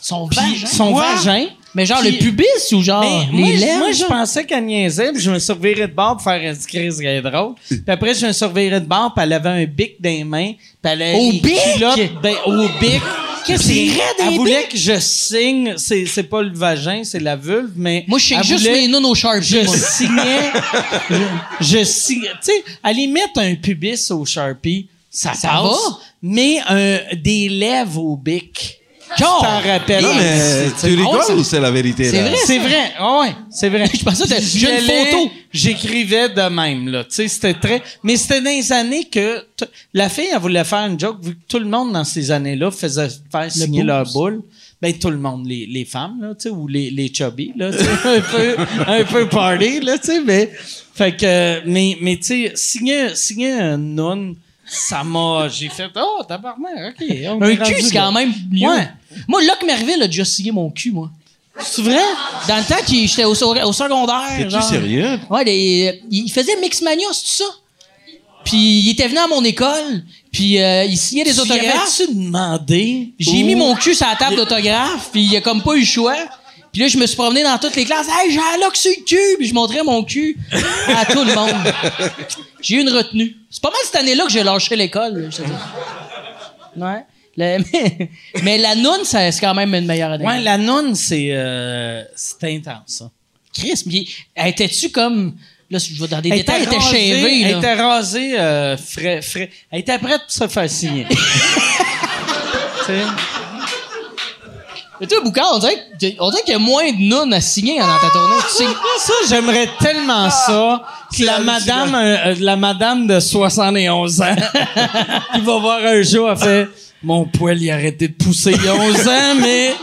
S1: Son
S7: Puis
S1: vagin.
S7: son vagin.
S1: Mais genre,
S7: Puis-
S1: le pubis ou genre
S7: Mais
S1: Ah, les
S7: moi, je-
S1: lèvres?
S7: moi, je
S1: genre?
S7: pensais qu'elle niaisait, puis je me surveillais de bord pour faire une crise qui est drôle. Puis après, je me surveillais de bord, puis elle avait un bic dans les mains, puis elle avait
S1: Au
S7: les
S1: bic?
S7: culottes, ben, au bic.
S1: Qu'est-ce
S7: Puis
S1: que c'est raide,
S7: Elle
S1: un
S7: voulait que je signe, c'est, c'est pas le vagin, c'est la vulve, mais.
S1: Moi, je sais
S7: elle
S1: juste
S7: voulait-
S1: mes nounes au Sharpie.
S7: je
S1: moi.
S7: signais, je, je signais, tu sais, aller mettre un pubis au Sharpie, ça,
S1: Ça
S7: passe,
S1: va.
S7: mais un- des lèvres au bic, tu t'en rappelles.
S9: Non, mais
S7: C'est-
S9: tu rigoles
S1: ça-
S9: ou c'est la vérité,
S1: C'est
S9: là?
S1: vrai.
S7: c'est
S1: ça.
S7: vrai, Ah ouais, c'est vrai.
S1: Je pensais que t'as-
S7: J'y
S1: j'ai une
S7: allais,
S1: photo.
S7: J'écrivais de même là, tu sais, c'était très mais c'était dans les années que t- la fille elle voulait faire une joke vu que tout le monde dans ces années-là faisait faire signer
S1: boobs.
S7: leur boule. Ben tout le monde les, les femmes là, tu sais ou les les chubby là, tu sais, un peu un peu party là, tu sais mais fait que mais mais tu sais signer signer un non ça m'a j'ai fait oh tabarnak, OK. on est
S1: Un
S7: rendu
S1: cul, c'est
S7: là.
S1: quand même mieux.
S7: Ouais.
S1: Moi, Locke Merville a déjà signé mon cul, moi.
S7: C'est vrai
S1: Dans le temps que j'étais au, so- au secondaire.
S9: Es-tu
S1: genre.
S9: sérieux?
S1: Ouais, les- il faisait Mixmania, c'est tout ça. Puis il était venu à mon école, puis euh, il signait des
S7: Tu y
S1: autographes.
S7: avais-tu demandé
S1: J'ai
S7: ou-
S1: mis mon cul sur la table d'autographe, puis il a comme pas eu le choix. Puis là, je me suis promené dans toutes les classes. Hey, j'ai un lock sur le cul! Puis je montrais mon cul à tout le monde. J'ai eu une retenue. C'est pas mal cette année-là que j'ai lâché l'école. là, je te dis. Ouais. Le- mais, mais la noune, ça- c'est quand même une meilleure année.
S7: Ouais, la noune, c'est euh, c'est intense. ça.
S1: Chris, mais elle était-tu comme. Là, je vais dans des détails, elle était
S7: rasée-
S1: chévée.
S7: Elle
S1: là.
S7: était rasée, euh, frais, frais. Elle était prête pour se faire signer. Tu sais?
S1: Mais tu sais, Boucard, on dirait que- on dirait qu'il y a moins de nounes à signer dans ta tournée. Tu sais,
S7: Ça, j'aimerais
S1: Ah.
S7: tellement ça que la madame, euh, euh, la madame de 71 ans qui va voir un jour, elle fait « Mon poil, il a arrêté de pousser il y a 11 ans, mais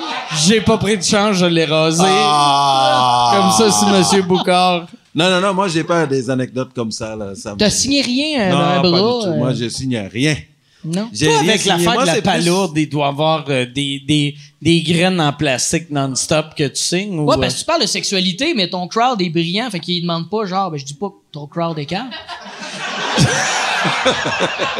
S7: j'ai pas pris de chance, je l'ai rasé.
S1: Ah.
S9: Ah,
S7: Comme ça, si Monsieur Boucard...
S9: Non, non, non, moi, j'ai pas des anecdotes comme ça. Là. ça me-
S1: t'as signé rien euh,
S9: non,
S1: dans un
S9: pas
S1: bras.
S9: du tout.
S1: euh,
S9: Moi, je signe rien.
S1: non.
S9: J'ai
S7: Toi,
S9: rien
S7: avec
S9: signé.
S7: l'affaire
S9: Moi,
S7: de la
S9: c'est plus-
S7: palourde, il doit avoir euh, des, des, des graines en plastique non-stop que tu signes.
S1: Ouais,
S7: ou, euh?
S1: parce que tu parles de sexualité, mais ton crowd est brillant, fait qu'il demande pas, genre, ben, je dis pas que ton crowd est calme.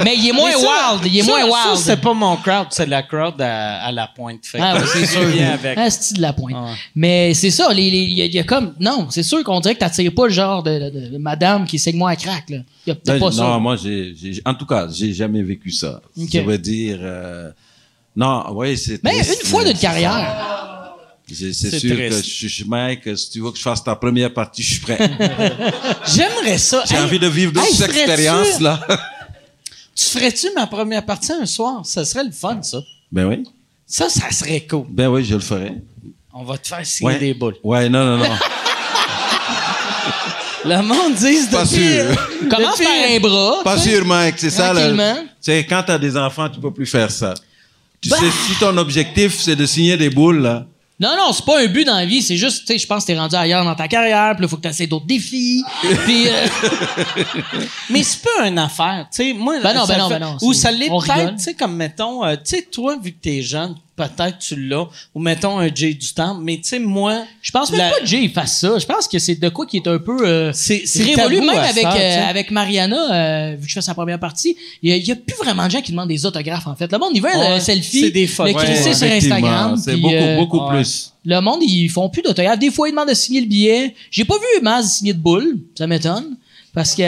S1: mais il est moins
S7: Mais ça,
S1: wild, il est
S7: ça,
S1: moins
S7: ça,
S1: wild.
S7: c'est pas mon crowd, c'est la crowd à, à la pointe. Fait que
S1: Ah, ouais, c'est sûr.
S7: je viens avec.
S1: Ah, c'est de la pointe.
S7: Ah ouais.
S1: Mais c'est ça, les- les- il y, a- il y a comme. Non, c'est sûr qu'on dirait que t'attires pas le genre de, de- de madame qui saigne moins à crack, là. Il y a peut-être
S9: Ben,
S1: pas
S9: non,
S1: ça.
S9: moi, j'ai, j'ai- en tout cas, j'ai jamais vécu ça.
S1: Ok.
S9: Je veux dire, euh, non, oui, c'est.
S1: Mais
S9: triste,
S1: une fois
S9: mais
S1: d'une carrière.
S9: C'est, c'est
S7: C'est
S9: sûr
S7: triste.
S9: que je suis mec. Si tu veux que je fasse ta première partie, je suis prêt.
S7: J'aimerais ça.
S9: J'ai
S7: Hey,
S9: envie de vivre de
S7: hey,
S9: cette
S7: ferais-tu-
S9: expérience-là.
S7: Tu ferais-tu ma première partie un soir? Ça serait le fun, ça.
S9: ben oui,
S7: Ça, ça serait cool.
S9: ben oui, je le ferai.
S7: On va te faire signer
S9: Ouais.
S7: des boules.
S9: Ouais, non, non, non.
S7: Le monde dit euh, de
S9: Pas sûr.
S1: Commence par un bras.
S9: Pas
S1: tu sais.
S9: sûr, Mike. C'est ça. là.
S1: Tranquillement. Bah.
S9: Tu sais, quand t'as des enfants, tu peux plus faire ça. Tu sais, si ton objectif, c'est de signer des boules, là.
S1: Non, non, c'est pas un but dans la vie. C'est juste, tu sais, je pense que t'es rendu ailleurs dans ta carrière, puis là, faut que t'essayes d'autres défis. Puis, euh,
S7: Mais c'est pas une affaire, tu sais. Moi,
S1: Ben non,
S7: ça
S1: ben non,
S7: fait-
S1: ben non,
S7: Ou
S1: c'est-
S7: ça l'est
S1: on rigole.
S7: peut-être, tu sais, comme mettons, euh, tu sais, toi, vu que t'es jeune, peut-être tu l'as, ou mettons un J du temps, mais tu sais, moi.
S1: je pense même
S7: la-
S1: pas que Jay fasse ça. Je pense que c'est de quoi qui est un peu. euh,
S7: C'est
S1: C'est
S7: c'est
S1: révolu
S7: tabou
S1: même
S7: à
S1: avec,
S7: cette heure, tu sais.
S1: euh, avec Mariana, euh, vu que je fais sa première partie, il n'y a, plus vraiment de gens qui demandent des autographes en fait. Le monde, ils veulent
S7: Ouais,
S1: un selfie,
S7: c'est des photos.
S1: le crisser
S7: Ouais,
S1: sur
S9: effectivement,
S1: Instagram.
S9: C'est
S1: puis,
S9: beaucoup,
S1: euh,
S9: beaucoup
S7: ouais.
S9: plus.
S1: Le monde, ils font plus d'autographes. Des fois, ils demandent de signer le billet. J'ai pas vu Maz signer de boule, ça m'étonne. Parce qu'il y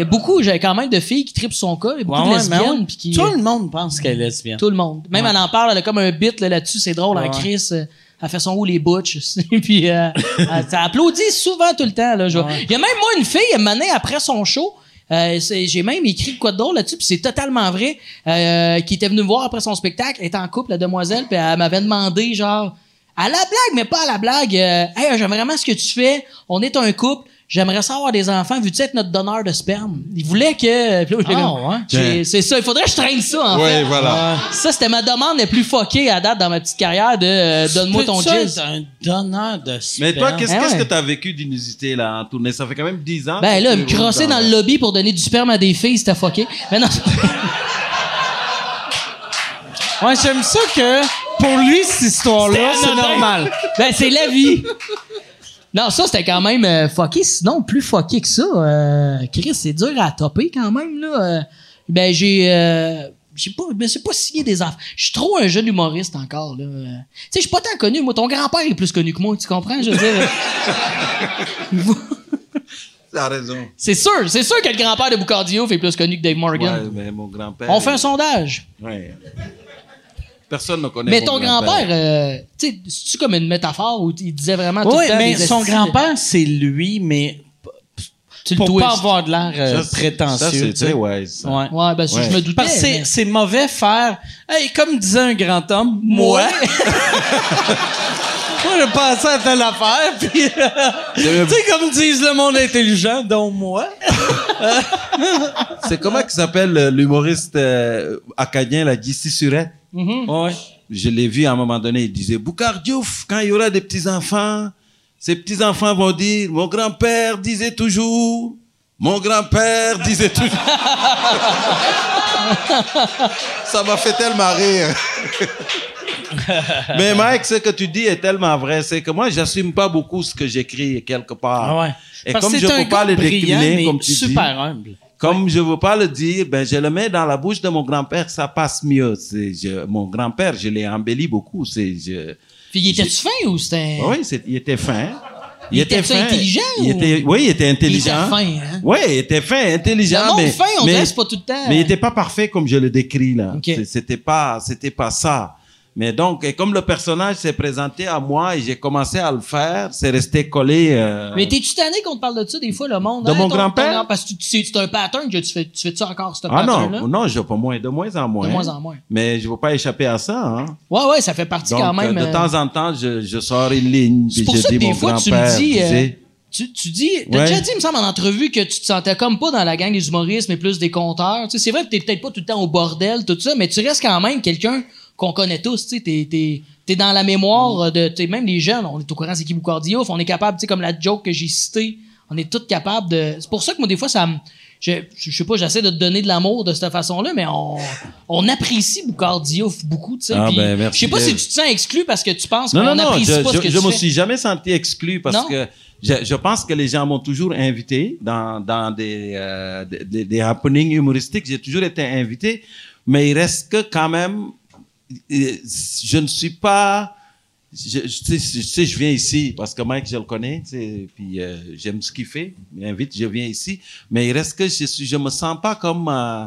S1: a beaucoup, j'avais quand même de filles qui tripent son cas, il y a beaucoup
S7: Ouais,
S1: de
S7: ouais, mais
S1: lesbiennes.
S7: ouais.
S1: puis qui, euh,
S7: Tout le monde pense qu'elle est lesbienne.
S1: tout le monde. Même
S7: Ouais.
S1: elle en parle, elle a comme un bit là, là-dessus, c'est drôle, en
S7: Ouais.
S1: Chris. euh, Elle fait son haut les butches. puis euh, elle, ça applaudit souvent tout le temps. Là, je vois.
S7: Ouais.
S1: Il y a même moi une fille, elle m'a mené après son show. euh, c'est- J'ai même écrit de quoi de drôle là-dessus, puis c'est totalement vrai. euh, qui était venue me voir après son spectacle, elle était en couple, la demoiselle, puis elle m'avait demandé, genre, à la blague, mais pas à la blague, euh, hey, j'aime vraiment ce que tu fais, on est un couple, j'aimerais ça avoir des enfants, veux-tu être notre donneur de sperme? Il voulait que. puis là, j'étais
S7: Ah,
S1: comme,
S7: ouais.
S1: j'ai- C'est ça, il faudrait que je traîne ça, en fait.
S9: Oui, voilà.
S1: Ça, c'était ma demande la plus fuckée à date dans ma petite carrière de euh, donne-moi ton
S7: Peux-tu être
S1: jizz.
S7: un donneur de
S9: Mais toi,
S7: sperme?
S9: qu'est-ce
S1: Ah
S9: qu'est-ce
S1: ouais.
S9: que t'as vécu d'inusité, là, en tournée? Ça fait quand même 10 ans.
S1: Ben
S9: que
S1: là,
S9: tu
S1: me
S9: roules
S1: crosser dans le lobby pour donner du sperme à des filles, c'était fucké. Mais non,
S7: Ouais, j'aime ça que pour lui, cette histoire-là,
S1: C'était
S7: c'est
S1: anodin.
S7: normal.
S1: ben c'est la vie. Non, ça, c'était quand même euh, fucké. Sinon, plus fucké que ça, euh, Chris, c'est dur à topper quand même, là. Euh, ben, j'ai... euh, j'ai pas, je me suis pas signé des affaires. Je suis trop un jeune humoriste encore, là. Euh, Tu sais, je suis pas tant connu. Moi, ton grand-père est plus connu que moi, tu comprends? Je veux dire...
S9: T'as raison.
S1: c'est sûr, c'est sûr que le grand-père de Boucardio fait plus connu que Dave Morgan.
S9: Ouais, mais mon grand-père.
S1: On fait
S9: il-
S1: un sondage.
S9: Ouais. Personne ne connaît
S1: Mais
S9: mon
S1: ton grand-père, euh, tu sais, c'est-tu comme une métaphore où il disait vraiment tout
S7: Oui,
S1: le temps
S7: mais
S1: des
S7: son
S1: astis-
S7: grand-père, c'est lui, mais
S1: tu le
S7: pour
S1: twists.
S7: pas avoir de l'air euh,
S9: Ça, c'est- Ça,
S7: prétentieux.
S9: c'est
S7: tu sais.
S9: très wise. ça.
S7: Ouais.
S1: Ouais, ben, ça,
S9: Ouais.
S1: je me doutais.
S7: Parce que c'est-
S1: mais-
S7: c'est mauvais faire. Hey, comme disait un grand homme, moi. moi, je pensais à telle affaire, puis. euh, tu sais, comme disent le monde intelligent, dont moi.
S9: C'est comment qu'il s'appelle euh, l'humoriste euh, acadien, là, Gissi Surette?
S7: Ouais.
S9: Je l'ai vu à un moment donné, il disait Boukhar Diouf, quand il y aura des petits-enfants, ces petits-enfants vont dire Mon grand-père disait toujours, mon grand-père disait toujours. Ça m'a fait tellement rire. Mais Mike, ce que tu dis est tellement vrai. C'est que moi, j'assume pas beaucoup ce que j'écris quelque part.
S7: Ah ouais.
S9: Et
S7: Parce
S9: comme
S7: que
S9: je
S7: c'est un
S9: peux pas
S7: gars
S9: le
S7: brillant,
S9: décliner,
S7: mais
S9: comme tu dis,
S7: super humble.
S9: comme je veux pas le dire, ben je le mets dans la bouche de mon grand-père, ça passe mieux. C'est- je- mon grand-père, je l'ai embelli beaucoup. C'est je,
S1: Puis, il était-tu fin ou c'était.
S9: Ah Oui, c'est- il était fin.
S1: Il était-tu intelligent
S9: Il
S1: ou-
S9: était, oui, il était intelligent.
S1: Il était fin, hein?
S9: Oui, il était fin, intelligent.
S1: Le monde
S9: mais,
S1: fin, on
S9: mais-
S1: dirait, c'est pas tout le temps. hein.
S9: Mais il n'était pas parfait comme je le décris là.
S1: Ok.
S9: C'est- C'était pas, c'était pas ça. Mais donc, et comme le personnage s'est présenté à moi et j'ai commencé à le faire, c'est resté collé. euh,
S1: Mais t'es-tu tanné qu'on te parle de ça des fois, le monde?
S9: De
S1: hein,
S9: mon
S1: ton-
S9: grand-père?
S1: ton- Parce que tu- c'est c'est un pattern que tu fais. Tu fais-tu encore ce
S9: ah
S1: pattern-là?
S9: non, non, je pas moins, de moins en moins.
S1: De moins en moins.
S9: Mais je ne veux pas échapper à ça. Hein.
S1: Ouais, ouais, ça fait partie
S9: Donc,
S1: quand même.
S9: euh, de
S1: euh,
S9: temps en temps, je, je sors une ligne.
S1: C'est
S9: puis
S1: pour
S9: je
S1: ça que
S9: dis
S1: des
S9: mon
S1: fois, tu me
S9: grand-père,
S1: dis.
S9: tu
S1: euh,
S9: sais.
S1: tu, tu dis, t'as
S9: Ouais.
S1: déjà dit, il me semble, en entrevue, que tu te sentais comme pas dans la gang des humoristes, mais plus des conteurs. Tu sais, c'est vrai que t'es peut-être pas tout le temps au bordel, tout ça, mais tu restes quand même quelqu'un qu'on connaît tous. Tu sais, t'es, t'es- t'es dans la mémoire de, tu sais, même les jeunes, on est au courant, c'est qui Boucard Diouf, on est capable, tu sais, comme la joke que j'ai citée, on est tous capables de. C'est pour ça que moi, des fois, ça me. Je, je sais pas, j'essaie de te donner de l'amour de cette façon-là, mais on, on apprécie Boucard Diouf beaucoup, tu sais.
S9: Ah,
S1: puis
S9: ben, merci,
S1: je sais pas
S9: Dave.
S1: si tu te sens exclu parce que tu penses
S9: Non,
S1: qu'on
S9: non, non,
S1: n'apprécie
S9: je
S1: pas ce que
S9: je- je
S1: tu
S9: me
S1: fais.
S9: suis jamais senti exclu parce
S1: Non?
S9: que je, je pense que les gens m'ont toujours invité dans, dans des, euh, des, des- des happenings humoristiques. J'ai toujours été invité, mais il reste que quand même, euh, je ne suis pas. Je, je- tu sais, je- tu sais, je viens ici parce que Mike, je le connais, tu sais, puis euh, j'aime ce qu'il fait. Il m'invite, je viens ici. Mais il reste que je suis, je me sens pas comme euh,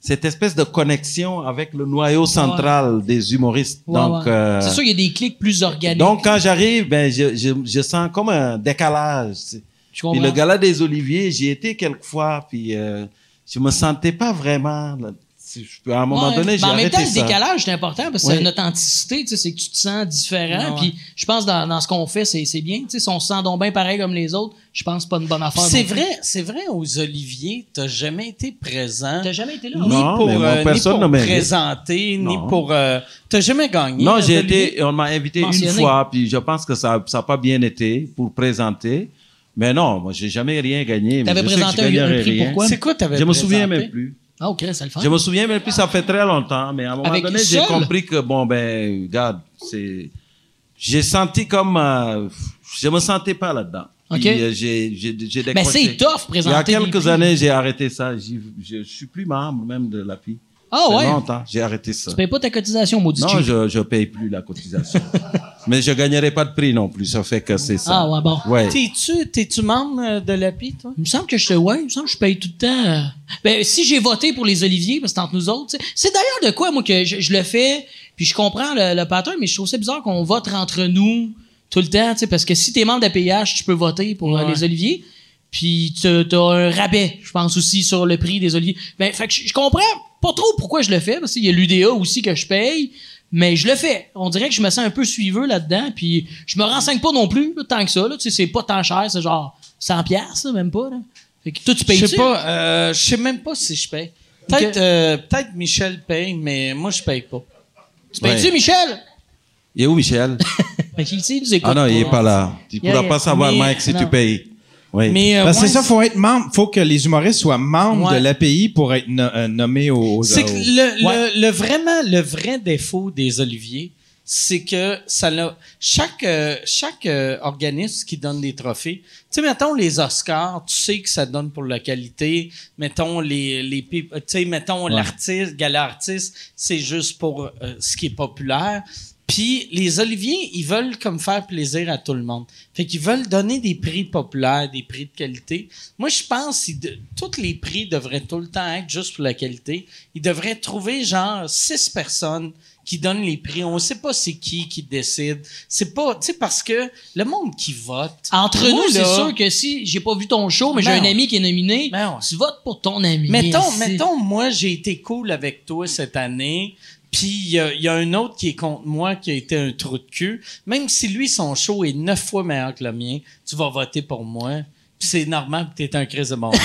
S9: cette espèce de connexion avec le noyau central des humoristes.
S1: Ouais,
S9: Donc,
S1: ouais.
S9: euh,
S1: c'est sûr, il y a des clics plus organiques.
S9: donc, quand j'arrive, ben, je, je, je sens comme un décalage. tu sais.
S1: Je
S9: Puis
S1: comprends.
S9: le gala des Oliviers, j'y étais quelquefois, puis euh, je me sentais pas vraiment. là. Si je peux- à un moment
S1: Ouais,
S9: donné, j'ai
S1: mais en même
S9: arrêté
S1: temps, le
S9: ça.
S1: décalage, c'est important parce que
S9: Oui.
S1: c'est une authenticité, tu sais, c'est que tu te sens différent.
S7: Ouais,
S1: Puis je pense dans, dans ce qu'on fait, c'est c'est bien. Tu sais, si on se sent donc bien pareil comme les autres, je pense pas une bonne affaire.
S7: C'est
S1: non plus.
S7: vrai, c'est vrai, aux Oliviers, t'as jamais été présent.
S1: T'as jamais été là.
S7: Ni
S1: hein?
S9: Non,
S7: pour,
S9: mais moi,
S7: euh, ni
S9: personne
S7: pour
S9: ne mérite.
S7: présenter,
S9: Non.
S7: ni pour. euh, t'as jamais gagné.
S1: euh,
S9: Non,
S7: aux
S9: j'ai
S7: Oliviers?
S9: été, on m'a invité une
S1: Mentionné.
S9: fois, puis je pense que ça n'a pas bien été pour présenter. Mais non, moi, j'ai jamais rien gagné. mais
S1: T'avais
S9: je sais que
S1: présenté
S9: je
S1: un- un
S9: gagnerais
S1: prix,
S9: rien.
S1: pourquoi?
S7: C'est quoi, t'avais
S9: Je me souviens
S7: présenté?
S9: même plus.
S1: Ah, ok, ça le fait.
S9: Je me souviens même plus, ça fait très longtemps, mais à un moment
S1: Avec
S9: donné, j'ai
S1: seul?
S9: compris que, bon, ben, regarde, c'est. J'ai senti comme. euh, je me sentais pas là-dedans. Puis,
S1: Ok.
S9: euh, j'ai, j'ai, j'ai
S1: Mais
S9: décroché.
S1: c'est tough
S9: Il y a
S1: présenter.
S9: quelques
S1: des-
S9: années, j'ai arrêté ça. J'y- je ne suis plus membre même de l'API.
S1: Ah
S9: Ça fait
S1: ouais.
S9: longtemps, j'ai arrêté ça.
S1: Tu payes pas ta cotisation, maudit.
S9: Non,
S1: cheap.
S9: je ne paye plus la cotisation. mais je gagnerai pas de prix non plus, ça fait que c'est ça.
S1: Ah ouais, bon.
S9: Ouais.
S7: T'es-tu, t'es-tu membre euh, de l'API, toi?
S1: Il me semble que je ouais, il me semble que je paye tout le temps. euh, Ben, si j'ai voté pour les Oliviers, parce que c'est entre nous autres, tu sais. c'est d'ailleurs de quoi, moi, que je, je le fais, puis je comprends le, le pattern, mais je trouve ça bizarre qu'on vote entre nous tout le temps, tu sais, parce que si t'es membre d'APH, tu peux voter pour euh,
S7: Ouais.
S1: les Oliviers, puis t'as t'as un rabais, je pense aussi, sur le prix des Oliviers. Ben, fait que je, je comprends pas trop pourquoi je le fais, parce qu'il y a l'UDA aussi que je paye, mais je le fais. On dirait que je me sens un peu suiveux là-dedans, puis je me renseigne pas non plus là, tant que ça. Là, tu sais, c'est pas tant cher, c'est genre 100 pièces, même pas. Là. Fait que toi, tu payes
S7: Je sais pas, euh, je sais même pas si je paye. Peut-être, euh, peut-être Michel paye, mais moi, je paye pas.
S1: Tu payes-tu,
S9: Ouais.
S1: Michel?
S9: Il est où, Michel
S1: Fait qu'il il nous écoute
S9: Ah non, il n'est pas là. Tu
S1: Yeah,
S9: pourras
S1: yeah.
S9: pas savoir,
S7: Mais-
S9: Mike, si tu
S1: non.
S9: payes. Oui.
S7: Mais, euh,
S2: Parce que
S7: ouais,
S2: c'est ça, faut être membre, faut que les humoristes soient membres
S7: Ouais.
S2: de l'API pour être no- euh, nommés aux. aux-
S7: C'est que
S2: aux-
S7: le,
S2: Ouais.
S7: le- le vraiment le vrai défaut des oliviers, c'est que ça n'a chaque euh, chaque euh, organisme qui donne des trophées. Tu sais mettons les Oscars, tu sais que ça donne pour la qualité, mettons les les pi- euh, tu sais mettons l'artiste, gala artiste, c'est juste pour euh, ce qui est populaire. Puis les oliviers, ils veulent comme faire plaisir à tout le monde. Fait qu'ils veulent donner des prix populaires, des prix de qualité. Moi, je pense que tous les prix devraient tout le temps être juste pour la qualité. Ils devraient trouver genre six personnes qui donnent les prix. On ne sait pas c'est qui qui décide. C'est pas, tu sais, parce que le monde qui vote.
S1: Entre
S7: Moi,
S1: nous, c'est
S7: là, Ben
S1: sûr que si j'ai pas vu ton show, mais j'ai
S7: Non.
S1: un ami qui est nominé,
S7: Non.
S1: tu votes pour ton ami.
S7: Mettons,
S1: Merci.
S7: mettons, moi, j'ai été cool avec toi cette année. Puis il y, a- il y a un autre qui est contre moi qui a été un trou de cul. Même si lui, son show est neuf fois meilleur que le mien, tu vas voter pour moi. Puis c'est normal, puis t'es un crise de bon.
S1: Mais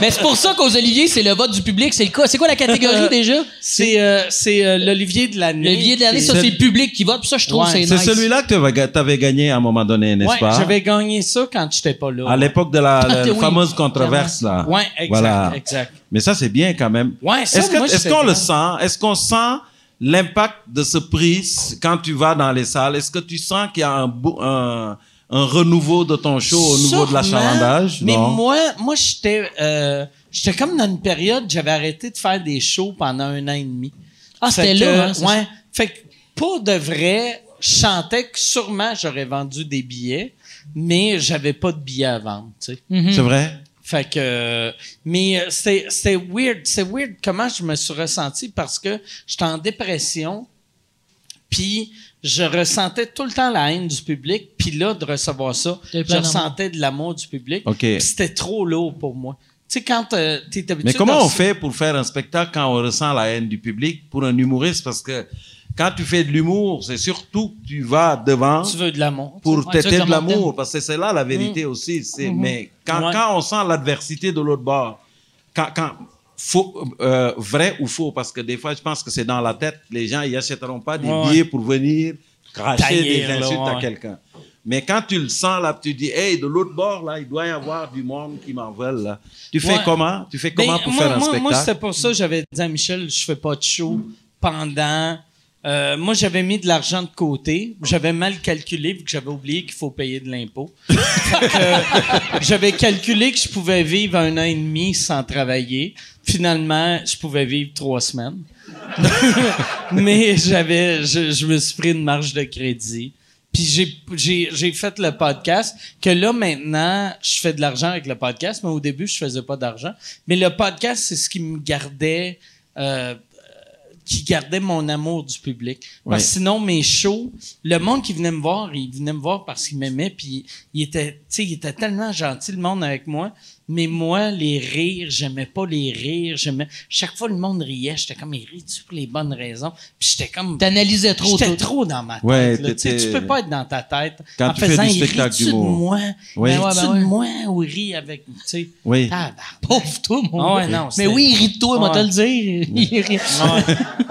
S1: Ben, c'est pour ça qu'aux Oliviers, c'est le vote du public. C'est le cas. C'est quoi la catégorie déjà?
S7: C'est euh, c'est, euh, l'Olivier de l'année.
S1: Le billet de l'année, ça, c'est le public qui vote. Puis ça, je trouve
S7: Ouais,
S1: c'est
S9: C'est
S1: nice.
S9: celui-là que tu avais gagné à un moment donné, n'est-ce
S7: Ouais,
S9: pas
S7: j'avais gagné ça quand j'étais pas là.
S9: À l'époque de la, la
S1: Oui,
S9: fameuse controverse, là.
S7: Ouais, exact,
S9: Voilà.
S7: exact.
S9: Mais ça, c'est bien quand même.
S7: Ouais, ça,
S9: Est-ce que-
S7: moi, je
S9: est-ce
S7: fais
S9: qu'on le
S7: bien.
S9: sent? Est-ce qu'on sent l'impact de ce prix quand tu vas dans les salles? Est-ce que tu sens qu'il y a un, bou- un, un renouveau de ton show au niveau
S7: Sûrement,
S9: de l'achalandage?
S7: Mais
S9: Non.
S7: moi, moi j'étais euh, j'étais comme dans une période, j'avais arrêté de faire des shows pendant un an et demi.
S1: Ah,
S7: Fait
S1: c'était
S7: que,
S1: là. hein, c'est ça.
S7: ouais. Fait que pour de vrai, je sentais que sûrement j'aurais vendu des billets, mais j'avais pas de billets à vendre, tu sais.
S1: Mm-hmm. Mhm.
S9: C'est vrai?
S7: Fait que, euh, mais euh, c'était c'était weird, c'est weird comment je me suis ressenti parce que j'étais en dépression, puis je ressentais tout le temps la haine du public, puis là de recevoir ça,
S1: T'avais
S7: je
S1: plein d'amour.
S7: ressentais de l'amour du public.
S9: OK.
S7: Puis C'était trop lourd pour moi. Tu sais quand euh, t'es habitué.
S9: Mais comment
S7: dans-
S9: on fait pour faire un spectacle quand on ressent la haine du public pour un humoriste? Parce que quand tu fais de l'humour, c'est surtout que tu vas devant
S7: Tu veux de l'amour.
S9: pour
S1: Ouais, tu
S9: têter
S1: veux
S9: de
S1: de l'amour.
S9: l'amour. Parce que c'est là la vérité aussi. c'est- Mais quand,
S7: Mm. Mm-hmm. Ouais.
S9: quand on sent l'adversité de l'autre bord, quand, quand faux, euh, vrai ou faux, parce que des fois, je pense que c'est dans la tête, les gens ils achèteront pas des
S7: Ouais, ouais.
S9: billets pour venir cracher
S7: Taillir,
S9: des
S7: là,
S9: insultes
S7: ouais,
S9: à
S7: ouais.
S9: quelqu'un. Mais quand tu le sens, là, tu dis, hey, de l'autre bord, là, il doit y avoir du monde qui m'en veulent. là. Tu fais
S7: Ouais.
S9: comment? Tu fais comment
S7: Ben,
S9: pour
S7: moi,
S9: faire un
S7: moi- Moi,
S9: spectacle?
S7: c'était pour ça que j'avais dit à Michel, je fais pas de show pendant... Euh, moi, j'avais mis de l'argent de côté. J'avais mal calculé, vu que j'avais oublié qu'il faut payer de l'impôt. Fait que, euh, j'avais calculé que je pouvais vivre un an et demi sans travailler. Finalement, je pouvais vivre trois semaines. Mais j'avais, je, je me suis pris une marge de crédit. Puis j'ai, j'ai, j'ai fait le podcast, que là, maintenant, je fais de l'argent avec le podcast, mais au début, je faisais pas d'argent. Mais le podcast, c'est ce qui me gardait, euh, qui gardait mon amour du public. Parce que sinon, mes shows, le monde qui venait me voir, il venait me voir parce qu'il m'aimait, puis il était, tu sais, il était tellement gentil, le monde avec moi. Mais moi, les rires, j'aimais pas les rires, j'aimais, chaque fois le monde riait, j'étais comme, il rit-tu pour les bonnes raisons? Puis j'étais comme,
S1: T'analysais trop
S7: J'étais
S1: tout.
S7: trop dans ma tête. là.
S9: Ouais,
S7: Tu sais,
S9: t'étais-
S7: tu peux pas être dans ta tête
S9: Quand
S7: en
S9: tu fais
S7: faisant
S9: du
S7: il
S9: spectacle
S7: rit-tu de
S9: d'humour.
S7: moi,
S9: Oui.
S7: Ben,
S1: Ouais,
S7: ris-tu
S1: ben
S7: de
S1: ouais.
S7: moi ou il rit avec, tu sais.
S9: Oui.
S7: Tabarnak.
S1: Pauvre toi, mon
S7: Ah ouais,
S1: gars.
S7: non,
S1: Mais
S7: c'était-
S1: oui, il rit de toi, moi,
S7: Ouais.
S1: te le dire. Il rit.
S7: Ouais.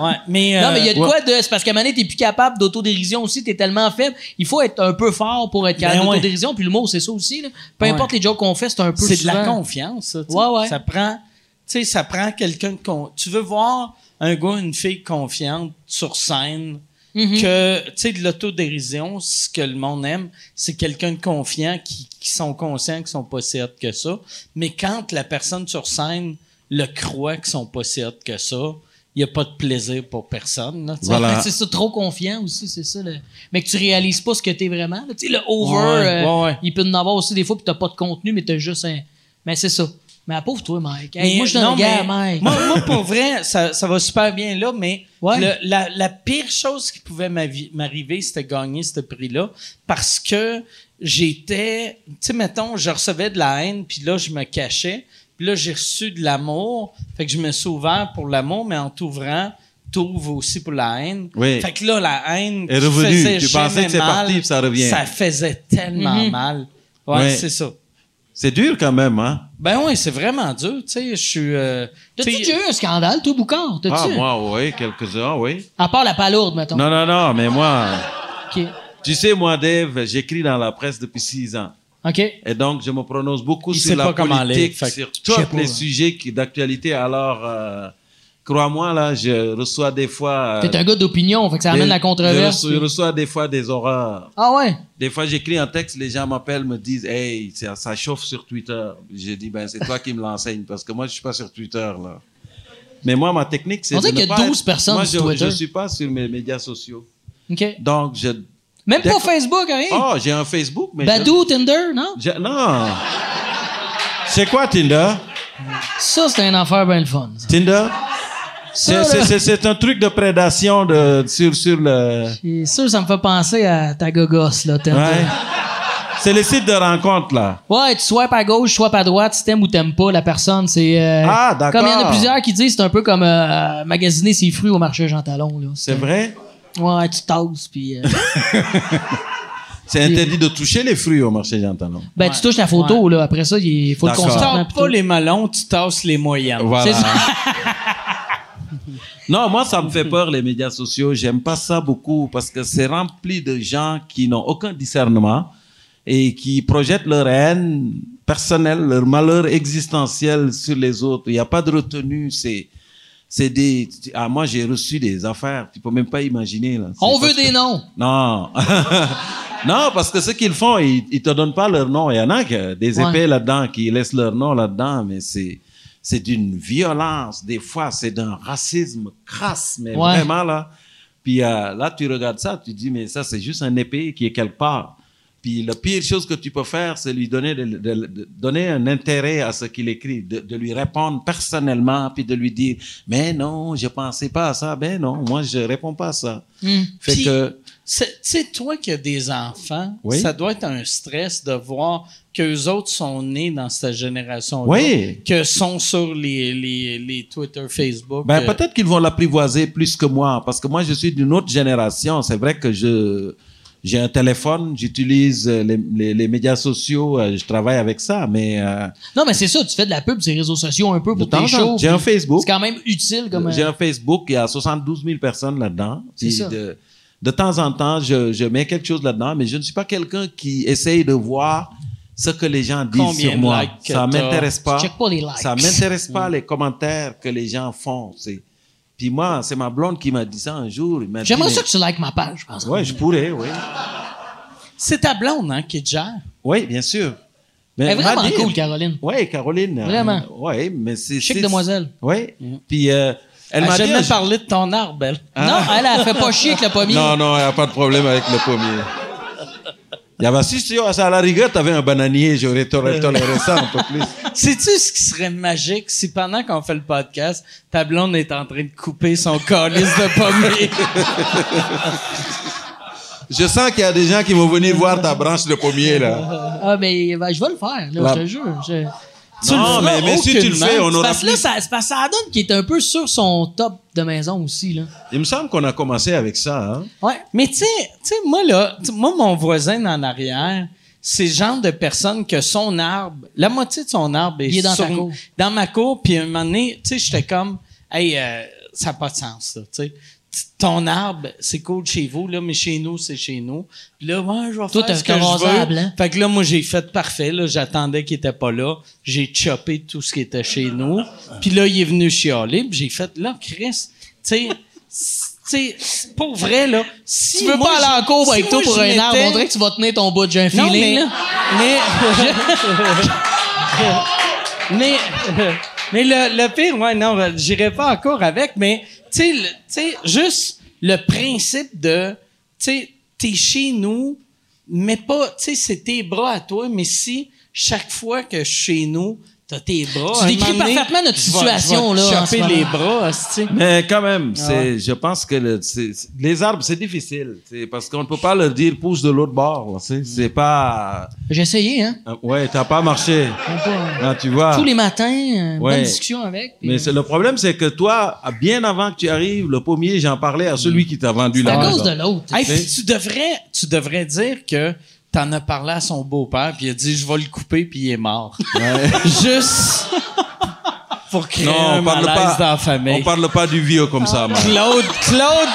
S7: ouais, mais
S1: Non, mais il y
S7: euh,
S1: a de quoi de. C'est parce qu'à un moment donné, t'es plus capable d'autodérision aussi, t'es tellement faible. Il faut être un peu fort pour être capable
S7: Ben ouais.
S1: d'autodérision. Puis l'humour, c'est ça aussi. là. Peu
S7: Ouais.
S1: importe les jokes qu'on fait, c'est un peu.
S7: c'est de la
S1: souvent-
S7: confiance. Ça, tu sais.
S1: Ouais, ouais.
S7: Ça prend, tu sais, ça prend quelqu'un de con- Tu veux voir un gars, une fille confiante sur scène.
S1: Mhm.
S7: Que, tu sais, de l'autodérision, ce que le monde aime, c'est quelqu'un de confiant qui, qui sont conscients qu'ils sont pas si hot que ça. Mais quand la personne sur scène le croit qu'ils sont pas si hot que ça, il n'y a pas de plaisir pour personne. là, tu sais.
S9: Voilà.
S1: Ouais, C'est ça, trop confiant aussi, c'est ça. le- Mais que tu réalises pas ce que t'es vraiment. là. Tu sais, le over,
S7: Ouais,
S1: euh,
S7: ouais, ouais.
S1: il peut en avoir aussi des fois, puis t'as pas de contenu, mais t'as juste un. Mais c'est ça. Mais à pauvre toi, Mike. Hey,
S7: Mais
S1: moi, je suis
S7: non,
S1: dans le gars,
S7: mais-
S1: Mike.
S7: Moi, moi, pour vrai, ça, ça va super bien là, mais
S1: Ouais.
S7: le- la, la pire chose qui pouvait m'avi- m'arriver, c'était gagner ce prix-là parce que j'étais, tu sais, mettons, je recevais de la haine, puis là, je me cachais, puis là, j'ai reçu de l'amour, fait que je me suis ouvert pour l'amour, mais en t'ouvrant, t'ouvres aussi pour la haine.
S9: Oui.
S7: Fait que là, la haine
S9: Est
S7: qui
S9: revenue.
S7: faisait
S9: Tu pensais
S7: jamais
S9: que c'est
S7: mal,
S9: parti, puis ça revient.
S7: Ça faisait tellement
S1: Mhm.
S7: mal. Ouais,
S9: Ouais.
S7: c'est ça.
S9: C'est dur quand même, hein?
S7: Ben oui, c'est vraiment dur, tu sais, je suis... euh,
S1: T'as-tu
S7: tu sais,
S1: déjà eu un scandale, toi, Boucard? T'as-tu?
S9: Ah, moi, oui, quelques-uns, oui.
S1: À part la palourde, mettons.
S9: Non, non, non, mais moi...
S1: OK.
S9: Tu sais, moi, Dave, j'écris dans la presse depuis six ans.
S1: OK.
S9: Et donc, je me prononce beaucoup
S7: Il
S9: sur
S7: sait
S9: la
S7: pas comment aller,
S9: politique,
S7: fait que
S9: sur
S7: je sais
S9: tous
S7: pas,
S9: les
S7: hein.
S9: sujets qui- d'actualité. Alors, euh, crois-moi, là, je reçois des fois... euh,
S1: T'es un gars d'opinion, fait que ça
S9: des-
S1: amène la controverse.
S9: Je reçois, je reçois des fois des horreurs.
S1: Ah ouais?
S9: Des fois, j'écris un texte, les gens m'appellent, me disent « Hey, ça, ça chauffe sur Twitter. » J'ai dit « Ben, c'est toi qui me l'enseigne, parce que moi, je suis pas sur Twitter, là. » Mais moi, ma technique, c'est
S1: On
S9: de
S1: dirait
S9: ne
S1: qu'il y a
S9: pas
S1: 12
S9: être-
S1: personnes
S9: moi,
S1: sur
S9: je-
S1: Twitter.
S9: je suis pas sur mes médias sociaux.
S1: OK.
S9: Donc, je...
S1: Même
S9: D'accord.
S1: pas Facebook, rien.
S9: Oh, j'ai un Facebook, mais... je-
S1: Badou, Tinder, non?
S9: Je- non. C'est quoi Tinder?
S1: Ça, c'est un enfer bien le fun. ça.
S9: Tinder?
S1: Ça,
S9: C'est- C'est
S1: là,
S9: c'est- c'est un truc de prédation de, sur, sur le.
S1: c'est sûr, ça me fait penser à ta gogosse, là, Tinder.
S9: Ouais.
S1: Ouais.
S9: C'est le site de rencontre, là.
S1: tu swipes à gauche, swipes à droite, si t'aimes ou t'aimes pas la personne, c'est... euh,
S9: Ah, d'accord.
S1: Comme il y en a plusieurs qui disent, c'est un peu comme euh, magasiner ses fruits au marché Jean Talon, là.
S9: C'est vrai?
S1: Ouais, tu tasses, puis... euh,
S9: C'est interdit de toucher les fruits au marché Jean Talon.
S1: ben, tu touches la photo, là. Après ça, il faut le
S9: D'accord.
S7: Tu
S9: Ah.
S1: consentement.
S7: tasses
S1: plutôt.
S7: pas les melons, tu tasses les moyennes.
S9: Voilà.
S1: C'est ça.
S9: non, moi, ça me fait peur, les médias sociaux. J'aime pas ça beaucoup parce que c'est rempli de gens qui n'ont aucun discernement et qui projettent leur haine personnelle, leur malheur existentiel sur les autres. Il n'y a pas de retenue. C'est, c'est des. Ah, moi, j'ai reçu des affaires. Tu peux même pas imaginer. Là.
S1: On
S9: C'est
S1: veut
S9: parce
S1: des
S9: que-
S1: noms.
S9: Non. non, parce que ce qu'ils font, ils, ils te donnent pas leur nom. Il y en a que des
S1: Ouais.
S9: épées là-dedans qui laissent leur nom là-dedans, mais c'est c'est d'une violence. Des fois, c'est d'un racisme crasse, mais
S1: Ouais.
S9: vraiment là. Puis euh, là, tu regardes ça, tu dis, mais ça, c'est juste un épée qui est quelque part. Puis la pire chose que tu peux faire, c'est lui donner, de- de- de- donner un intérêt à ce qu'il écrit, de, de lui répondre personnellement, puis de lui dire, mais non, je pensais pas à ça, ben non, moi, je réponds pas à ça.
S1: Hmm.
S9: Fait
S7: Puis-
S9: que,
S7: C'est- Tu sais, toi qui as des enfants,
S9: Oui.
S7: ça doit être un stress de voir qu'eux autres sont nés dans cette génération-là.
S9: Oui.
S7: Que sont sur les, les, les Twitter, Facebook.
S9: ben,
S7: euh,
S9: peut-être qu'ils vont l'apprivoiser plus que moi, parce que moi, je suis d'une autre génération. C'est vrai que je, j'ai un téléphone, j'utilise euh, les, les- les médias sociaux, euh, je travaille avec ça, mais euh,
S1: Non, mais c'est ça, tu fais de la pub sur les réseaux sociaux un peu
S9: de
S1: pour
S9: temps en
S1: tes
S9: temps,
S1: shows.
S9: j'ai un Facebook.
S1: C'est quand même utile comme.
S9: J'ai
S1: euh,
S9: un Facebook, il y a 72 000 personnes là-dedans.
S1: C'est
S9: Puis
S1: ça.
S9: De, de temps en temps, je, je mets quelque chose là-dedans, mais je ne suis pas quelqu'un qui essaye de voir ce que les gens disent
S7: Combien
S9: sur
S7: de
S9: moi.
S7: likes que
S9: ça
S7: t'as?
S9: m'intéresse pas.
S1: Tu check pas les likes.
S9: Ça m'intéresse pas les commentaires que les gens font. C'est- Puis moi, c'est ma blonde qui m'a dit ça un jour. il m'a dit,
S1: J'aimerais
S9: mais-
S1: ça que tu likes ma page, je pense.
S9: Ouais, je pourrais, oui.
S7: C'est ta blonde hein, qui te gère.
S9: Oui, bien sûr. Mais
S1: Elle est vraiment
S9: m'a dit-
S1: cool, Caroline.
S9: Oui, Caroline.
S1: Vraiment.
S9: Oui, mais c'est.
S1: Chic
S9: c'est-
S1: demoiselle. Mm. Ah,
S9: Oui. Puis euh, elle
S7: Elle
S9: m'a dit.
S7: jamais
S9: un jour-
S7: parlé de ton arbre, elle.
S1: Non, elle, elle fait pas chier avec le pommier.
S9: Ah. Non, non, il n'y a pas de problème avec le pommier. Il y avait, si tu- à la rigueur, tu avais un bananier, j'aurais toléré toléré ça un peu plus.
S7: Sais-tu ce qui serait magique si pendant qu'on fait le podcast, ta blonde est en train de couper son calice de pommier?
S9: Je sens qu'il y a des gens qui vont venir voir ta branche de pommier, là.
S1: Ah, mais ben, je vais le faire, là,
S9: La-
S1: je te jure. je-
S7: Tu le feras
S9: mais, mais si tu le
S7: aucunement.
S9: fais, on
S1: C'est
S9: aura
S1: parce que là,
S9: plus.
S1: ça, c'est parce que ça donne qu'il est un peu sur son top de maison aussi, là.
S9: Il me semble qu'on a commencé avec ça, hein.
S1: Ouais.
S7: Mais tu sais, tu sais, moi, là, tu- moi, mon voisin en arrière, c'est le genre de personne que son arbre, la moitié de son arbre est,
S1: Il est dans
S7: sur-
S1: ta cour.
S7: dans ma cour, puis à un moment donné, tu sais, j'étais comme, hey, euh, ça n'a pas de sens, là, tu sais. T- Ton arbre, c'est cool chez vous, là, mais chez nous, c'est chez nous. Puis là, ouais, je vais
S1: Toi, t'as
S7: faire ce que
S1: un
S7: je veux.
S1: rasable, hein?
S7: Fait que là, moi, j'ai fait parfait, là, j'attendais qu'il était pas là. J'ai chopé tout ce qui était chez nous. Puis là, il est venu chialer, puis j'ai fait, là, Chris, tu sais, tu sais, pour vrai, là, si
S1: Tu veux
S7: moi,
S1: pas aller en
S7: je-
S1: cours
S7: si
S1: avec
S7: moi,
S1: toi pour
S7: je
S1: un arbre,
S7: m'étais-
S1: on dirait que tu vas tenir ton bout, j'ai un
S7: non,
S1: feeling,
S7: mais,
S1: là.
S7: mais, mais, mais le, le pire, ouais, non, ben, j'irai pas encore avec, mais, tu sais, le- tu sais, juste le principe de, tu sais, t'es chez nous, mais pas, tu sais, c'est tes bras à toi, mais si chaque fois que je suis chez nous, t'as tes bras.
S1: Tu
S7: à un
S1: décris
S7: moment donné,
S1: parfaitement notre
S7: je vais- je vais
S1: situation,
S7: te
S1: là, en ce
S7: Choper
S1: moment.
S7: les bras, tu
S9: Mais quand même, c'est, je pense que le- c'est- c'est- les arbres, c'est difficile. c'est Parce qu'on ne peut pas leur dire pousse de l'autre bord. là, C'est c'est pas.
S1: J'ai essayé, hein.
S9: euh, Ouais, t'as pas marché.
S1: Même pas, euh,
S9: Là, tu vois.
S1: Tous les matins, euh,
S9: Ah. Ouais.
S1: bonne discussion avec. puis,
S9: Mais c'est- le problème, c'est que toi, bien avant que tu arrives, le pommier, j'en parlais à celui qui t'a vendu
S1: C'est
S9: la
S1: à
S9: maison.
S1: cause de l'autre.
S7: Hey, puis tu devrais, tu devrais dire que t'en as parlé à son beau-père, puis il a dit je vais le couper, puis il est mort. Juste pour créer un malaise dans la famille.
S9: On parle pas du vieux comme ça, Mike.
S7: Claude, Claude,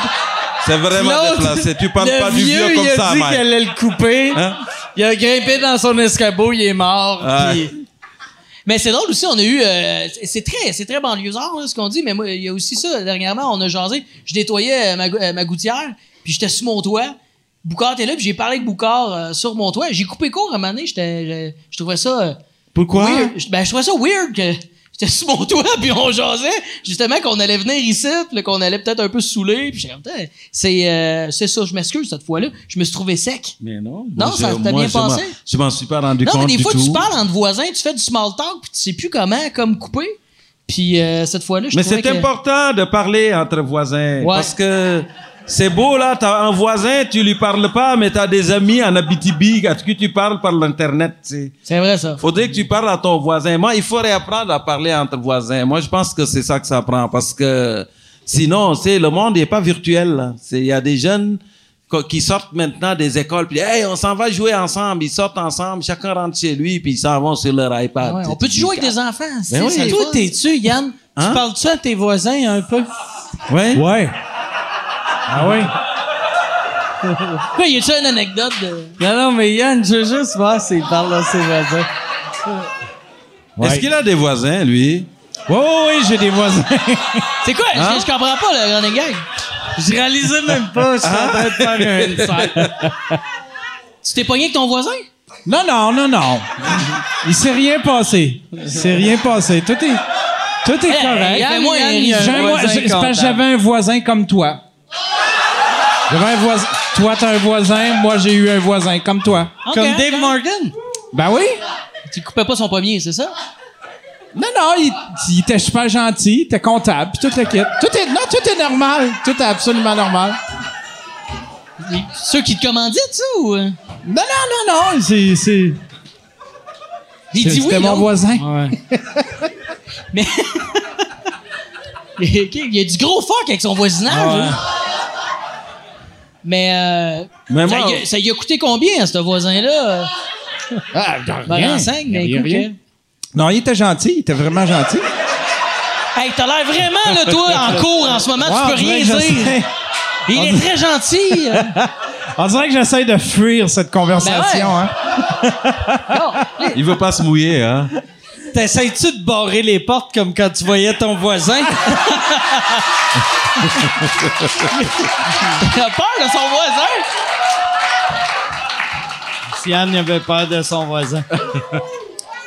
S9: C'est vraiment
S7: Claude,
S9: déplacé. Tu parles
S7: le
S9: pas du vieux comme
S7: il a
S9: ça,
S7: dit
S9: Mike.
S7: qu'il allait le couper.
S9: Hein?
S7: Il a grimpé dans son escabeau, il est mort.
S9: Ouais.
S7: puis-
S1: Mais c'est drôle aussi, on a eu. euh, c'est- c'est très, c'est très banlieusard, là, ce qu'on dit, mais moi, il y a aussi ça. Dernièrement, on a jasé. Je nettoyais euh, ma, gou- euh, ma gouttière, puis j'étais sous mon toit. Boucard était là, puis j'ai parlé avec Boucard euh, sur mon toit. J'ai coupé court à un moment donné. j'étais- Je, je trouvais ça. euh,
S10: Pourquoi?
S1: weird. Je- Ben, je trouvais ça weird que j'étais sous mon toit, puis on jasait. Justement, qu'on allait venir ici, puis là, qu'on allait peut-être un peu se saouler. Puis j'étais comme, Putain, c'est euh, c'est ça, je m'excuse cette fois-là. Je me suis trouvé sec.
S9: Mais non.
S1: Non,
S9: moi,
S1: ça
S9: je-
S1: t'a
S9: moi,
S1: bien
S9: je m'en-
S1: passé.
S9: Je m'en suis pas rendu
S1: Non,
S9: compte
S1: mais des
S9: du
S1: fois,
S9: tout.
S1: tu parles entre voisins, tu fais du small talk, puis tu sais plus comment, comme couper. Puis euh, cette fois-là, je
S9: Mais
S1: trouvais
S9: c'est
S1: que-
S9: important de parler entre voisins. Parce que c'est beau, là, t'as un voisin, tu lui parles pas, mais t'as des amis en Abitibi à qui tu parles par l'Internet, tu sais.
S1: C'est vrai, ça.
S9: Faudrait que tu parles à ton voisin. Moi, il faut réapprendre à parler entre voisins. Moi, je pense que c'est ça que ça prend parce que sinon, c'est le monde n'est pas virtuel. là. C'est- Il y a des jeunes co- qui sortent maintenant des écoles puis hey, on s'en va jouer ensemble. Ils sortent ensemble, chacun rentre chez lui puis ils s'en vont sur leur iPad.
S1: Ouais, on peut-tu jouer avec des enfants? c'est
S9: Ben oui.
S1: c'est le
S7: Toi,
S1: fun.
S7: t'es-tu, Yann?
S9: Hein?
S7: Tu parles-tu à tes voisins un peu?
S9: Ouais.
S10: Ouais. Ah oui?
S1: Quoi, y a-tu une anecdote de.
S7: Non, non, mais Yann, je veux juste voir s'il parle à ses voisins.
S9: Est-ce qu'il a des voisins, lui
S10: Oui, oui, j'ai des voisins.
S1: C'est quoi? Je-
S9: Hein?
S1: Je, comprends pas, le running gag.
S7: Je réalisais même pas, je suis en train de
S1: Ah.
S7: faire un inside.
S1: Tu t'es pogné avec ton voisin?
S10: Non, non, non, non. Il s'est rien passé. Il s'est rien passé. Tout est, tout est
S1: Hey,
S10: correct.
S1: Yann, Yann, il y a un
S10: J'ai un moi-
S7: voisin
S10: j'ai- c'est parce que
S7: comptable.
S10: j'avais un voisin comme toi.
S2: J'avais un voisin. Toi, t'as un voisin, moi, j'ai eu un voisin, comme toi.
S7: Comme Dave Morgan.
S2: Ben oui!
S1: Tu coupais pas son premier, c'est ça?
S2: Non, non, il, il était super gentil, il était comptable, puis tout le kit. Tout est, non, tout est normal. Tout est absolument normal.
S1: Les- Ceux qui te commanditent, ça, ou... euh?
S2: Non, non, non, non, c'est... c'est-
S1: Il dit oui,
S2: C'était mon
S1: l'autre.
S2: voisin.
S1: Mais... Ok, il y a du gros fuck avec son voisinage. hein. Mais, euh,
S9: Mais
S1: ça,
S9: moi-
S1: y a- ça y a coûté combien, ce voisin-là?
S2: Ah, dans rien.
S1: Ben, l'enseigne, mais
S2: Rien,
S1: écoute...
S2: rien.
S1: que-
S10: Non, il était gentil, il était vraiment gentil.
S1: Hey, t'as l'air vraiment, là, toi, en cours en ce moment, tu peux
S10: Ah, on dirait
S1: rien
S10: que
S1: dire.
S10: j'essaie-
S1: Il est très gentil. euh.
S10: On dirait que j'essaie de fuir cette conversation.
S1: Ben
S10: hein.
S9: Il veut pas se mouiller, hein.
S7: T'essayes-tu de barrer les portes comme quand tu voyais ton voisin?
S1: Il a peur de son voisin.
S10: hein.
S7: Si Anne avait peur de son voisin.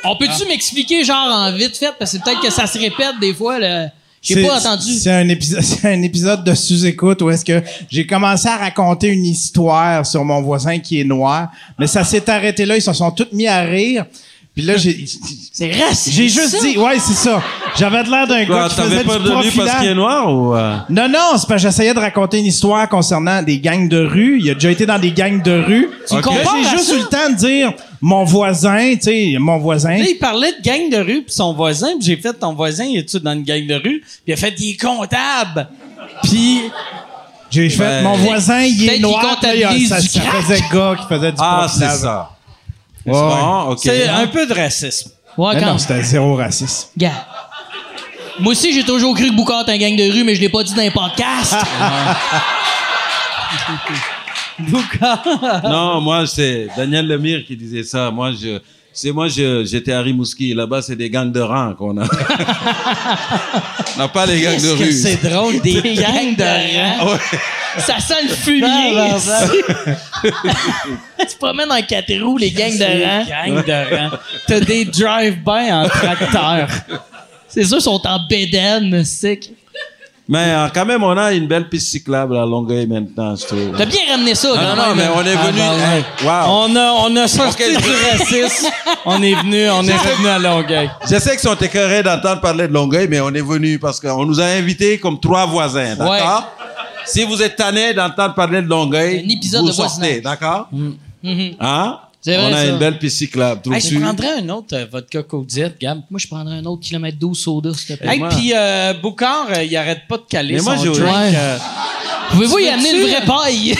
S1: On peut-tu m'expliquer, genre, en vite fait, parce que peut-être que ça se répète des fois, là. J'ai
S10: C'est-
S1: pas entendu.
S10: C'est un, épisode- c'est un épisode de sous-écoute où est-ce que j'ai commencé à raconter une histoire sur mon voisin qui est noir, mais ça s'est arrêté là, ils se sont tous mis à rire. Puis là, j'ai
S1: C'est raciste.
S10: j'ai juste
S1: ça.
S10: dit, ouais, c'est ça. J'avais de l'air d'un gars
S9: Quoi,
S10: qui faisait
S9: t'avais
S10: du
S9: peur de lui parce
S10: profilage.
S9: qu'il est noir ou. euh?
S10: Non, non, c'est parce que j'essayais de raconter une histoire concernant des gangs de rue. Il a déjà été dans des gangs de rue.
S1: Tu
S10: Là,
S1: compares à
S10: J'ai juste
S1: ça?
S10: eu le temps de dire, mon voisin, tu sais, mon voisin.
S7: Là, il parlait de gang de rue puis son voisin, puis j'ai fait ton voisin, il est-tu dans une gang de rue? Puis il a fait il est comptable. Puis
S10: J'ai fait,
S9: Ben,
S10: mon voisin, il est
S1: peut-être qu'il
S10: noir. Là, il
S1: comptabilise
S10: y a- ça,
S1: du
S10: ça
S1: crack.
S10: faisait gars qui faisait du
S9: Ah, c'est
S10: profilage.
S9: ça.
S10: Ouais, ouais.
S9: Bon, ok.
S7: c'est un peu de racisme.
S1: Ouais,
S2: Ben
S10: Mais
S1: Ah, quand
S10: non, c'était zéro raciste.
S1: Gars. Moi aussi, j'ai toujours cru que Boucard était un gang de rue, mais je l'ai pas dit dans un podcast.
S9: Non, moi, c'est Daniel Lemire qui disait ça. Moi, je, c'est moi, je- j'étais à Rimouski. Là-bas, c'est des gangs de rang qu'on a. On n'a pas les gangs de
S7: Qu'est-ce que c'est
S9: rue.
S7: drôle, des gangs de rang.
S1: rang. Ça sent le fumier.
S7: Ah,
S1: tu te promènes en quatre roues, les gangs de
S7: Des
S1: rang.
S7: gangs de rang. T'as des drive-by en tracteur.
S1: C'est sûr, ils sont en bédaine, sick.
S9: Mais euh, quand même, on a une belle piste cyclable à Longueuil maintenant, je trouve.
S1: T'as bien ramené ça,
S9: Ah, bah,
S1: quand
S9: non, non,
S1: même,
S9: mais
S1: hein.
S9: on est venu.
S7: ben ouais.
S9: Hey, wow.
S7: On a, on a sorti
S9: Ok.
S7: du racisme. On est venu, on est revenu à Longueuil.
S9: Je sais qu'ils sont écœurés d'entendre parler de Longueuil, mais on est venu parce qu'on nous a invités comme trois voisins, d'accord? Si vous êtes tannés d'entendre parler de Longueuil,
S1: Un épisode
S9: vous
S1: de
S9: sortez,
S1: voisinage.
S9: d'accord?
S1: Mhm.
S9: Hein?
S1: C'est
S9: on
S1: vrai,
S9: a
S1: ça.
S9: une belle piste cyclable,
S7: Hey, Ah, je
S9: trouves-tu?
S7: prendrais un autre euh, vodka Codite, Gab.
S1: Moi, je prendrais un autre kilomètre 12 soda, s'il te plaît.
S7: Hey, puis euh, Boucard, euh, il arrête pas de caler
S9: Mais moi,
S7: son
S9: j'ai-
S7: drink.
S1: Ouais.
S7: euh.
S1: Pouvez-vous y
S7: tu
S1: amener
S7: veux-tu,
S1: une vraie paille?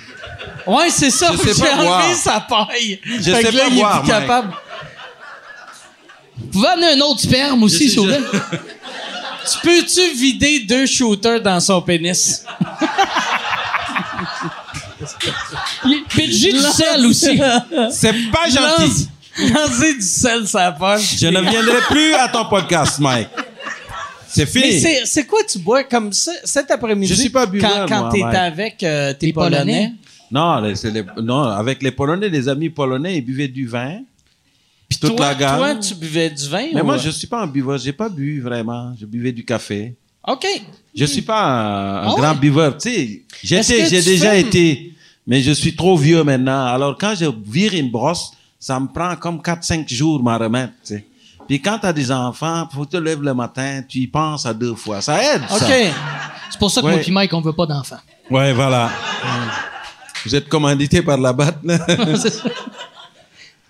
S7: Ouais, c'est ça.
S9: Je sais
S7: J'ai
S9: pas
S7: enlevé
S9: boire.
S7: sa paille.
S9: Je
S7: que
S9: sais
S7: là,
S9: pas
S7: il est
S9: boire,
S7: plus
S9: Mike.
S7: capable.
S1: Vous pouvez amener un autre sperme aussi,
S9: sais,
S1: soda?
S7: Tu peux-tu vider deux shooters dans son pénis?
S1: Pidgey du sel aussi.
S9: C'est pas gentil.
S7: Lance- Lancer du sel sa poche. euh,
S9: Je ne viendrai plus à ton podcast, Mike. C'est
S7: Mais
S9: fini.
S7: c'est- c'est quoi tu bois comme ça cet après-midi?
S9: Je suis pas buveur,
S7: Quand, quand
S9: moi,
S7: t'es
S9: Mike.
S7: avec euh, tes
S1: Les Polonais.
S7: Polonais.
S9: Non, les- c'est les- non, avec les Polonais, les amis polonais, ils buvaient du vin. Puis toute
S7: toi,
S9: la gamme.
S7: toi, tu buvais du vin?
S9: Mais
S7: ou- euh?
S9: moi, je suis pas un buveur. J'ai pas bu vraiment. Je buvais du café.
S7: OK.
S9: Je suis pas un, un
S7: Ah
S9: grand buveur. Tu sais,
S7: Est-ce
S9: j'étais,
S7: que
S9: j'ai
S7: tu
S9: déjà
S7: fais-
S9: été, mais je suis trop vieux maintenant. Alors, quand je vire une brosse, ça me prend comme 4-5 jours m'en remettre, tu sais. Puis quand t'as des enfants, faut que tu te lèves le matin, tu y penses à deux fois. Ça aide, ça.
S7: OK.
S1: C'est pour ça que
S9: Ouais.
S1: moi et Mike, on veut pas d'enfants.
S9: Ouais, voilà. Vous êtes commandité par la batte, là.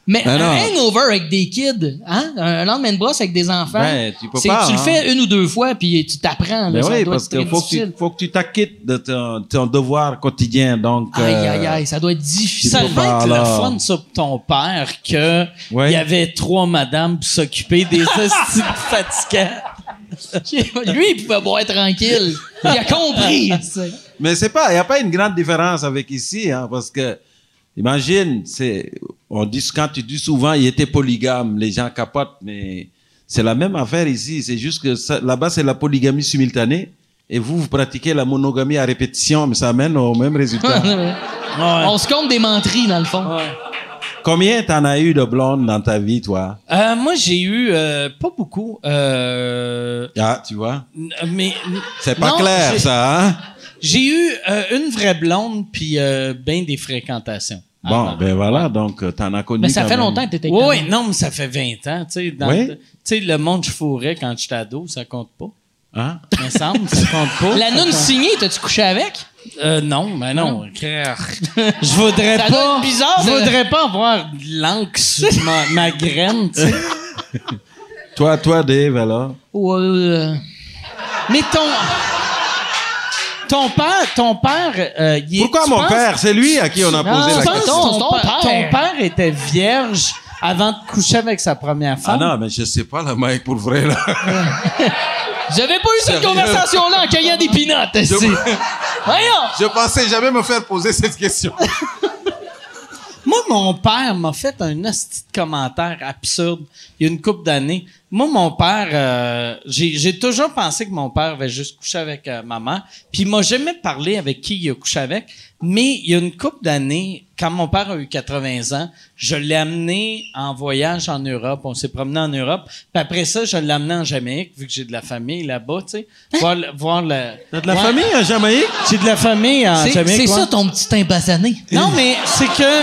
S1: Mais
S9: Ben
S1: un
S9: non.
S1: hangover avec des kids, hein? un lendemain de brosse avec des enfants,
S9: Ben, tu peux
S1: c'est-
S9: pas,
S1: tu le
S9: hein.
S1: fais une ou deux fois, puis tu t'apprends. là,
S9: Mais
S1: ça
S9: oui,
S1: doit
S9: parce
S1: être très
S9: qu'il faut, que
S1: difficile.
S9: tu- faut que tu t'acquittes de ton, ton devoir quotidien. Donc,
S1: Aïe,
S9: euh,
S1: aïe, aïe, ça doit être difficile.
S7: Ça
S9: pas
S7: devait être le
S9: alors.
S7: fun sur ton père que
S9: Ouais.
S7: il y avait trois madames pour s'occuper des hosties de fatigants.
S1: Lui, il pouvait boire tranquille. Il a compris.
S9: Mais c'est pas, il n'y a pas une grande différence avec ici, hein, parce que, imagine, c'est, on dit, quand tu dis souvent, il était polygame, les gens capotent, mais c'est la même affaire ici. C'est juste que ça- là-bas, c'est la polygamie simultanée. Et vous, vous pratiquez la monogamie à répétition, mais ça amène au même résultat.
S1: On se compte des menteries, dans le fond.
S9: Combien t'en as eu de blondes dans ta vie, toi?
S7: Euh, moi, j'ai eu euh, pas beaucoup, euh,
S9: Ah, tu vois?
S7: n- mais
S9: C'est pas
S7: Non,
S9: clair,
S7: j'ai-
S9: ça, hein?
S7: J'ai eu euh, une vraie blonde, puis euh, ben des fréquentations.
S9: Bon, ben voilà, donc euh, t'en as connu.
S1: Mais ça
S9: quand
S1: fait
S9: même.
S1: longtemps que t'étais
S7: Oui,
S1: avec
S7: oui, non, mais ça fait 20 ans, tu sais. dans
S9: Oui.
S7: le- Tu sais, le monde que je fourrais quand j'étais ado, ça compte pas.
S9: Hein?
S7: Il me semble, ça compte pas.
S1: La nonne signée, t'as-tu couché avec?
S7: Euh, non, mais non. crrr. Je voudrais
S1: Ça doit
S7: pas.
S1: être bizarre,
S7: Je
S1: de-
S7: voudrais pas avoir de l'encre sur ma, ma graine, tu sais.
S9: Toi, toi, Dave, alors.
S1: Ou, euh,
S7: Mais ton. Ton père, ton père, euh, il est-
S9: Pourquoi
S7: tu
S9: mon
S7: penses-
S9: père? C'est lui à qui on a
S7: Non,
S9: posé la
S7: tu penses
S1: question.
S9: question.
S7: que ton,
S1: Ton
S7: pa-
S1: père.
S7: ton père était vierge avant de coucher avec sa première
S9: Ah
S7: femme.
S9: non, mais je sais pas, la mec, pour vrai, là.
S1: J'avais pas eu cette
S9: Sérieux?
S1: conversation-là en cueillant des pinottes, ici. Voyons!
S9: Je pensais jamais me faire poser cette question.
S7: Moi, mon père m'a fait un hostie de commentaire absurde il y a une couple d'années. Moi, mon père, euh, j'ai j'ai toujours pensé que mon père avait juste couché avec euh, maman, puis il m'a jamais parlé avec qui il a couché avec. Mais il y a une couple d'années, quand mon père a eu 80 ans, je l'ai amené en voyage en Europe. On s'est promené en Europe. Puis après ça, je l'ai amené en Jamaïque, vu que j'ai de la famille là-bas, tu sais. Voir, le- voir le...
S9: Hein? T'as de la
S7: Ouais.
S9: famille à Jamaïque?
S7: J'ai de la famille en
S1: C'est
S7: Jamaïque.
S1: c'est
S7: ouais.
S1: ça ton petit teint basané.
S7: Non, mais c'est que.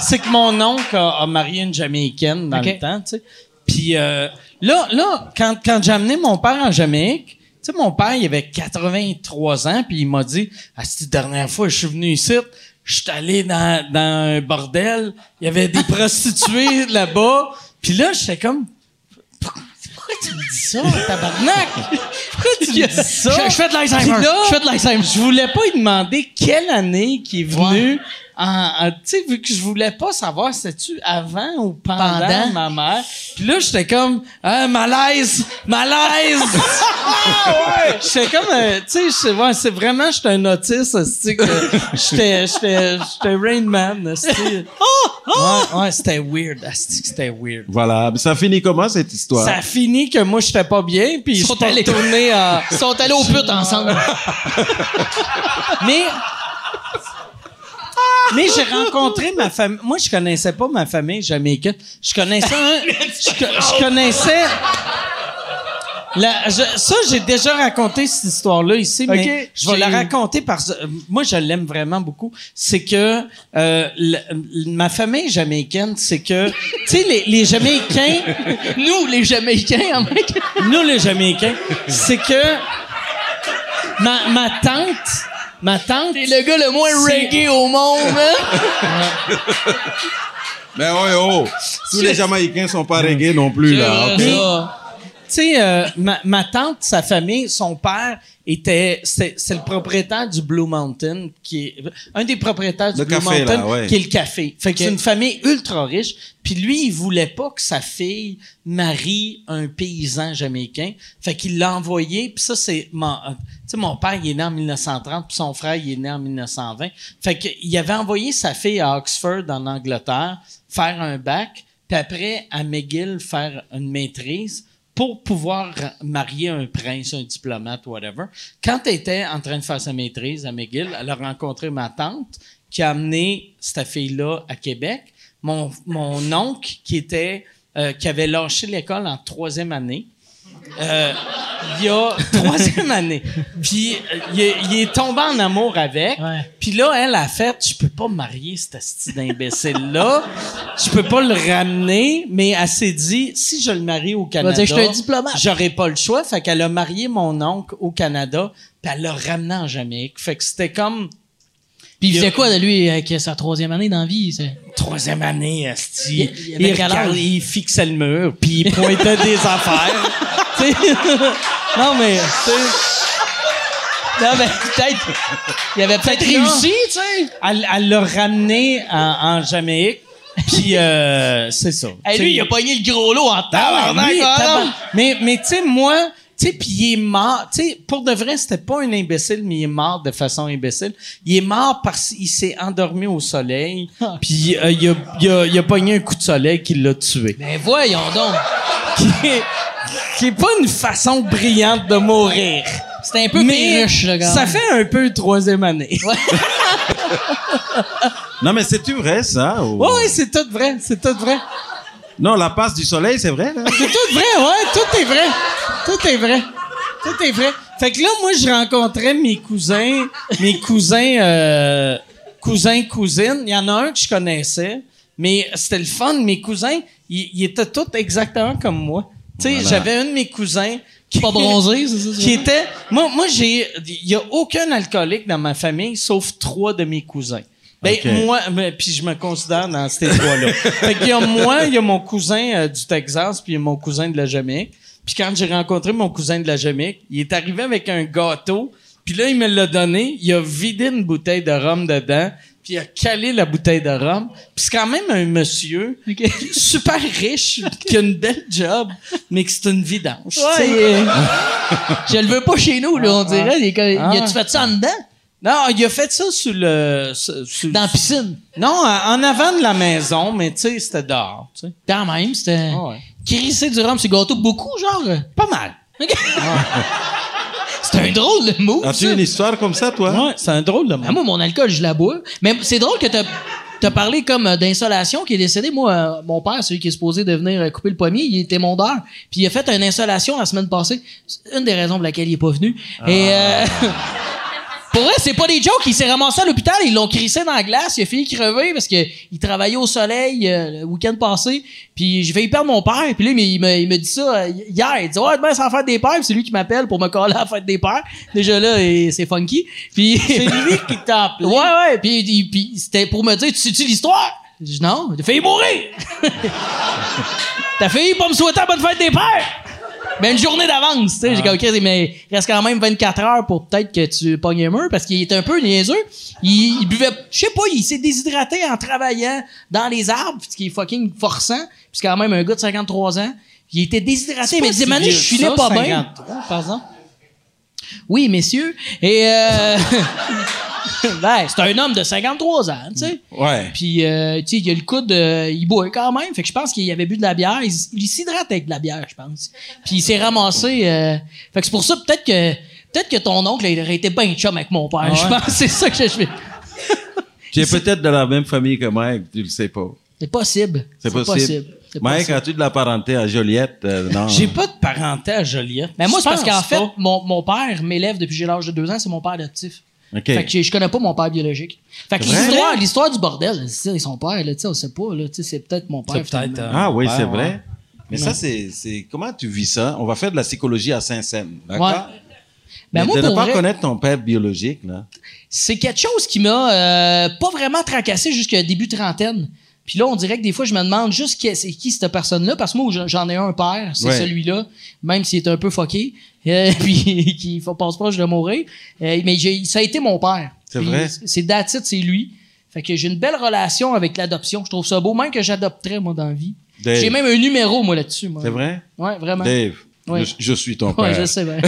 S7: C'est que mon oncle a, a marié une Jamaïcaine dans
S1: Ok.
S7: le temps, tu sais. Puis euh, là, là quand, quand j'ai amené mon père en Jamaïque, tu sais, mon père, il avait 83 ans, puis il m'a dit Ah, cette dernière fois, je suis venu ici, je suis allé dans, dans un bordel, il y avait des prostituées là-bas. Puis là, j'étais comme Pourquoi tu me dis ça, tabarnak Pourquoi tu me dis ça
S1: Je- je fais de l'Alzheimer.
S7: Puis là,
S1: Je fais de l'Alzheimer.
S7: je voulais pas lui demander quelle année qui est venu. en- en- tu sais, vu que je voulais pas savoir c'était-tu avant ou pendant,
S1: Pendant.
S7: ma mère. Puis là, j'étais comme, Ah, malaise, malaise. J'étais comme, euh, tu sais, j'étais- ouais, c'est vraiment, j'étais un autiste, hostie, que j'étais, j'étais, j'étais Rain Man, hostie. Ouais, ouais, c'était weird, hostie, c'était weird.
S9: Voilà, mais ça finit comment cette histoire?
S7: Ça a fini que moi, j'étais pas bien, puis je
S1: Ils
S7: suis
S1: sont allés.
S7: retourné en...
S1: Ils sont allés aux putes ensemble.
S7: Mais. Mais j'ai rencontré ma famille. Moi, je connaissais pas ma famille jamaïcaine. Je connaissais un. Je, co- je connaissais. La- je- ça, j'ai déjà raconté cette histoire-là ici, mais je vais la raconter parce que euh, moi, je l'aime vraiment beaucoup. C'est que euh, la- ma famille jamaïcaine, c'est que, tu sais, les, les Jamaïcains,
S1: Nous, les Jamaïcains, hein, mec.
S7: nous, les Jamaïcains, c'est que ma, ma tante, ma tante,
S1: T'es le gars le moins
S7: C'est-
S1: reggae au monde, hein?
S9: Mais ouais, oh! Tous les Jamaïcains sont pas reggae non plus, là. ok?
S7: Mais, tu sais, euh, ma, ma tante, sa famille, son père était, c'est c'est le propriétaire du Blue Mountain, qui est un des propriétaires du
S9: Le
S7: Blue
S9: café, là,
S7: Mountain,
S9: ouais.
S7: qui est le café. Fait que c'est une famille ultra riche. Puis lui, il voulait pas que sa fille marie un paysan jamaïcain. Fait qu'il l'a envoyé. Puis ça, c'est mon, euh, tu sais, mon père, il est né en 1930, puis son frère, il est né en 1920. Fait qu'il avait envoyé sa fille à Oxford, en Angleterre, faire un bac puis après à McGill faire une maîtrise pour pouvoir marier un prince, un diplomate, whatever. Quand elle était en train de faire sa maîtrise à McGill, elle a rencontré ma tante qui a amené cette fille-là à Québec. Mon, mon oncle qui était euh, qui avait lâché l'école en troisième année. Euh, il y a troisième année. Puis euh, il, est- il est tombé en amour avec.
S1: Ouais.
S7: Puis là, elle a fait, je peux pas me marier cet asti d'imbécile-là. Je peux pas le ramener, mais elle s'est dit, si je le marie au Canada,
S1: dire, je suis un diplomate.
S7: j'aurais pas le choix. Fait qu'elle a marié mon oncle au Canada, puis elle l'a ramené en Jamaïque. Fait que c'était comme
S1: Puis il
S7: Il
S1: faisait
S7: a-
S1: quoi de lui avec sa troisième année dans la vie? c'est-
S7: troisième année, asti.
S1: Il- il
S7: Il,
S1: avait quel
S7: regardait-
S1: âge?
S7: il fixait le mur, puis il pointait des affaires. Tu sais, non, mais... tu sais,
S1: Non, mais peut-être. Il avait peut-être
S7: Fait que là-
S1: réussi, tu sais.
S7: Elle elle l'a ramené en, en Jamaïque. Puis, euh, c'est ça.
S1: Hey, lui, il a pogné le gros lot en
S7: Ah,
S1: tabarnak.
S7: lui,
S1: ah,
S7: tabar-
S1: non.
S7: Mais, mais tu sais, moi, tu sais, puis il est mort. Tu sais, pour de vrai, c'était pas un imbécile, mais il est mort de façon imbécile. Il est mort parce qu'il s'est endormi au soleil. Puis, euh, il, a, il, a, il a pogné un coup de soleil qui l'a tué.
S1: Ben voyons donc.
S7: qui, est, qui est pas une façon brillante de mourir.
S1: C'était un peu
S7: mais
S1: plus riche, le gars.
S7: ça fait un peu troisième année.
S9: Non, mais c'est-tu vrai, ça? ou-
S7: Ouais, ouais, c'est tout vrai, c'est tout vrai.
S9: Non, la passe du soleil, c'est vrai, là?
S7: C'est tout vrai, ouais, tout est vrai. Tout est vrai. Tout est vrai. Fait que là, moi, je rencontrais mes cousins, mes cousins, euh, cousins, cousines. Il y en a un que je connaissais, mais c'était le fun. Mes cousins, ils ils étaient tous exactement comme moi. Tu sais, j'avais un de mes cousins qui,
S1: Pas bronzé, c'est ça, c'est
S7: qui était. Moi, moi, j'ai. Il y a aucun alcoolique dans ma famille, sauf trois de mes cousins. Ben,
S9: Ok.
S7: moi, ben, puis je me considère dans ces trois-là. fait qu'il y a moi, il y a mon cousin euh, du Texas, puis il y a mon cousin de la Jamaïque. Puis quand j'ai rencontré mon cousin de la Jamaïque, il est arrivé avec un gâteau, puis là, il me l'a donné, il a vidé une bouteille de rhum dedans, puis il a calé la bouteille de rhum. Puis c'est quand même un monsieur super riche, qui a une belle job, mais que c'est une vidange. tu sais.
S1: Ouais. je le veux pas chez nous, là, on dirait. Il est- il
S7: Ah.
S1: a-tu fait ça en dedans?
S7: Non, il a fait ça sur le... sur- sur-
S1: Dans la piscine.
S7: Non, à- en avant de la maison, mais tu sais, c'était dehors, tu sais.
S1: Quand même, c'était.
S7: Ah ouais.
S1: Crisser du rhum, c'est gâteau beaucoup, genre.
S7: Pas mal.
S1: C'est un drôle de move.
S9: As-tu
S1: ça.
S9: une histoire comme ça, toi?
S7: Ouais, c'est un drôle de
S1: Ah,
S7: moment.
S1: moi, mon alcool, je la bois. Mais c'est drôle que t'as as parlé comme euh, d'insolation qui est décédé. Moi, euh, mon père, celui qui est supposé devenir euh, couper le pommier, il était mondeur. Puis il a fait une insolation la semaine passée. C'est une des raisons pour laquelle il est pas venu. Et euh, pour vrai, c'est pas des jokes. Il s'est ramassé à l'hôpital, ils l'ont crissé dans la glace. Il a fini crever parce que il travaillait au soleil euh, le week-end passé. Puis j'ai failli perdre mon père. Puis là, mais il me, il me dit ça euh, hier. Il dit ouais demain c'est la fête des pères. Puis c'est lui qui m'appelle pour me coller à la fête des pères. Déjà là, et c'est funky. Puis
S7: C'est lui qui t'a appelé.
S1: Ouais, ouais. Puis, il- puis c'était pour me dire, tu sais-tu l'histoire? J'ai dit, non, t'as failli mourir. t'as failli pas me souhaiter la bonne fête des pères. Mais une journée d'avance, tu sais. J'ai dit, OK, mais il reste quand même 24 heures pour peut-être que tu pognes un mur parce qu'il était un peu niaiseux. Il, il buvait, je sais pas, il s'est déshydraté en travaillant dans les arbres, ce qui est fucking forçant. Puis c'est quand même un gars de 53 ans. Il était déshydraté, Ah, mais il disait, Manu, je filais
S7: Ça,
S1: pas bien.
S7: 53, par exemple.
S1: Oui, messieurs. Et euh... ben, c'est un homme de 53 ans, tu sais.
S9: Ouais.
S1: Puis, euh, tu sais, il a le coude, euh, il boit quand même. Fait que je pense qu'il avait bu de la bière. Il, s- il s'hydrate avec de la bière, je pense. Puis il s'est ramassé. euh, Fait que c'est pour ça, peut-être que peut-être que ton oncle il aurait été ben chum avec mon père. Je
S7: Ah
S1: pense que c'est ça que je fais.
S9: Tu es peut-être de la même famille que Mike, tu le sais pas.
S1: C'est possible.
S9: C'est possible.
S1: C'est
S9: Mike,
S1: possible.
S9: as-tu de la parenté à Joliette? Euh, non.
S7: J'ai pas de parenté à Joliette.
S1: Mais moi, c'est parce
S7: Je
S1: qu'en
S7: pense
S1: fait,
S7: pas.
S1: mon, mon père m'élève depuis que j'ai l'âge de deux ans. C'est mon père adoptif.
S9: OK.
S1: Fait que je, je connais pas mon père biologique. Fait que
S9: Vrai?
S1: l'histoire, l'histoire du bordel, c'est son père, là, tu sais, on sait pas, là, tu sais, c'est peut-être mon père.
S7: C'est peut-être,
S1: finalement.
S7: euh,
S9: Ah oui,
S7: Ouais,
S9: c'est
S7: ouais.
S9: vrai. Mais ça, c'est, c'est- Comment tu vis ça? On va faire de la psychologie à Saint-Saëns, d'accord?
S1: Ouais. Ben,
S9: Mais
S1: moi,
S9: de ne
S1: pour
S9: pas
S1: vrai-
S9: connaître ton père biologique, là.
S1: C'est quelque chose qui m'a euh, pas vraiment tracassé jusqu'à début trentaine. Puis là, on dirait que des fois, je me demande juste qui, c'est qui cette personne-là, parce que moi, j'en- j'en ai un père, c'est
S9: Ouais.
S1: celui-là, même s'il est un peu fucké, euh, puis qui fa- passe proche de mourir. Euh, mais j'ai- ça a été mon père.
S9: C'est
S1: Puis
S9: vrai.
S1: C'est d'attitude, c'est lui. Fait que j'ai une belle relation avec l'adoption. Je trouve ça beau, même que j'adopterais, moi, dans la vie.
S9: Dave.
S1: J'ai même un numéro, moi, là-dessus. moi.
S9: C'est vrai?
S1: Ouais, vraiment.
S9: Dave,
S1: Ouais.
S9: je, je suis ton père.
S1: Ouais, je sais bien.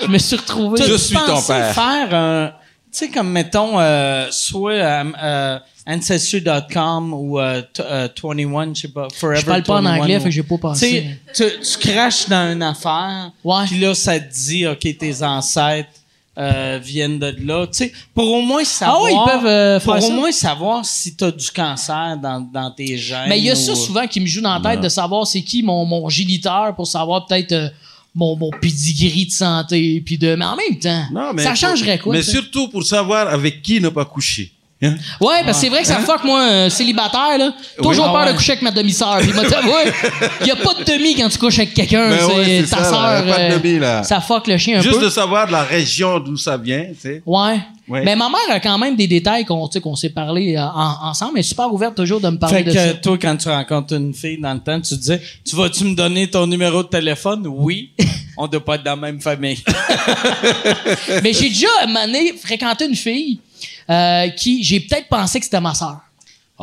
S1: je me suis retrouvé.
S9: Je
S7: T'as-tu
S9: suis ton
S7: pensé
S9: père.
S7: faire un... Tu sais, comme, mettons, euh, soit euh, euh, Ancestry.com ou euh, t- euh, 21, je sais pas, Forever
S1: Je parle pas en
S7: 21,
S1: anglais,
S7: ou-
S1: fait que j'ai pas
S7: Tu
S1: pensé.
S7: sais, tu, tu craches dans une affaire,
S1: Ouais.
S7: puis là, ça te dit, OK, tes ancêtres euh, viennent de là. Tu sais, pour au moins savoir...
S1: Ah ouais, ils peuvent, euh, faire
S7: Pour
S1: ça.
S7: au moins savoir si t'as du cancer dans, dans tes gènes.
S1: Mais il y a ça
S7: ou-
S1: souvent qui me joue dans la tête de savoir c'est qui mon, mon géniteur pour savoir peut-être euh, mon, mon pedigree de santé. Puis de... Mais en même temps,
S9: Non, mais
S1: ça changerait quoi?
S9: Mais
S1: ça?
S9: surtout pour savoir avec qui ne pas coucher. Hein?
S1: Ouais, parce que c'est vrai que ça fuck, moi, euh, célibataire, là. Toujours
S7: Ah
S1: peur de
S7: ouais.
S1: coucher avec ma demi-sœur. Puis moi, t'avouer, il n'y a pas de demi quand tu couches avec quelqu'un.
S9: Ben
S1: c'est
S9: ouais, c'est
S1: ta
S9: ça, là,
S1: sœur.
S9: y a pas de
S1: euh,
S9: demi, là.
S1: Ça fuck le chien un
S9: Juste
S1: peu.
S9: de savoir de la région d'où ça vient, tu sais.
S1: Ouais.
S9: Ouais.
S1: Mais ma mère a quand même des détails qu'on tu sais, qu'on s'est parlé euh, en- ensemble. Elle est super ouverte toujours de me parler
S7: Fait
S1: de
S7: que
S1: ça.
S7: toi, quand tu rencontres une fille dans le temps, tu te dis Tu vas-tu me donner ton numéro de téléphone Oui, on doit pas être dans la même famille.
S1: Mais j'ai déjà, à un moment donné, fréquenté une fille euh, qui, j'ai peut-être pensé que c'était ma sœur.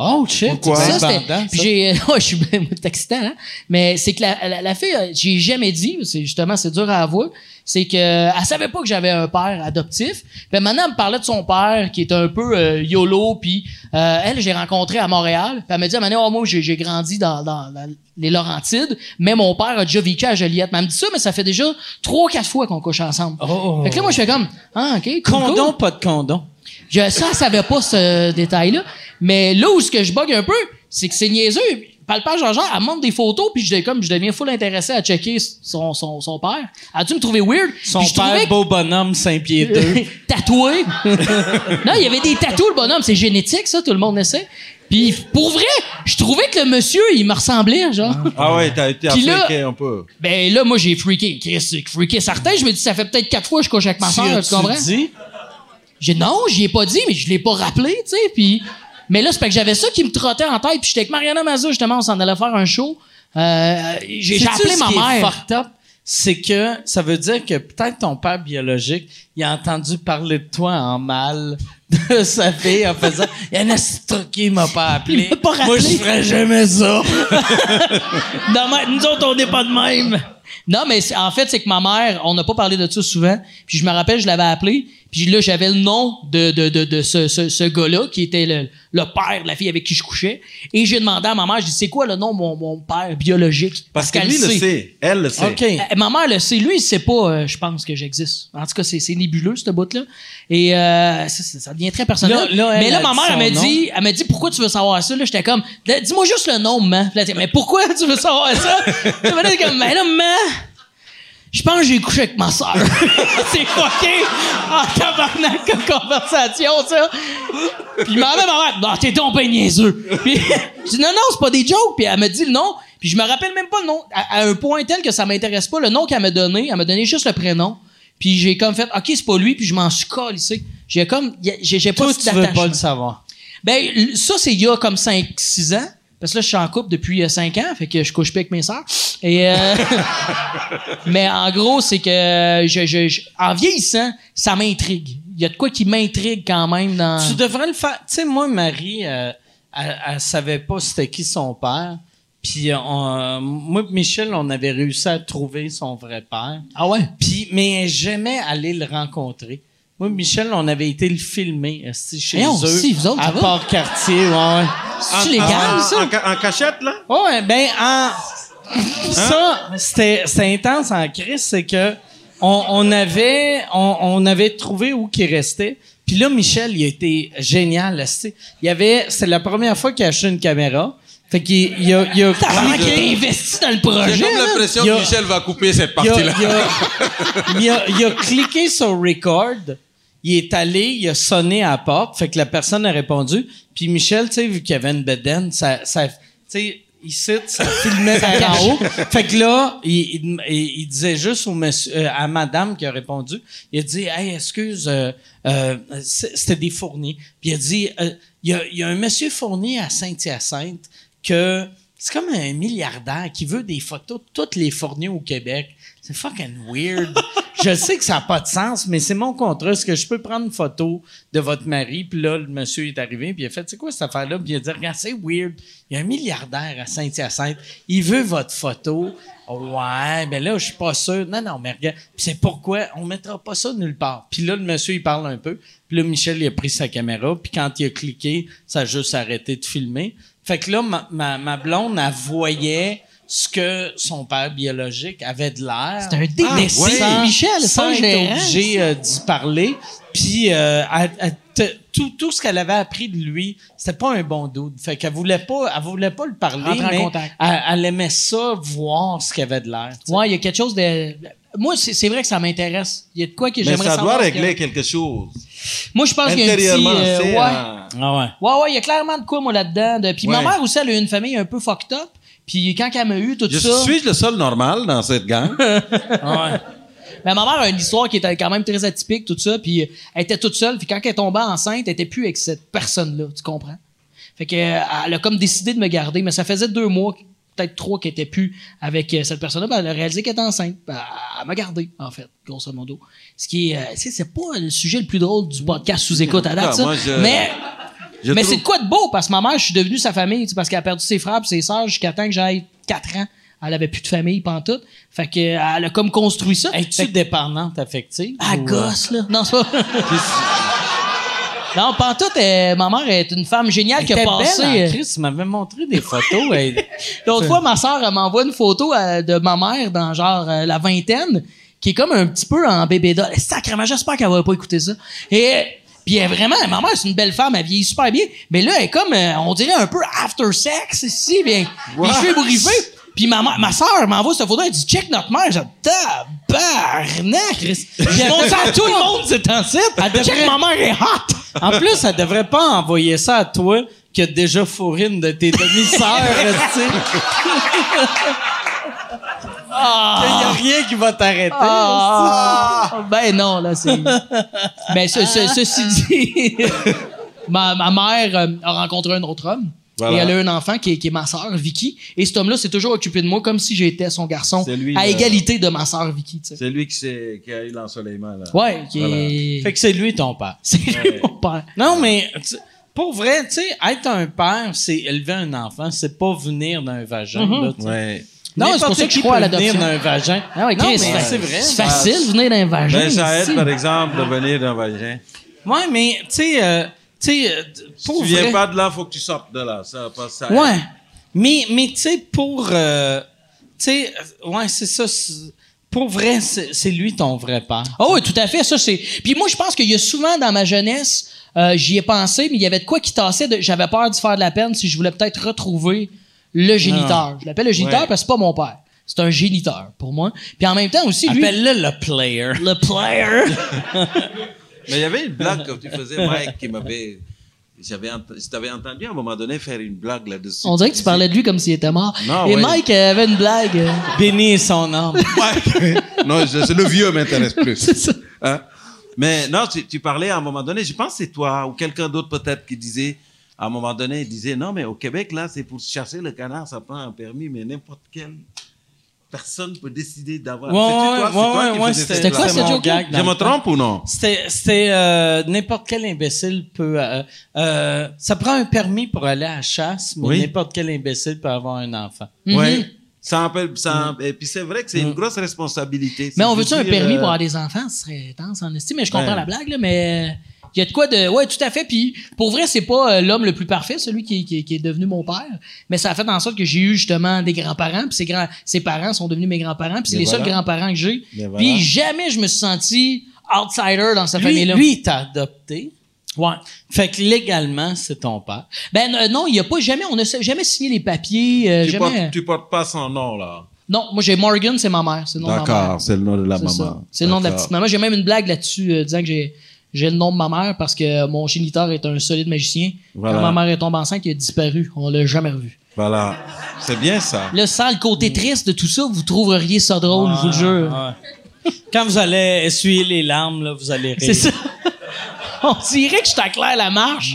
S7: Oh shit,
S9: Pourquoi?
S7: c'est
S1: Ça, c'était-
S7: bandant, ben, ça.
S1: puis j'ai, ouais, je suis bien moi, excitant, hein? mais c'est que la, la, la fille, euh, j'ai jamais dit, c'est justement, c'est dur à avouer, c'est que elle savait pas que j'avais un père adoptif. Puis maintenant, elle me parlait de son père qui était un peu euh, yolo, puis euh, elle, j'ai rencontré à Montréal. Puis elle me dit, à un moment donné, oh, moi, j'ai, j'ai grandi dans, dans, dans les Laurentides, mais mon père a déjà vécu à Joliette. Mais elle me dit ça, mais ça fait déjà trois, quatre fois qu'on couche ensemble.
S7: Oh.
S1: Fait que là, moi, je fais comme, ah, ok, cool, cool.
S7: Condom, pas de condom.
S1: Je, ça, elle savait pas ce détail-là. Mais là où ce que je bug un peu, c'est que c'est niaiseux. Palpage Jean-Jean, elle me montre des photos, puis je, deviens comme, je deviens full intéressé à checker son, son, son père. as dû me trouver weird?
S7: Son
S1: Puis je trouvais
S7: père, beau bonhomme, 5 pieds 2.
S1: tatoué. non, il y avait des tatous, le bonhomme. C'est génétique, ça, tout le monde essaie. Puis, pour vrai, je trouvais que le monsieur, il me ressemblait, genre.
S9: Ah ouais, t'as été
S1: Puis là-
S9: affecté un peu.
S1: Ben là, moi, j'ai freaké. Chris, c'est freaké certain. Je me dis, ça fait peut-être quatre fois que je couche avec ma
S7: Tu
S1: soeur, tu comprends?
S7: as-tu dit?
S1: J'ai dit, non, j'y ai pas dit, mais je l'ai pas rappelé, tu sais. Puis, mais là, c'est parce que j'avais ça qui me trottait en tête. Puis j'étais avec Mariana Mazza, justement, on s'en allait faire un show. Euh, j'ai j'ai
S7: Sais-tu
S1: appelé
S7: ce
S1: ma
S7: qui est
S1: mère.
S7: fucked up? C'est que ça veut dire que peut-être ton père biologique, il a entendu parler de toi en mal de sa fille en faisant « Il y en a ce truc qui m'a pas appelé.
S1: Il m'a pas rappelé.
S7: Moi, je ferais jamais ça. Dans ma- Nous autres, on n'est pas de même.
S1: Non, mais c'est- en fait, c'est que ma mère, on n'a pas parlé de ça souvent. Puis je me rappelle, je l'avais appelé. Puis là, j'avais le nom de, de, de, de ce, ce, ce gars-là, qui était le, le père de la fille avec qui je couchais. Et j'ai demandé à ma mère, j'ai dit, c'est quoi le nom de mon, mon père biologique?
S9: Parce que lui le sait. Elle le » sait.
S7: OK.
S1: Euh, ma mère le sait. Lui, il sait pas, euh, je pense, que j'existe. En tout cas, c'est c'est nébuleux, ce bout-là. Et euh, ça, ça- ça devient très personnel.
S7: Là- là, elle
S1: mais là,
S7: a
S1: ma
S7: dit
S1: mère, elle m'a
S7: son
S1: dit, elle m'a dit, pourquoi tu veux savoir ça? Là, J'étais comme, Là, dis-moi juste le nom, maman. Puis là, elle dit, mais pourquoi tu veux savoir ça? Puis là, j'étais comme, mais là, maman, je pense que j'ai couché avec ma soeur. c'est fucké en tabarnak comme conversation, ça. Puis ma mère m'a dit, ah, t'es donc ben niaiseux. Puis je dis, non, non, c'est pas des jokes. Puis elle me dit le nom. Puis je me rappelle même pas le nom. À, à un point tel que ça m'intéresse pas, le nom qu'elle m'a donné, elle m'a donné juste le prénom. Puis j'ai comme fait, OK, c'est pas lui. Puis je m'en suis ici. J'ai comme, y a- j'ai j'ai pas
S7: Toi,
S1: ce
S7: tu veux pas
S1: d'attachement.
S7: le savoir.
S1: Ben, l- ça, c'est il y a comme 5-6 ans. Parce que là, je suis en couple depuis 5 ans, fait que je couche plus avec mes sœurs. Et euh, Mais en gros, c'est que euh, je, je- je- en vieillissant, ça m'intrigue. Il y a de quoi qui m'intrigue quand même dans.
S7: Tu devrais le faire. Tu sais, moi, Marie, euh, elle, elle savait pas c'était qui son père. Puis euh, on- moi et Michel, on avait réussi à trouver son vrai père.
S1: Ah ouais?
S7: Puis, mais jamais aller le rencontrer. Moi, Michel, on avait été le filmer esti, chez
S1: Eh, on
S7: eux,
S1: sait, vous autres, ça
S7: à
S1: va?
S7: Port-Cartier. Ouais, ouais.
S1: C'est légal,
S9: Ah, en,
S1: ça?
S9: en ca- en cachette, là?
S7: Ouais, ben, en- ça, c'était c'était intense en crise, c'est que on, on avait, on, on avait trouvé où qu'il restait. Puis là, Michel, il a été génial, là, c'est- Il y avait, c'est la première fois qu'il a acheté une caméra. Fait qu'il il a, il a
S1: Avant
S7: cliqué-
S1: qu'il ait investi dans le projet.
S9: J'ai comme
S1: là.
S9: l'impression
S7: il y a-
S9: que Michel va couper cette
S7: il a,
S9: partie-là.
S7: il a- il a- il a cliqué sur record. Il est allé, il a sonné à la porte, fait que la personne a répondu. Puis Michel, tu sais, vu qu'il y avait une bedaine, ça, ça tu sais, ici, ça filmait vers en haut. Fait que là, il, il- il- il disait juste au monsieur, euh, à madame qui a répondu, il a dit, hey, excuse, euh, euh, c'est- c'était des fournis. Puis il a dit, Euh, il y, a, il y a un monsieur fourni à Saint-Hyacinthe que c'est comme un milliardaire qui veut des photos de toutes les fournies au Québec. C'est fucking weird. je sais que ça n'a pas de sens, mais c'est mon contrat. Est-ce que je peux prendre une photo de votre mari? Puis là, le monsieur est arrivé, puis il a fait, c'est quoi cette affaire-là? Puis il a dit, regarde, c'est weird. Il y a un milliardaire à Saint-Hyacinthe. Il veut votre photo. Ouais, mais là, je suis pas sûr. Non, non, mais regarde. Puis c'est pourquoi on mettra pas ça nulle part. Puis là, le monsieur, il parle un peu. Puis là, Michel, il a pris sa caméra. Puis quand il a cliqué, ça a juste arrêté de filmer. Fait que là, ma, ma, ma blonde, elle voyait ce que son père biologique avait de l'air.
S1: C'est un délire.
S9: Ah,
S7: Mais
S1: Ouais.
S7: sans-
S1: Michel, c'est
S7: sans
S1: un
S7: être
S1: gérant.
S7: obligé euh, d'y parler. Puis euh, elle- elle te- tout, tout ce qu'elle avait appris de lui, c'était pas un bon doute. Fait qu'elle voulait pas, elle voulait pas le parler,
S1: Rentrer en
S7: mais
S1: contact.
S7: elle, elle aimait ça, voir ce qu'il avait de l'air. tu sais.
S1: Ouais, il y a quelque chose de. Moi, c'est c'est vrai que ça m'intéresse. Il y a de quoi que
S9: Mais
S1: j'aimerais
S9: ça
S1: savoir.
S9: doit
S1: que-
S9: régler quelque chose.
S1: Moi, je pense qu'il y a un petit.
S9: Intérieurement,
S1: euh,
S9: c'est...
S1: ouais.
S9: euh,
S7: Ah ouais.
S1: Ouais, ouais, il y a clairement de quoi, moi, là-dedans. De- Puis ma
S9: Ouais.
S1: mère aussi, elle a eu une famille un peu fucked up. Puis quand elle m'a eu, tout
S9: Je
S1: ça.
S9: suis le seul normal dans cette gang.
S7: Ah
S1: Mais ma mère a une histoire qui était quand même très atypique, tout ça. Puis euh, elle était toute seule. Puis quand elle est tombée enceinte, elle était plus avec cette personne-là. Tu comprends? Fait que, euh, elle a comme décidé de me garder. Mais ça faisait deux mois, peut-être trois, qu'elle était plus avec euh, cette personne-là. Ben, elle a réalisé qu'elle était enceinte. Ben, elle m'a gardé, en fait, grosso modo. Ce qui est, euh, tu sais, c'est pas le sujet le plus drôle du podcast sous écoute à date,
S9: Ah,
S1: ça.
S9: moi, je-
S1: Mais.
S9: Je
S1: Mais
S9: trouve-
S1: c'est de quoi de beau? Parce que ma mère, je suis devenu sa famille, tu sais, parce qu'elle a perdu ses frères et ses sœurs jusqu'à temps que j'aille 4 ans. Elle avait plus de famille, pantoute. Fait que, euh, elle a comme construit ça.
S7: Es-tu
S1: Fait que-
S7: dépendante affective?
S1: à
S7: ou, euh,
S1: Ah, gosse, là. Non, c'est pas. non, Pantoute, euh, ma mère est une femme géniale
S7: Elle
S1: qui
S7: était
S1: a passé.
S7: passée, belle,
S1: euh,
S7: en Christ, tu m'avais montré des photos. elle-
S1: L'autre fois, ma soeur, elle m'envoie une photo euh, de ma mère dans genre euh, la Eh, vingtaine, qui est comme un petit peu en bébé d'or. Sacrément, j'espère qu'elle va pas écouter ça. Et. Puis elle, vraiment, ma mère, c'est une belle femme, elle vieillit super bien. Mais là, elle est comme, euh, on dirait un peu after sex ici, bien, les cheveux ébouriffés. Puis ma, ma, ma soeur m'envoie cette photo, elle dit check notre mère. J'ai dit tabarnak. J'ai montré à tout le monde cet enceinte. Elle dit check ma mère est hot.
S7: En plus, elle devrait pas envoyer ça à toi qui a déjà fourré une de tes demi-sœurs, tu sais. Il y a rien qui va t'arrêter.
S1: Ah, ben non, là, c'est. Mais ce- ce- ceci dit,
S7: Ah!
S1: ma, ma mère euh, a rencontré un autre homme. Et elle a un enfant qui est, qui est ma sœur, Vicky. Et cet homme-là s'est toujours occupé de moi comme si j'étais son garçon,
S9: C'est lui,
S1: à
S9: le-
S1: égalité de ma sœur Vicky. tu sais.
S9: C'est lui qui, s'est- qui a eu l'ensoleillement, là.
S1: Ouais, qui est.
S7: Fait que c'est lui ton père.
S1: C'est lui, mon père.
S7: Non, mais tu- pour vrai, tu sais, être un père, c'est élever un enfant, c'est pas venir d'un vagin. là, tu sais.
S9: Ouais.
S1: Non, c'est
S7: N'importe
S1: pour ça que je
S7: qui
S1: crois à
S7: peut venir
S1: l'adoption.
S7: d'un vagin.
S1: Ah ouais,
S7: Non,
S1: Chris,
S7: mais
S1: fa-
S7: c'est vrai.
S1: C'est facile de venir d'un vagin.
S9: Ben, ça
S1: ici.
S9: aide, par exemple, de venir d'un vagin.
S7: Ouais, mais tu sais, euh, tu sais, euh, pour
S9: Tu viens
S7: vrai.
S9: pas de là, faut que tu sortes de là. Ça, parce que ça aide.
S7: Ouais. Mais, mais tu sais, pour. euh, tu sais, euh, ouais, c'est ça. c'est- Pour vrai, c'est c'est lui ton vrai père.
S9: Ah,
S1: Oh oui, tout à fait. Ça, c'est. Puis moi, je pense qu'il y a souvent dans ma jeunesse, euh, j'y ai pensé, mais il y avait de quoi qui tassait. de- J'avais peur d'y faire de la peine si je voulais peut-être retrouver le géniteur. Je l'appelle le géniteur parce que c'est pas mon père. C'est un géniteur pour moi. Puis en même temps aussi, lui.
S7: Appelle-le le player.
S1: Le player.
S9: Mais il y avait une blague que tu faisais, Mike, qui m'avait. J'avais ent- Je t'avais entendu à un moment donné faire une blague là-dessus.
S1: On dirait que tu parlais de lui comme s'il était mort.
S9: Non,
S1: Et
S9: ouais.
S1: Mike euh, avait une blague. euh,
S7: Bénis son âme.
S9: Mike. non, je- c'est le vieux m'intéresse plus.
S1: c'est ça.
S9: Hein? Mais non, tu, tu parlais à un moment donné, je pense que c'est toi ou quelqu'un d'autre peut-être qui disait, à un moment donné, il disait non, mais au Québec, là, c'est pour chasser le canard, ça prend un permis, mais n'importe quelle personne peut décider d'avoir.
S7: Ouais,
S9: C'est-tu
S7: ouais, ouais,
S9: toi? C'est toi qui
S7: ouais,
S9: faisais cette
S7: c'était
S9: blague?
S1: quoi, ce
S7: mon
S1: joke-là?
S7: gag dans
S9: Je me
S7: le temps.
S9: trompe ou non?
S7: C'était, c'était, euh, n'importe quel imbécile peut. euh, euh, ça prend un permis pour aller à la chasse, mais
S9: Oui.
S7: n'importe quel imbécile peut avoir un enfant.
S1: Mm-hmm. Mhm.
S9: Oui. Ça appelle- ça- Et puis c'est vrai que c'est une grosse responsabilité.
S1: Mm. Mais
S9: Ça
S1: on
S9: veut
S1: veut-tu un
S9: dire,
S1: permis pour
S9: euh, Ben.
S1: avoir des enfants? Ce serait dense en estime, mais je comprends
S9: Ouais.
S1: la blague, là, mais il y a de quoi de... Ouais, tout à fait. Puis pour vrai, c'est pas euh, l'homme le plus parfait, celui qui, qui- qui est devenu mon père, mais ça a fait en sorte que j'ai eu justement des grands-parents, puis ses, grands, ses parents sont devenus mes grands-parents, puis c'est
S9: Mais
S1: les seuls
S9: voilà.
S1: grands-parents que j'ai.
S9: Mais voilà.
S1: Puis jamais je me suis senti outsider dans cette
S7: Lui,
S1: famille-là.
S7: lui, il t'a adopté.
S1: Ouais.
S7: Fait que légalement, c'est ton père.
S1: Ben euh, non, il y a pas jamais... On n'a jamais signé les papiers, euh,
S9: Tu
S1: jamais...
S9: portes, tu portes pas son nom, là.
S1: Non, moi j'ai Morgan, c'est ma mère, c'est le nom de ma mère.
S9: c'est le nom de la
S1: C'est ça. C'est le nom de la petite maman. J'ai même une blague là-dessus euh, disant que j'ai j'ai le nom de ma mère parce que mon géniteur est un solide magicien.
S9: Voilà.
S1: Quand ma mère est tombée enceinte, il a disparu. On l'a jamais revu.
S9: Voilà. C'est bien ça.
S1: Là, sans le
S9: Mm.
S1: côté triste de tout ça, vous trouveriez ça drôle, je vous le
S9: Ah.
S1: jure.
S7: Ah, Ouais. Quand vous allez essuyer les larmes, là, vous allez rire.
S1: C'est ça. On dirait que je t'acclare la marche.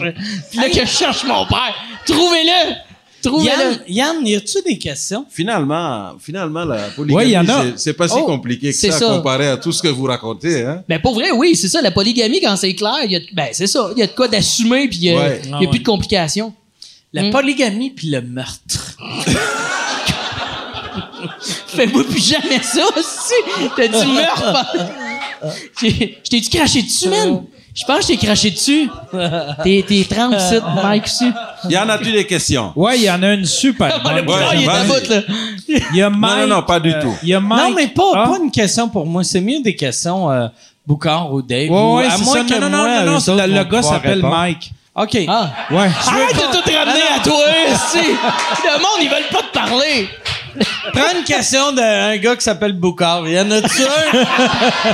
S1: Puis là, que je cherche mon père. Trouvez-le!
S7: Yann,
S1: Trouvez-le!
S7: Yann, y a-tu des questions?
S9: Finalement, finalement, la
S2: Ouais, il
S9: polygamie,
S2: y en a.
S9: c'est- c'est pas si
S1: Oh,
S9: compliqué que
S1: c'est
S9: ça,
S1: ça.
S9: comparé à tout ce que vous racontez. Hein?
S1: Ben pour vrai, oui, c'est ça. La polygamie, quand c'est clair, il y a, ben c'est ça. Il y a de quoi d'assumer, puis il y a,
S9: Ouais.
S1: il y a
S7: Ah ouais.
S1: plus de complications.
S7: La
S1: Hmm.
S7: polygamie puis le meurtre.
S1: Fais-moi plus jamais ça aussi. T'as dit meurtre. J'ai- Je t'ai-tu craché dessus, man? Je pense que je t'ai craché dessus. T'es, t'es 37, Mike, aussi.
S9: Y en a-tu des questions?
S2: Ouais, il y en à une super.
S1: Oh, le
S2: bonne.
S1: bouchard,
S9: Ouais,
S1: il est à
S9: vas-y.
S1: bout, là.
S2: Il y a Mike.
S9: non, non, pas du
S2: euh,
S9: tout.
S2: Il y a Mike.
S7: non, mais pas,
S2: Ah.
S7: pas une question pour moi. C'est mieux des questions euh, Boucard ou Dave.
S2: Ouais,
S7: ou,
S2: ouais,
S7: à
S2: c'est
S7: moins
S2: ça.
S7: que
S2: Non, non,
S7: moi,
S2: non, non,
S7: eux
S2: non,
S7: autres
S2: c'est- le
S7: vont
S2: gars
S7: pouvoir
S2: s'appelle
S7: répondre.
S2: Mike.
S7: OK.
S1: Ah.
S2: Ouais.
S1: Arrête de tout ramener à toi, si. Le monde, ils veulent pas te parler.
S7: Prends une question d'un gars qui s'appelle Boucard. Y en a-tu un?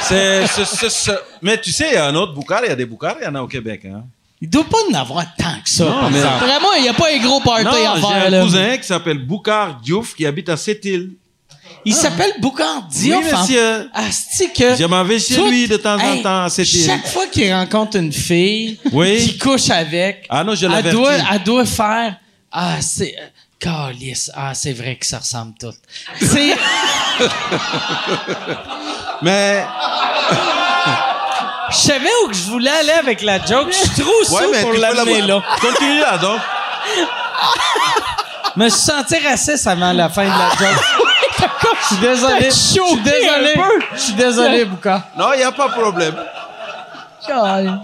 S9: C'est- c'est- c'est- c'est- Mais tu sais, il y a un autre boucard, il y a des boucards, il y en a au Québec. Hein?
S7: Il doit pas en avoir tant que ça. par
S9: mais-
S7: exemple.
S1: Vraiment, il y a pas un gros party
S9: Non,
S1: à
S9: j'ai
S1: faire,
S9: un
S1: là.
S9: cousin qui s'appelle Boucard Diouf qui habite à Sept-Îles.
S7: Il s'appelle Boucard
S9: Oui,
S7: Diouf. en-
S9: monsieur.
S7: Asti que...
S9: Je m'en vais chez
S7: Tout-
S9: lui de temps en
S7: Hey,
S9: temps à Sept-Îles.
S7: Chaque fois qu'il rencontre une fille,
S9: Oui.
S7: qu'il couche avec,
S9: Ah non, je
S7: elle
S9: l'avertis.
S7: doit, elle doit faire Ah, c'est. euh, Calisse. Ah, c'est vrai que ça ressemble tout. C'est.
S9: Mais,
S7: Je savais où que je voulais aller avec la joke. Je suis trop
S9: ouais,
S7: saoul
S9: mais
S7: pour
S9: tu peux
S7: l'amener
S9: l'avoir-
S7: là.
S9: Continue là, donc.
S7: Je me suis senti raciste avant la fin de la joke.
S9: Ah
S7: Je suis désolé. Je suis désolé. Je suis désolé, Bouka.
S9: Non, il n'y a pas de problème.
S7: On va,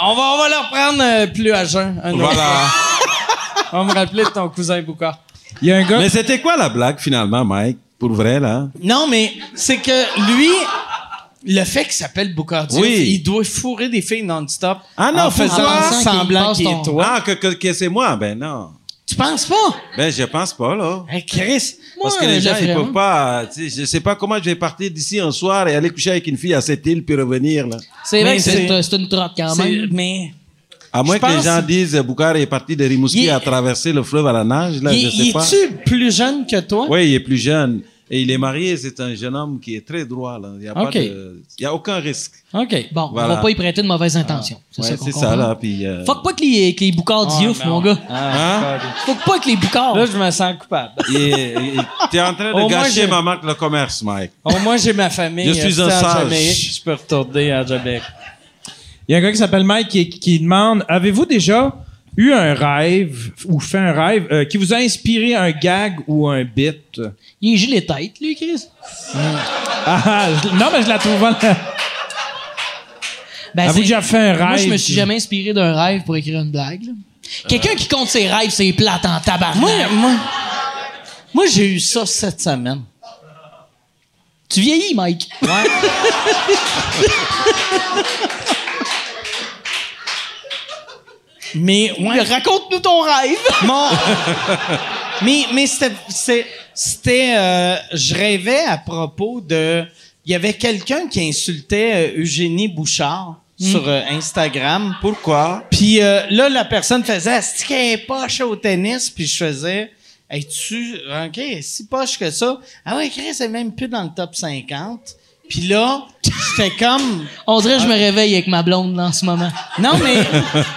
S7: on va le reprendre euh, plus à jeun. un autre
S9: Voilà.
S7: fois. On va me rappeler de ton cousin Bouka.
S2: Il y a un gars.
S9: Mais c'était quoi la blague finalement, Mike? Pour vrai, là?
S7: Non, mais c'est que lui, le fait qu'il s'appelle Booker T,
S9: Oui.
S7: il doit fourrer des filles non-stop.
S9: Ah non,
S7: en
S9: faut
S7: faisant
S9: pas.
S1: En pensant qu'il
S7: semblant
S1: passe
S7: qu'il
S1: ton-
S7: est toi.
S9: Ah, que, que, que c'est moi? Ben non.
S7: Tu penses pas?
S9: Ben, je pense pas, là.
S7: Hey, Chris,
S9: Parce que
S1: Moi,
S9: les
S1: je
S9: gens,
S1: le
S9: ils
S1: ferais, hein.
S9: peuvent pas. euh, tu sais, Je sais pas comment je vais partir d'ici un soir et aller coucher avec une fille à cette île puis revenir, là.
S1: C'est vrai
S7: Mais
S1: que
S7: c'est-
S1: c'est une- c'est une trotte quand
S7: c'est-
S1: même.
S7: mais
S9: À moins
S7: Je
S9: que les
S7: pense-
S9: gens disent euh, Boukhar est parti de Rimouski
S7: Il-
S9: à traverser le fleuve à la nage, là,
S7: il-
S9: Ben, je sais
S7: il hein?
S9: pas.
S7: est-tu plus jeune que toi?
S9: Oui, il est plus jeune. Et il est marié, c'est un jeune homme qui est très droit, là. Il y a, pas
S1: Ok.
S9: de- il y a aucun risque.
S1: OK. Bon, on
S9: Voilà. Ah.
S1: va pas y prêter de mauvaises intentions. C'est
S9: Ouais,
S1: ça qu'on
S9: c'est
S1: comprend.
S9: ça, là. Puis, euh,
S1: Fuck pas que les, que les boucards
S9: Ah,
S1: d'Iouf, mon gars.
S9: hein?
S1: Fuck pas que les boucards.
S7: Là, je me sens coupable.
S9: Il est- il- T'es en train de
S7: Au moins,
S9: gâcher
S7: j'ai-
S9: ma marque de commerce, Mike.
S7: Au moins, j'ai ma famille.
S9: Je suis
S7: euh,
S9: un
S7: en
S9: sage.
S7: Jamaïque, Je peux retourner en Jamaïque.
S2: Il y a un gars qui s'appelle Mike qui, qui demande Avez-vous déjà eu un rêve ou fait un rêve euh, qui vous a inspiré un gag ou un bit
S1: Il est gilet tête, lui, Chris.
S2: Ah, ah, je- Non, mais je la trouve bonne.
S1: Ben,
S2: Avez-vous
S1: c'est-
S2: déjà fait un rêve
S1: Moi, je me suis jamais inspiré d'un rêve pour écrire une blague. là. Quelqu'un qui compte ses rêves, c'est plate en tabarnak.
S7: Moi, moi, moi j'ai eu ça cette semaine.
S1: Tu vieillis, Mike.
S7: Mais, ouais,
S1: Raconte-nous ton rêve.
S7: mon- mais, mais c'était, c'est- c'était, euh, je rêvais à propos de, il y avait quelqu'un qui insultait euh, Eugénie Bouchard
S1: Hmm.
S7: sur euh, Instagram.
S9: Pourquoi?
S7: Puis euh, là, la personne faisait Est-ce qu'elle est poche au tennis? Puis je faisais Es-tu OK, elle est si poche que ça? Ah ouais, Chris, elle est même plus dans le top 50. Puis là, j'étais comme
S1: On dirait que je me réveille avec ma blonde là, en ce moment.
S7: Non, mais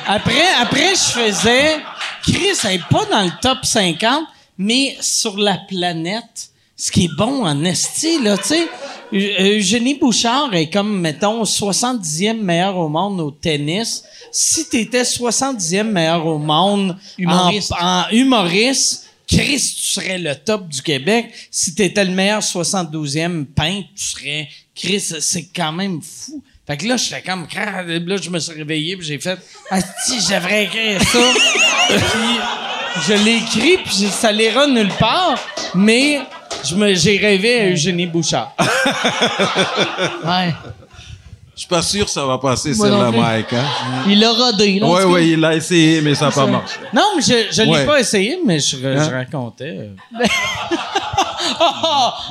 S7: après, après je faisais Chris, elle est pas dans le top 50, mais sur la planète, ce qui est bon en esti, là, tu sais. Eu- Eugénie Bouchard est comme, mettons, 70e meilleur au monde au tennis. Si t'étais 70e meilleur au monde
S1: Humoriste.
S7: en, en humoriste, Chris, tu serais le top du Québec. Si t'étais le meilleur 72e peintre, tu serais... Chris, c'est quand même fou. Fait que là, j'étais comme... crrr, Là, je me suis réveillé, puis j'ai fait... Ah, si, j'aimerais écrire ça. puis, je l'ai écrit, puis j'ai- ça l'ira nulle part. Mais je me- j'ai rêvé à Eugénie Bouchard.
S1: Ouais.
S9: Je suis pas sûr que ça va passer,
S1: Moi non
S9: celle-là,
S1: plus.
S9: Mike. Hein?
S1: Il a rodé. Là, en
S9: Oui,
S1: tout cas.
S9: oui, il a essayé, mais ça n'a pas marché.
S7: Non, mais je, je l'ai
S9: Ouais.
S7: pas essayé, mais je, je
S9: Hein?
S7: racontais... euh,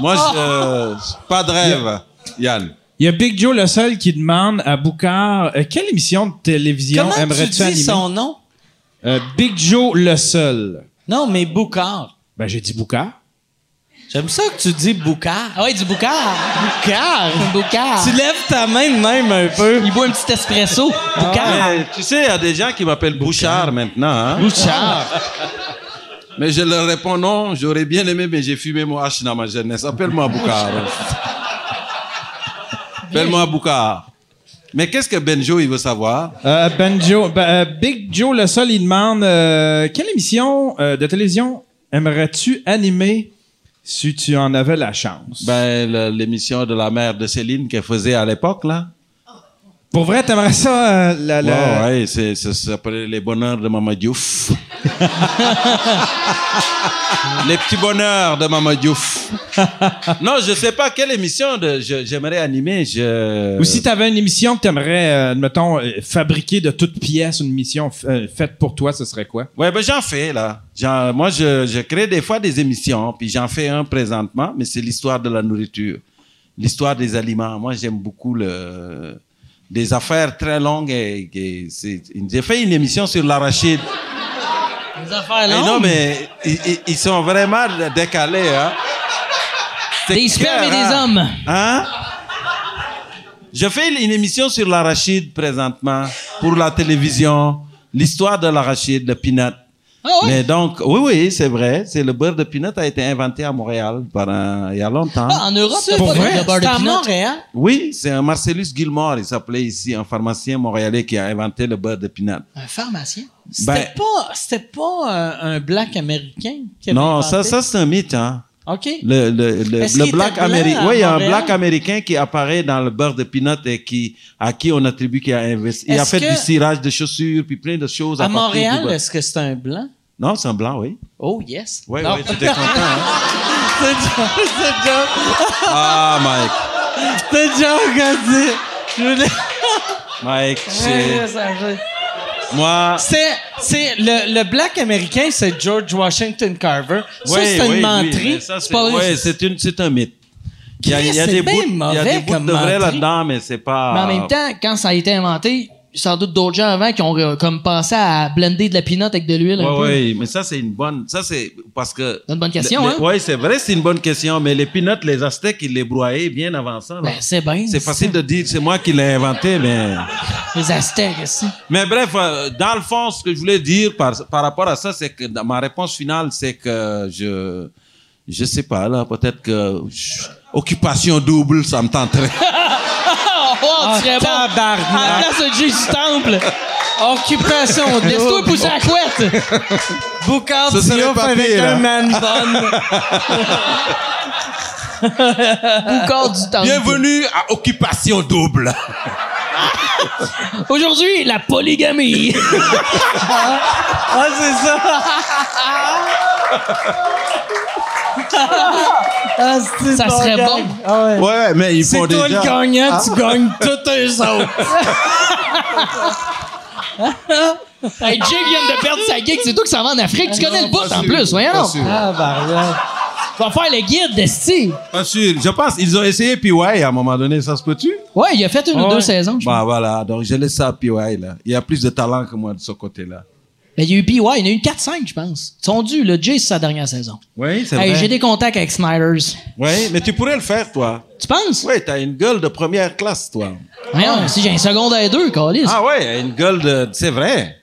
S9: Moi, je- euh, pas de rêve, Yann.
S2: Il y a Big Joe le seul qui demande à Boucard euh, quelle émission de télévision
S7: Comment tu
S2: aimerais-tu
S7: dis
S2: animer
S7: son nom?
S2: Euh, Big Joe le seul.
S7: Non, mais Boucard.
S2: Ben j'ai dit Boucard.
S7: J'aime ça que tu dis Boucard.
S1: Ah ouais, du boucard.
S7: Boucard?
S1: Un boucard.
S7: Tu lèves ta main de même un peu.
S1: Il boit un petit espresso. Boucard.
S7: Ah,
S9: Mais, tu sais, il y a des gens qui m'appellent Bouchard maintenant. hein.
S7: Bouchard.
S9: Mais je leur réponds non, j'aurais bien aimé, mais j'ai fumé mon hache dans ma jeunesse. Appelle-moi Boukhar. Appelle-moi Boukhar. Mais qu'est-ce que Benjo, il veut savoir?
S2: Euh, ben Joe- ben, euh, Big Joe le seul il demande euh, quelle émission euh, de télévision aimerais-tu animer si tu en avais la chance.
S9: Ben, le- l'émission de la mère de Céline qu'elle faisait à l'époque, là.
S2: Pour vrai t'aimerais ça euh, la, la-
S9: Ouais, ouais, c'est, ça s'appelait Les Bonheurs de Maman Diouf. les Petits Bonheurs de Maman Diouf. non, je sais pas quelle émission de- je- j'aimerais animer. Je...
S2: Ou si tu avais une émission que tu aimerais, mettons, euh, fabriquer de toutes pièces, une mission f- euh, faite pour toi, ce serait quoi?
S9: Ouais, ben j'en fais là. J'en- moi, je, je crée des fois des émissions, puis j'en fais un présentement, mais c'est l'histoire de la nourriture, l'histoire des aliments. Moi, j'aime beaucoup le des affaires très longues. Et, et c'est- j'ai fait une émission sur l'arachide.
S1: Des affaires
S9: Et
S1: longues.
S9: non, mais ils, ils- ils sont vraiment décalés. Hein. C'est
S1: Des spermes et
S9: clair,
S1: des
S9: hein.
S1: hommes.
S9: Hein? Je fais une émission sur l'arachide présentement pour la télévision, l'histoire de l'arachide, le peanut.
S1: Ah ouais?
S9: Mais donc, oui, oui, c'est vrai. C'est le beurre de peanut a été inventé à Montréal par un- il y a longtemps.
S1: Ah, en Europe, t'as
S7: Pour
S1: pas de-
S7: vrai?
S1: de beurre
S7: C'est
S1: de
S7: à
S1: pinot.
S7: Montréal?
S9: Oui, c'est un Marcellus Gilmore, il s'appelait ici, un pharmacien montréalais qui a inventé le beurre de peanut.
S1: Un pharmacien.
S7: C'était
S9: Ben-
S7: pas, c'était pas euh, un black américain qui avait
S9: Non, ça,
S7: inventé?
S9: ça c'est un mythe. Hein.
S7: OK.
S9: Le, le, le,
S7: Est-ce
S9: le
S7: qu'il
S9: black
S7: était blanc
S9: américain.
S7: à
S9: Oui, il y a un
S7: Montréal?
S9: black américain qui apparaît dans le beurre de peanut et qui, à qui on attribue qu'il a investi. Il a
S7: Est-ce
S9: fait
S7: que-
S9: du cirage de chaussures, puis plein de choses à,
S7: À
S9: partir du
S7: Montréal,
S9: beurre.
S7: est-ce que c'est un blanc?
S9: Non, c'est un blanc, oui.
S7: Oh, yes.
S9: Oui,
S7: Non.
S9: oui, tu t'es content. hein?
S7: C'est déjà- c'est déjà-
S9: Ah, Mike.
S7: T'as déjà regardé. Je voulais-
S9: Mike, c'est- moi,
S7: C'est, c'est le, le black américain, c'est George Washington Carver. Ça,
S9: Ouais,
S7: c'est une
S9: oui, oui,
S7: menterie.
S9: mais ça,
S7: C'est
S9: c'est
S7: pas-
S9: ouais, c'est une- c'est un mythe. Il y a, il y a
S7: Chris,
S9: des
S7: c'est bien
S9: bouts, il y a
S7: mauvais
S9: des bouts
S7: comme
S9: de vrai
S7: menterie.
S9: là-dedans, mais c'est pas.
S1: Mais en même temps, quand ça a été inventé, sans doute d'autres gens avant qui ont euh, comme pensé à blender de la pinotte avec de l'huile un
S9: Oui,
S1: peu.
S9: oui, mais ça, c'est une bonne. Ça, c'est parce que.
S1: C'est une bonne question, hein?
S9: Oui, c'est vrai, c'est une bonne question, mais les peanuts, les Aztèques, ils les broyaient bien avant ça. là.
S1: Ben, c'est bien.
S9: c'est facile de dire, c'est moi qui l'ai inventé, mais.
S1: Les Aztèques, aussi.
S9: Mais bref, euh, dans le fond, ce que je voulais dire par, par rapport à ça, c'est que dans ma réponse finale, c'est que je. Je sais pas, là, peut-être que. je- occupation double, ça me tenterait.
S1: Oh,
S7: Ah,
S9: Ah,
S1: oh, tu serais bon. À la place de Jésus Temple.
S7: Occupation
S1: Laisse-toi
S7: double.
S1: pousser la couette.
S7: Boucard
S9: Ce serait
S7: Diouf
S9: pas
S7: avec
S9: pire,
S7: un
S9: hein.
S7: man bun.
S1: Au corps du temple.
S9: Bienvenue à Occupation double.
S1: Aujourd'hui, la polygamie.
S7: Ah, c'est ça. ah, c'est
S1: Ça
S7: ton
S1: serait
S7: gag.
S1: bon.
S7: Ah ouais.
S9: Ouais, mais ils
S7: C'est
S9: font
S7: toi
S9: déjà. Ah.
S7: le gagnant, tu gagnes toutes les autres.
S1: hey, Jay vient de perdre sa gig. C'est toi qui s'en va en Afrique.
S9: Ah,
S1: Tu connais le bout en plus, voyons. Tu
S7: Ah, bah,
S1: vas faire le guide de style.
S9: Pas sûr. Je pense ils ont essayé PY à un moment donné, ça se peut-tu?
S1: Ouais, il a fait une ou deux saisons. je
S9: Bah voilà, donc je laisse ça à PY là. Il y a plus de talent que moi de ce côté-là.
S1: Mais il y a eu PY, il y en a eu 4-5, je pense. Ils sont dus, le Jay, c'est sa dernière saison.
S9: Oui, c'est
S1: Hey,
S9: vrai.
S1: j'ai des contacts avec Snyder's.
S9: Oui, mais tu pourrais le faire, toi.
S1: Tu penses?
S9: Oui, t'as une gueule de première classe, toi.
S1: Voyons, si j'ai un secondaire 2, Calis.
S9: Ah ouais, une gueule de. C'est vrai.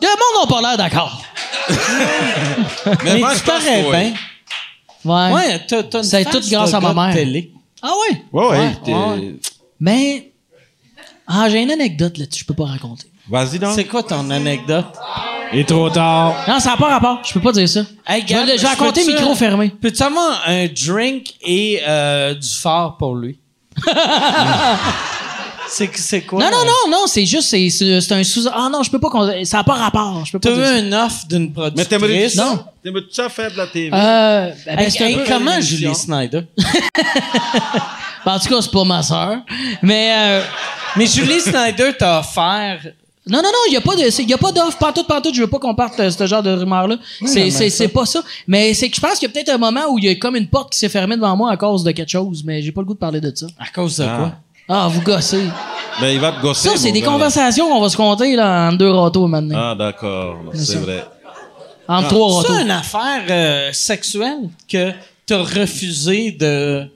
S1: Le monde n'a pas l'air d'accord.
S9: Mais, moi,
S7: tu
S9: je pense
S7: parais
S9: que
S7: bien.
S9: oui.
S1: Ouais.
S7: Ouais, t'as, t'as une
S1: C'est
S7: face
S1: tout grâce
S7: de
S1: à ma
S7: gars de
S1: mère.
S7: Télé.
S1: Ah ouais?
S9: Ouais, ouais, t'es-
S1: Mais. Ah, j'ai une anecdote là-dessus, je peux pas raconter.
S9: Vas-y donc.
S7: C'est quoi ton anecdote?
S2: Et trop tard.
S1: Non, ça n'a pas rapport, je peux pas dire ça.
S7: Hey,
S1: je
S7: Gab,
S1: vais, le- je vais
S7: je
S1: raconter
S7: peux-tu-
S1: micro fermé.
S7: Peux-tu avoir un drink et euh, du fort pour lui? c'est, c'est quoi?
S1: Non, non, non, non, c'est juste, c'est, c'est c'est un sous. Ah non, je peux pas. con- Ça n'a pas rapport, je peux pas
S7: T'as
S1: dire
S7: eu
S1: ça.
S7: une offre d'une
S9: Mais
S7: productrice?
S9: t'aimerais-tu
S1: Non.
S9: t'aimerais-tu ça faire de la TV?
S1: Euh, ben,
S7: Hey,
S1: c'est un
S7: hey,
S1: peu-
S7: comment Julie Snyder?
S1: Ben, en tout cas, c'est pas ma sœur. Mais. euh,
S7: Mais Julie Snyder t'a offert...
S1: Non, non, non, il n'y a pas de, c'est- y a pas d'offre, pantoute, pantoute, je veux pas qu'on parte euh, ce genre de rumeur-là. C'est, c'est, c'est pas ça. Mais c'est que je pense qu'il y a peut-être un moment où il y a comme une porte qui s'est fermée devant moi à cause de quelque chose, mais j'ai pas le goût de parler de ça.
S7: À cause de quoi?
S1: Ah, vous gossez.
S9: Ben, il va te gosser.
S1: Ça, c'est
S9: mon
S1: des
S9: gars, là.
S1: conversations qu'on va se compter, là, en deux râteaux, maintenant.
S9: Ah, d'accord, c'est vrai.
S1: en trois
S7: C'est
S1: râteaux.
S7: une affaire euh, sexuelle que t'as refusé de,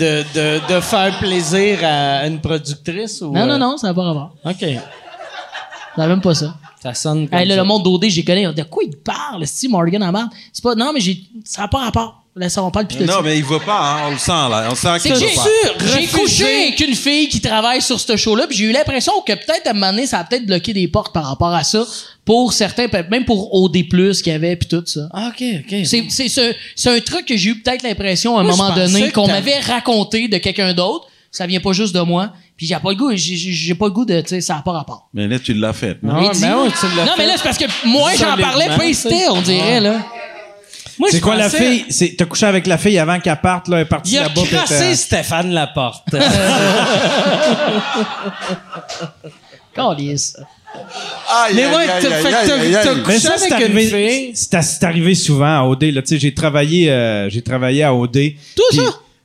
S7: de, de, de faire plaisir à une productrice? Ou,
S1: Non,
S7: euh,
S1: non, non, ça n'a pas rapport.
S7: OK.
S1: Ça n'a même pas ça.
S7: Ça sonne comme
S1: Hey, là,
S7: ça.
S1: le monde d'OD, j'ai connu. De quoi il parle, si Morgan en marre? C'est pas, non, mais j'ai, ça n'a pas rapport. Là, ça, on parle plus de ça.
S9: Non, mais il veut pas, hein, on le sent là. On sent
S1: C'est
S9: qu'il
S1: que
S9: veut
S1: j'ai
S9: pas.
S1: j'ai
S7: Refusé.
S1: couché avec une fille qui travaille sur ce show-là, puis j'ai eu l'impression que peut-être à un moment donné, ça a peut-être bloqué des portes par rapport à ça, pour certains, peut-être même pour OD+, qu'il y avait, puis tout ça.
S7: Ah, OK, OK.
S1: C'est c'est ce- c'est un truc que j'ai eu peut-être l'impression à un
S7: Moi, je
S1: moment
S7: pensais
S1: donné
S7: que
S1: qu'on
S7: t'as-
S1: m'avait raconté de quelqu'un d'autre. Ça vient pas juste de moi. Puis j'ai pas le goût, j'ai- j'ai j'ai pas le goût de, tu sais, ça a pas rapport.
S9: Mais là, tu l'as fait. non?
S1: Il
S7: Non,
S1: dit-
S7: Ah, mais ouais, tu l'as
S1: Non, mais
S7: fait.
S1: là, c'est parce que moi, j'en
S7: Solidement,
S1: parlais pas
S7: tu
S1: c'était,
S7: sais.
S1: on dirait, là.
S7: Moi,
S2: C'est
S7: je
S2: quoi la
S7: pensais-
S2: fille? C'est- T'as couché avec la fille avant qu'elle parte, là, elle est partie
S7: Il a
S2: là-bas. puis elle
S7: crassé
S2: était-
S7: Stéphane Laporte.
S1: Calisse.
S9: Aïe,
S7: mais
S9: aïe,
S7: ouais,
S9: aïe,
S7: t'as
S9: aïe,
S7: fait
S9: aïe, aïe,
S7: que
S9: aïe.
S7: t'as- t'as
S2: Mais
S7: couché
S2: ça, c'est
S7: avec une
S2: arrivé,
S7: fille.
S2: c'est- c'est arrivé souvent à OD. Là, Tu sais, j'ai travaillé, euh, j'ai travaillé à OD.
S1: Toi,
S2: puis-
S1: ça?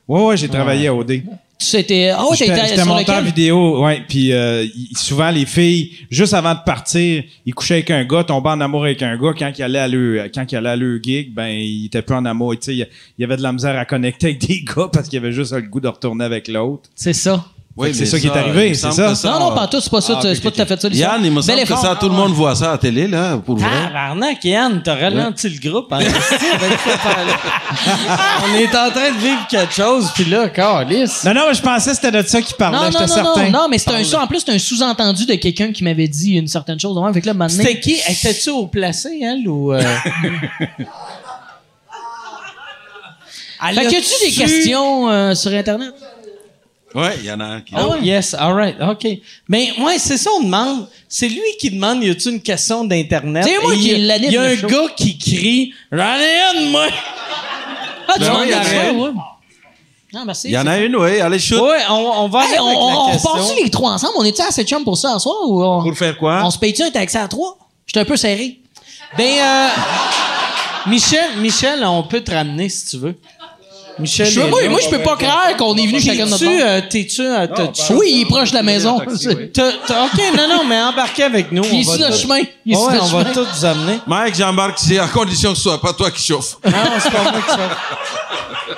S2: Ouais, ouais, j'ai travaillé à OD.
S1: Tu sais, t'es- Ah ouais, t'as
S2: J'étais
S1: été
S2: j'étais
S1: sur
S2: monteur
S1: lequel?
S2: vidéo, ouais. Puis euh, y- souvent les filles, juste avant de partir, ils couchaient avec un gars, tombaient en amour avec un gars. Quand ils allaient à leur, quand ils allaient à leur gig, ben ils étaient plus en amour. Tu sais, il y avait de la misère à connecter avec des gars parce qu'il y avait juste le goût de retourner avec l'autre.
S1: C'est ça.
S9: Oui,
S2: Fait que
S9: mais
S2: c'est ça qui est arrivé,
S9: il me
S2: c'est
S9: semble
S2: ça?
S9: que
S1: Non, non, pas tout, c'est pas ça,
S2: Ah,
S1: tu-
S2: ok,
S1: c'est pas
S2: ok,
S1: tout à fait ça. l'histoire.
S9: Yann, il me
S1: Bel
S9: semble que
S1: effort.
S9: ça, tout le monde voit ça à la télé, là, pour vrai.
S7: Tabarnak, Yann, t'as ralenti le groupe. hein, avec cette affaire-là. On est en train de vivre quelque chose, puis là, calice.
S2: Non, non, mais je pensais que c'était de ça qu'ils
S1: Non,
S2: parlaient.
S1: non,
S2: J'étais
S1: non,
S2: certain.
S1: non, non, mais c'est un, ça, en plus, c'est un sous-entendu de quelqu'un qui m'avait dit une certaine chose. Ouais, Fait que là, maintenant,
S7: C'était qui? Étais-tu au placé, elle, ou... Euh... Elle
S1: Fait que
S7: a
S1: as-tu des
S7: tu-
S1: questions euh, sur Internet? Ah.
S9: Oui, il y en a un qui.
S7: Oh, yes, all right, OK. Mais ouais, c'est ça, on demande. C'est lui qui demande, y a-tu une question d'Internet?
S1: C'est moi
S7: Et
S1: qui
S7: il y a-
S1: l'anime,
S7: Il y a
S1: le
S7: un
S1: show.
S7: gars qui crie « J'en ai une, moi!
S1: Ah, tu
S9: Ben
S1: m'en
S9: oui,
S1: as
S9: arrête.
S1: ouais. Non, merci.
S9: Il y en a une, oui. Allez,
S1: Oh.
S9: shoot.
S7: Oui, on, on va aller
S1: Hey, on
S7: avec la
S1: on, on
S7: question.
S1: repart-tu les trois ensemble? On était à 7 chums pour ça à soir ou on,
S9: Pour faire quoi?
S1: on se paye-tu un taxi à trois? J'étais un peu serré.
S7: Ben, euh, Michel, Michel, on peut te ramener si tu veux. Michel,
S1: Je veux-
S7: est
S1: moi,
S7: là.
S1: moi, je peux pas croire qu'on est venu chacun de notre
S7: T'es-tu,
S1: bord. Ah, ben,
S7: euh, t'es-tu, euh, t'as-tu-
S1: Oui, il est proche de la maison.
S7: t'as- t'as- OK, non, non, mais embarquez avec nous.
S1: Il est
S7: on va
S1: sur notre
S7: tout-
S1: chemin. Il est sur
S7: Ouais,
S1: notre
S7: on va
S1: chemin.
S7: tous vous amener.
S9: Mike, j'embarque, c'est à condition que ce soit pas toi qui chauffe.
S7: Non, c'est pas moi qui fais.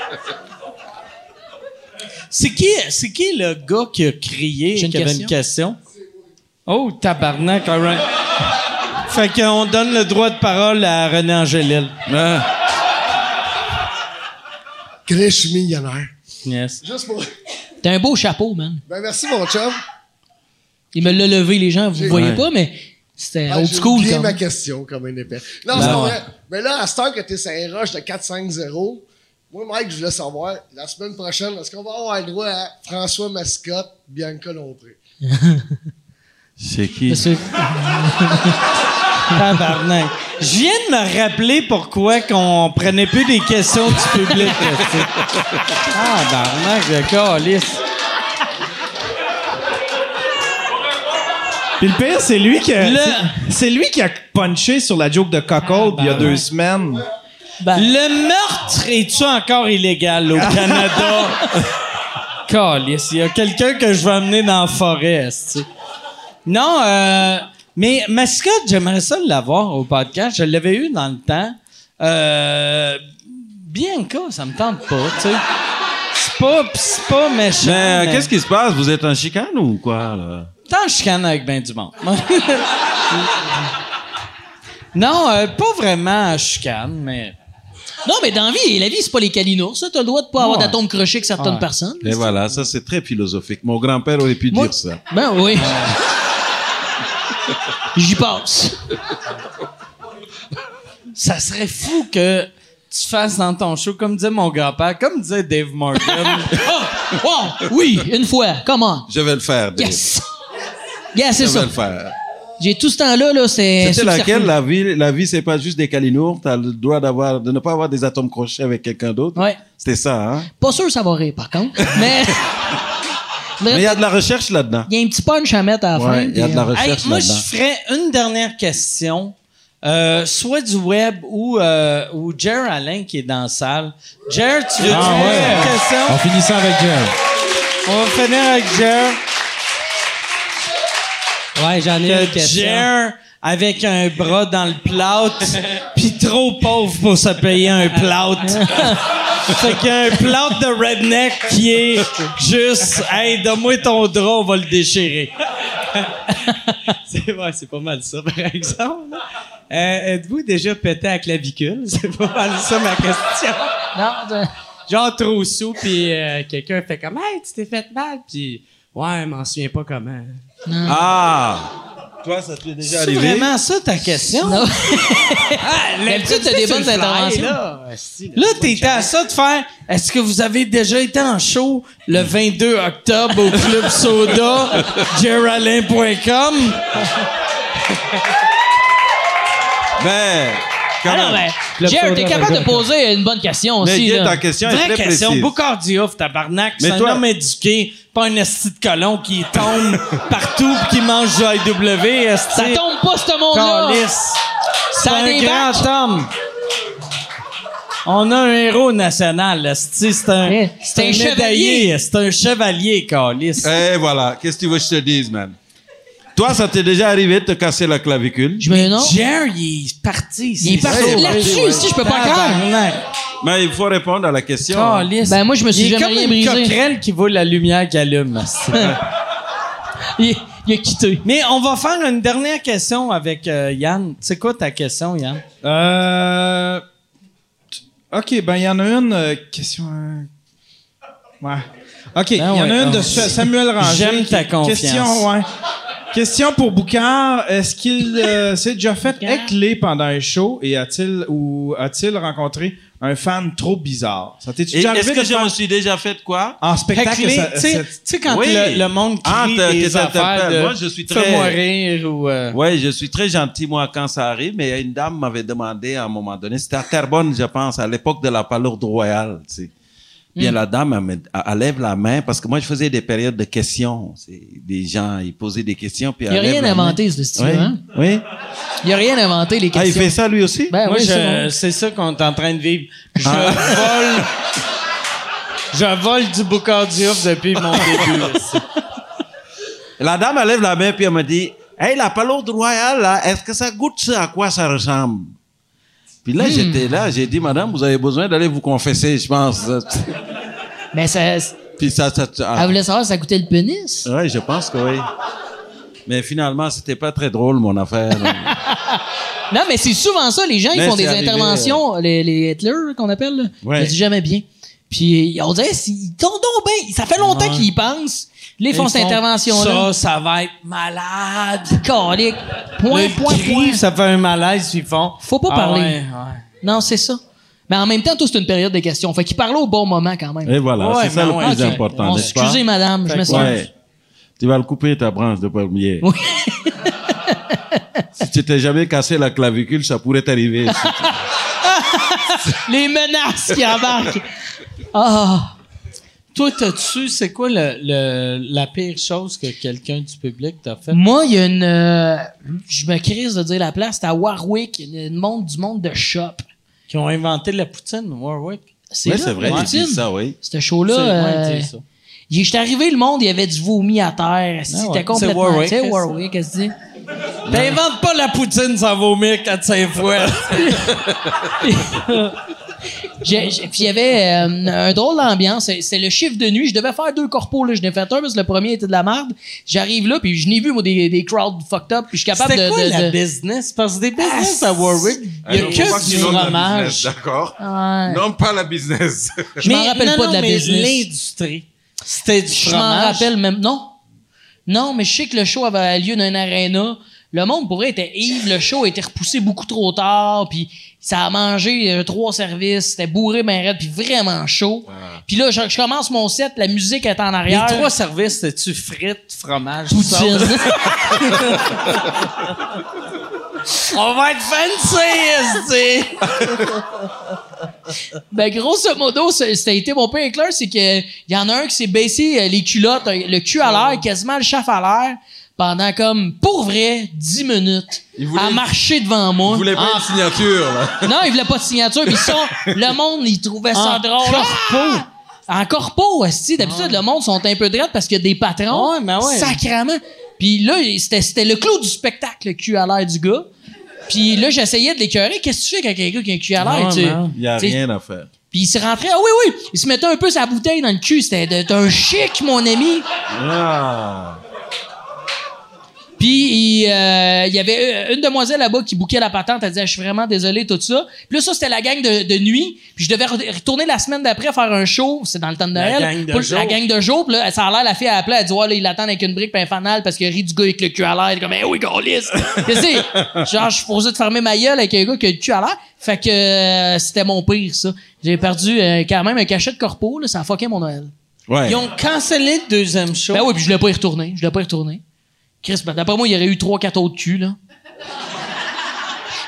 S7: C'est qui, c'est qui le gars qui a crié
S1: J'ai
S7: qui
S1: une
S7: avait une question? Oh, tabarnak, all right. Fait qu'on donne le droit de parole à René Angélil.
S11: Chris, je suis millionnaire.
S7: Yes.
S11: Juste pour.
S1: T'as un beau chapeau, man.
S11: Ben, merci, mon chum.
S1: Il me l'a levé, les gens, vous
S11: J'ai-
S1: voyez pas, mais c'était
S11: Ah,
S1: old
S11: j'ai
S1: school.
S11: oublié
S1: comme.
S11: ma question, comme un épais. Non, c'est pas vrai. Mais là, à cette heure que t'es sur un rush de 4-5-0, moi, Mike, je voulais savoir, la semaine prochaine, est-ce qu'on va avoir le droit à François Mascotte, Bianca Lompré?
S9: C'est qui?
S1: Monsieur-
S7: Tabarnak. Je viens de me rappeler pourquoi qu'on prenait plus des questions du public. là, tu sais. Tabarnak, le calice.
S2: Puis le pire, c'est lui qui a,
S7: Le-
S2: c'est lui qui a punché sur la joke de Cockle il y a deux semaines.
S1: Ben,
S7: Le meurtre est-tu encore illégal au Canada? Calice, il y a quelqu'un que je vais amener dans la forêt, esti. Non, euh, mais mascotte, j'aimerais ça l'avoir au podcast. Je l'avais eu dans le temps. Euh, Bianca, ça me tente pas, tu sais. C'est pas, c'est pas méchant.
S9: Mais euh,
S7: mais-
S9: qu'est-ce qui se passe? Vous êtes en chicane ou quoi? Là?
S7: Tant je chicane avec ben du monde. non, euh, pas vraiment je chicane, mais...
S1: Non, mais dans la vie, la vie, c'est pas les calinours, ça. T'as le droit de pas avoir
S7: Ouais.
S1: d'atomes crochés que certaines
S7: Ouais.
S1: personnes.
S9: Et voilà, ça c'est très philosophique. Mon grand-père aurait pu
S1: Moi-
S9: dire ça.
S1: Ben oui. J'y passe.
S7: ça serait fou que tu fasses dans ton show, comme disait mon grand-père, comme disait Dave Morgan.
S1: Wow! Oui, une fois. Comment?
S9: Je vais le faire. Dave.
S1: Yes! Yes, c'est
S9: Je vais
S1: ça.
S9: le faire.
S1: J'ai tout ce temps-là, là, c'est...
S9: C'était laquelle la vie, la vie, c'est pas juste des calinours. T'as le droit d'avoir, de ne pas avoir des atomes crochés avec quelqu'un d'autre.
S1: Ouais.
S9: C'était ça, hein.
S1: Pas sûr que ça va rire, par contre. Mais...
S9: Mais il y a de la recherche là-dedans.
S1: Il y a un petit punch à mettre à la fin.
S9: Ouais, il y a
S1: puis,
S9: de la
S1: euh,
S7: Hey,
S9: recherche
S7: moi, je
S9: là-dedans.
S7: ferais une dernière question, euh, soit du web ou, euh, ou Jer Alain qui est dans la salle. Jer, tu veux
S2: Ah
S7: poser
S2: ouais.
S7: une question?
S2: On finit ça avec Jeff.
S7: On va finir avec Jer.
S12: Ouais, j'en ai une
S7: Que
S12: question.
S7: Jer, avec un bras dans le plâtre, puis trop pauvre pour se payer un plâtre. fait qu'un plâtre de redneck qui est juste « Hey, donne-moi ton drap, on va le déchirer.
S12: C'est ouais, c'est pas mal ça, par exemple.
S7: hein.
S12: là. Euh, Êtes-vous déjà pété à clavicule? C'est pas mal ça, ma question.
S1: Non, euh,
S12: Genre trop sous, puis euh, quelqu'un fait comme « Hey, tu t'es fait mal! » Puis « Ouais, m'en souviens pas comment.
S9: Ah! Toi, ça t'est déjà
S7: C'est
S9: arrivé?
S7: vraiment ça ta question?
S1: non. » D'habitude,
S12: D'habitude,
S1: t'as des bonnes interventions.
S12: Là, Esti, là.
S7: Là, t'étais à ça de faire Est-ce que vous avez déjà été en show le 22 octobre au Club Soda, geralin.com?
S9: Ben, quand
S1: Ah non,
S9: même.
S1: mais... Jer, t'es capable de poser une bonne question
S9: Mais
S1: aussi,
S9: Guy,
S1: là.
S9: ta question est
S7: Vraie
S9: très
S7: question,
S9: précise.
S7: Boucard Diouf, tabarnak,
S9: Mais
S7: c'est un
S9: toi-
S7: homme éduqué, pas un esti de colon qui tombe partout pis qui mange du IW, esti.
S1: Ça tombe pas, ce monde-là!
S7: Calisse. C'est
S1: Ça
S7: un
S1: débarque.
S7: grand homme. On a un héros national, esti, c'est un...
S1: Eh, c'est un
S7: médaillé, c'est un chevalier, Calis.
S9: Eh, voilà. Qu'est-ce que tu veux que je te dise, man? Toi, ça t'est déjà arrivé de te casser la clavicule?
S1: Je me non.
S7: Jerry, il est parti.
S1: Il est parti là-dessus, ici, je peux pas croire.
S9: Mais il faut répondre à la question.
S7: Oh,
S1: Ben, moi, je me suis
S7: Il est
S1: jamais
S7: comme
S1: rien
S7: une
S1: brisé.
S7: coquerelle qui vaut la lumière qui allume.
S1: Il, il a quitté.
S7: Mais on va faire une dernière question avec euh, Yann. C'est quoi ta question, Yann?
S2: Euh, t- ok, ben il y en a une euh, question. euh, Ouais. Ok, il y en
S7: ouais,
S2: a une de
S7: on-
S2: Sa- Samuel Ranger.
S7: J'aime
S2: qui-
S7: ta confiance.
S2: Question, ouais. Question pour Boucard. Est-ce qu'il euh, s'est déjà fait écler pendant un show et a-t-il ou a-t-il rencontré un fan trop bizarre Ça t'est
S9: Et
S2: déjà
S9: Est-ce
S2: arrivé
S9: que
S2: de
S9: je
S2: faire-
S9: me suis déjà fait quoi?
S2: en spectacle
S7: Hecklé,
S2: ça-
S7: tu sais-
S2: ça-
S7: tu sais, quand
S9: Oui.
S7: le, le monde
S9: Ah,
S7: crie
S9: t'as-
S7: des
S9: t'as-
S7: affaires
S9: t'as-
S7: de
S9: moi, je suis très-
S7: Fais-moi rire ou... euh,
S9: Oui, je suis très gentil, moi, quand ça arrive, mais une dame m'avait demandé à un moment donné, c'était à Terrebonne, je pense, à l'époque de la palourde royale, tu sais. Bien,
S1: Hmm.
S9: la dame, elle, me- elle lève la main parce que moi, je faisais des périodes de questions. C'est des gens, ils posaient des questions. Puis
S1: Il a
S9: elle lève
S1: rien
S9: la main.
S1: inventé, ce style
S9: Oui.
S1: hein?
S9: oui.
S1: Il a rien inventé, les
S9: Ah, il
S1: questions.
S9: fait ça lui aussi? Ah.
S1: Ben
S12: Moi,
S1: oui,
S12: je-
S1: c'est bon.
S12: c'est ça qu'on est en train de vivre. Je vole. Je vole du Boucard Diouf depuis mon début.
S9: La dame, elle lève la main, puis elle me dit, Hey, la palourde royale, là, est-ce que ça goûte ça? À quoi ça ressemble? Puis
S1: Hmm.
S9: là, j'étais là, j'ai dit, Madame, vous avez besoin d'aller vous confesser, je pense.
S1: Mais Ben, ça,
S9: puis ça, ça, ça-
S1: elle voulait savoir si ça goûtait le pénis.
S9: Ouais, je pense que oui. Mais finalement, c'était pas très drôle, mon affaire.
S1: Non, mais c'est souvent ça, les gens, ils
S9: Mais
S1: font des
S9: c'est arrivé,
S1: interventions, les, les Hitler, qu'on appelle, là.
S9: Ouais.
S1: Je le dis jamais bien. Puis on dirait, ils tombent donc bien. Ça fait longtemps qu'ils y pensent. Là, ils font cette
S12: Ça,
S1: intervention-là.
S12: ça va être malade.
S1: Calique. Point,
S12: Le
S1: point,
S12: cri,
S1: point.
S12: ça fait un malaise, ils font.
S1: Faut pas
S12: Ah
S1: parler.
S12: ouais, ouais.
S1: Non, c'est ça. Mais en même temps, tout, c'est une période de questions. Fait qu'ils parlent au bon moment quand même.
S9: Et voilà,
S12: Ouais,
S9: c'est ça
S12: mais
S9: le
S12: ouais,
S9: plus
S12: ok.
S9: important,
S1: Bon,
S9: n'est-ce pas?
S1: excusez, madame, je me sens.
S9: Ouais. Tu vas le couper, ta branche de palmier.
S1: Oui.
S9: si tu t'es jamais cassé la clavicule, ça pourrait t'arriver.
S12: Ah,
S1: Les menaces qui embarquent. Ah,
S12: Toi, t'as-tu, c'est quoi le, le- la pire chose que quelqu'un du public t'a fait?
S1: moi, il y a une. euh, je me crise de dire la place. C'est à Warwick, il y a une monde du monde de shop.
S12: Qui ont inventé la poutine, Warwick?
S1: C'est
S9: Oui,
S1: là,
S9: c'est vrai,
S1: la
S9: tu dis
S1: poutine.
S9: ça, oui.
S1: Ce show-là.
S12: C'est- ouais,
S1: euh,
S12: c'est ça.
S1: il- J'étais arrivé, le monde, il y avait du vomi à terre. C'était
S12: Ah ouais.
S1: complètement.
S12: C'est Warwick,
S1: Tu sais,
S12: c'est ça.
S1: Warwick, qu'est-ce que tu dis?
S12: T'inventes pas la poutine sans vomir 4-5 fois.
S1: J'ai- j'ai- Puis il y avait euh, un drôle d'ambiance. C'est- C'est le chiffre de nuit. Je devais faire deux corpos. Là. Je n'ai fait un parce que le premier était de la merde. J'arrive là, puis je n'ai vu moi, des, des crowds fucked up. Puis je suis capable
S12: C'était
S1: de.
S12: quoi
S1: de- Ah,
S12: la
S1: de-
S12: business? Parce que des business à Warwick, il y a
S9: hein,
S6: Alors, faut pas
S12: que
S6: que tu
S12: du
S6: nommes la business,
S12: fromage.
S6: D'accord.
S1: Ouais.
S6: Non, pas la business.
S1: Je m'en
S12: Mais-
S1: rappelle
S12: non,
S1: pas
S12: non,
S1: de la
S12: mais
S1: business.
S12: l'industrie. C'était du
S1: Je m'en
S12: fromage.
S1: rappelle même. Non. Non, mais je sais que le show avait lieu dans un aréna. Le monde pourrait être ivre. Le show était repoussé beaucoup trop tard. Puis ça a mangé euh, trois services. C'était bourré, ben raide, puis vraiment chaud. Puis là, je, je commence mon set. La musique est en
S12: Les
S1: arrière.
S12: trois services, c'était-tu frites, fromage, sauce?
S1: poutines.
S12: On va être fancy, esti!
S1: Ben, grosso modo, ça ça a été mon pain clair, c'est que il y en a un qui s'est baissé euh, les culottes, euh, le cul à l'air, quasiment le chaf à l'air, pendant comme, pour vrai, 10 minutes,
S6: Il voulait-
S1: à marcher devant moi.
S6: Je voulais pas
S1: En-
S6: une signature, là.
S1: Non, il voulait pas de signature, mais ça, le monde, il trouvait ça
S12: En
S1: drôle. Ah!
S12: corpo.
S1: En corpo, aussi. D'habitude, le monde sont un peu drettes parce qu'il y a des patrons.
S12: Ouais, mais ouais.
S1: Sacrament. Puis là, c'était c'était le clou du spectacle, le cul à l'air du gars. Puis là, j'essayais de l'écœurer. Qu'est-ce que tu fais quand quelqu'un qui a un cul à l'air?
S12: Ouais,
S1: tu-
S12: non.
S9: Il n'y a
S1: tu sais,
S9: rien à faire.
S1: puis il se rentrait, ah oui, oui, il se mettait un peu sa bouteille dans le cul. C'était de- d'un chic, mon ami. Puis il, euh, il y avait euh, une demoiselle là-bas qui bouquait la patente. Elle disait, je suis vraiment désolé, tout ça. Puis là, ça, c'était la gang de, de nuit. Puis je devais re- retourner la semaine d'après faire un show. C'est dans le temps de Noël.
S12: gang de
S1: Pas-
S12: jour.
S1: la gang de jour. Puis là, ça a l'air, la fille, elle appelait. Elle dit, ouais, là, il l'attend avec une brique, puis un fanal, parce qu'il rit du gars avec le cul à l'air. Elle est comme, eh oui, gaulliste. Tu sais, genre, je suis posé de fermer ma gueule avec un gars qui a le cul à l'air. Fait que euh, c'était mon pire, ça. J'ai perdu euh, quand même un cachet de corpo. Là, ça a fucké mon Noël.
S9: Ouais.
S12: Ils ont cancellé le deuxième show.
S1: Ben oui, puis je l'ai pas y retourné. Je l'ai pas y retourné. Chris, ben d'après moi, il y aurait eu trois, quatre autres culs, là.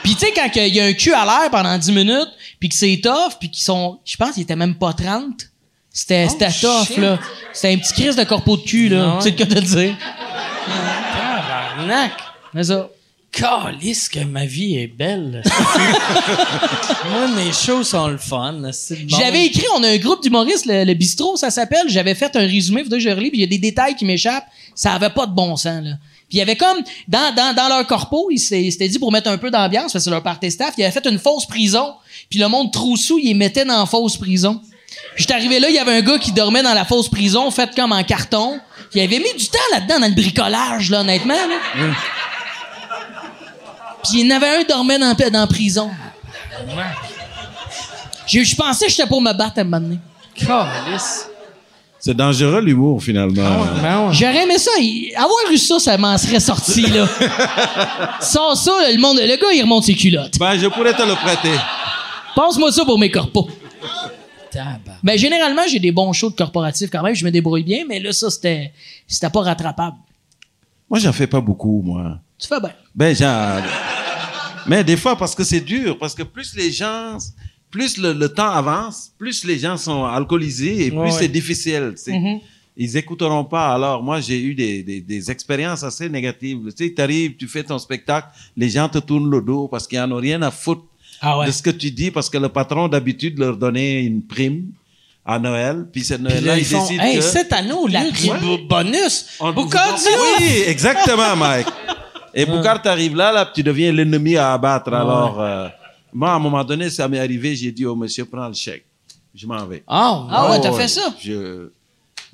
S1: Puis tu sais, quand que il y a un cul à l'air pendant 10 minutes, puis que c'est tough, puis qu'ils sont... Je pense qu'ils étaient même pas 30. C'était c'était tough, là. C'était un petit Chris de corpo de cul, là.
S12: Ouais.
S1: C'est le cas de le dire.
S12: Tabarnak!
S1: Mais ça...
S12: Calisse que ma vie est belle. Moi, mes shows sont le fun. là, c'est le monde.
S1: J'avais écrit, on a un groupe d'humoristes, le, le bistrot, ça s'appelle. J'avais fait un résumé, faudrait que je relis, puis il y a des détails qui m'échappent. Ça avait pas de bon sens, là. Puis il y avait comme, dans, dans, dans leur corpo, ils s'é- ils s'étaient dit pour mettre un peu d'ambiance, parce que c'est leur party staff, ils avaient fait une fausse prison, puis le monde trop sous, ils les mettaient dans la fausse prison. Puis j'étais arrivé là, il y avait un gars qui dormait dans la fausse prison, faite comme en carton. Il avait mis du temps là-dedans, dans le bricolage, là, honnêtement, là. Puis il y en avait un qui dormait dans, dans la prison. J'ai- Je pensais que j'étais pour me battre à un moment donné.
S9: C'est dangereux, l'humour, finalement.
S1: J'aurais aimé ça. il- Avoir eu ça, ça m'en serait sorti, là. Sans ça, là, le, monde, le gars, il remonte ses culottes.
S9: Ben, je pourrais te le prêter.
S1: Pense-moi ça pour mes corpos. Ben, généralement, j'ai des bons shows de corporatifs quand même. Je me débrouille bien, mais là, ça, c'était, c'était pas rattrapable.
S9: Moi, j'en fais pas beaucoup, moi.
S1: Tu fais bien.
S9: Ben, genre. Mais des fois, parce que c'est dur, parce que plus les gens, plus le, le temps avance, plus les gens sont alcoolisés et plus
S13: Ouais, ouais.
S9: c'est difficile. tu sais.
S1: Mm-hmm.
S9: Ils écouteront pas. Alors, moi, j'ai eu des, des, des expériences assez négatives. Tu sais, t'arrives, tu fais ton spectacle, les gens te tournent le dos parce qu'ils en ont rien à foutre
S1: Ah ouais.
S9: de ce que tu dis parce que le patron, d'habitude, leur donnait une prime à Noël. Puis cette
S1: Puis là,
S9: Noël-là,
S1: ils
S9: ils,
S1: font,
S9: décident
S1: hey,
S9: que-
S1: cette année, au lieu du
S9: Ouais.
S1: bonus,
S9: on-
S1: Boucardio!
S9: Oui, exactement, Mike. Et Boucard, t'arrives là, là, puis tu deviens l'ennemi à abattre. Alors, euh, moi, à un moment donné, ça m'est arrivé, j'ai dit au monsieur, prends le chèque. Je m'en vais.
S12: Oh,
S9: Oh,
S1: Ah, ah ouais, t'as fait ça?
S9: Je,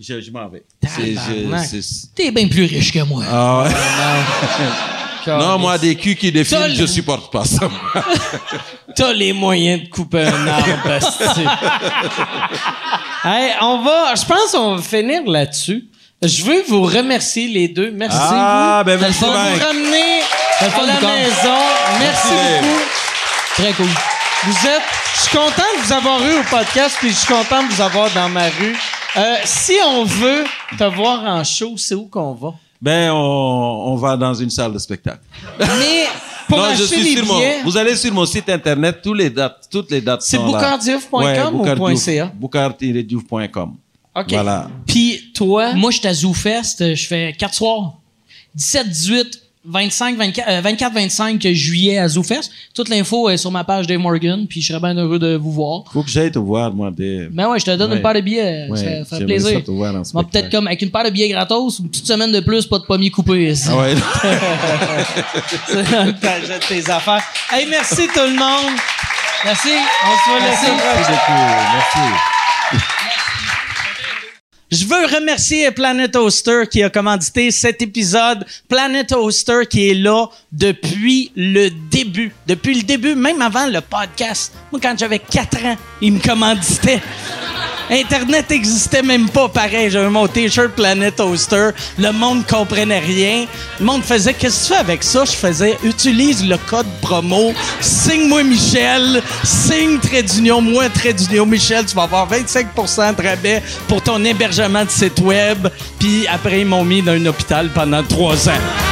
S9: je, je m'en vais. C'est-
S1: Tabarnak. Oh,
S9: je- c'est-
S1: T'es bien plus riche que moi.
S9: Ah ouais. non, moi, des culs qui défilent,
S1: Seul.
S9: je supporte pas ça.
S7: T'as les moyens de couper un arbre, asti. Hey, on va, je pense qu'on va finir là-dessus. Je veux vous remercier les deux. Merci
S9: Ah,
S7: vous.
S9: ben, merci,
S7: Vous
S9: Mike.
S7: nous ramener
S1: T'as le
S7: à
S1: fun,
S7: la
S1: Boucard.
S7: maison. Merci
S9: Merci,
S7: beaucoup.
S1: Très cool.
S7: Vous êtes. Je suis content de vous avoir eu au podcast, puis je suis content de vous avoir dans ma rue. Euh, si on veut te voir en show, c'est où qu'on va?
S9: Ben, on, on va dans une salle de spectacle.
S7: Mais pour
S9: non, je
S7: acheter
S9: suis
S7: les
S9: sur
S7: billets,
S9: mon, vous allez sur mon site internet, toutes les dates, toutes les dates
S7: C'est
S9: sont là.
S7: boucardiouf.com ou
S9: boucardiouf-
S7: .ca?
S9: boucard-diouf.com.
S7: OK.
S9: Voilà.
S7: Puis toi,
S1: Moi, je suis à ZooFest, je fais 4 soirs. 17, 18, 25, 24, euh, 24 25 juillet à ZooFest. Toute l'info est sur ma page Dave Morgan, puis je serais bien heureux de vous voir.
S9: Faut que j'aille te voir, moi, Dave.
S1: Mais Ben ouais, je te donne
S9: Ouais.
S1: une paire de billets, ça fait- ça fait
S9: j'aimerais
S1: plaisir.
S9: ça te voir en
S1: Moi,
S9: spectacle.
S1: peut-être comme avec une paire de billets gratos, une petite semaine de plus, pas de pommier coupé.
S9: Ah ouais.
S7: t'achètes tes affaires. Hey, merci tout le monde.
S1: Merci.
S7: On se voit la
S1: Merci.
S7: semaine prochaine.
S9: Merci.
S7: Je veux remercier Planet Oster qui a commandité cet épisode. Planet Oster qui est là depuis le début. Depuis le début, même avant le podcast. Moi, quand j'avais 4 ans, ils me commanditaient. Internet existait même pas pareil. J'avais mon t-shirt Planet Oster. Le monde comprenait rien. Le monde faisait Qu'est-ce que tu fais avec ça? Je faisais Utilise le code promo. Signe-moi Michel. Signe trait d'union. Moi trait d'union Michel. Tu vas avoir 25 de rabais pour ton hébergement de site web. Puis après, ils m'ont mis dans un hôpital pendant trois ans.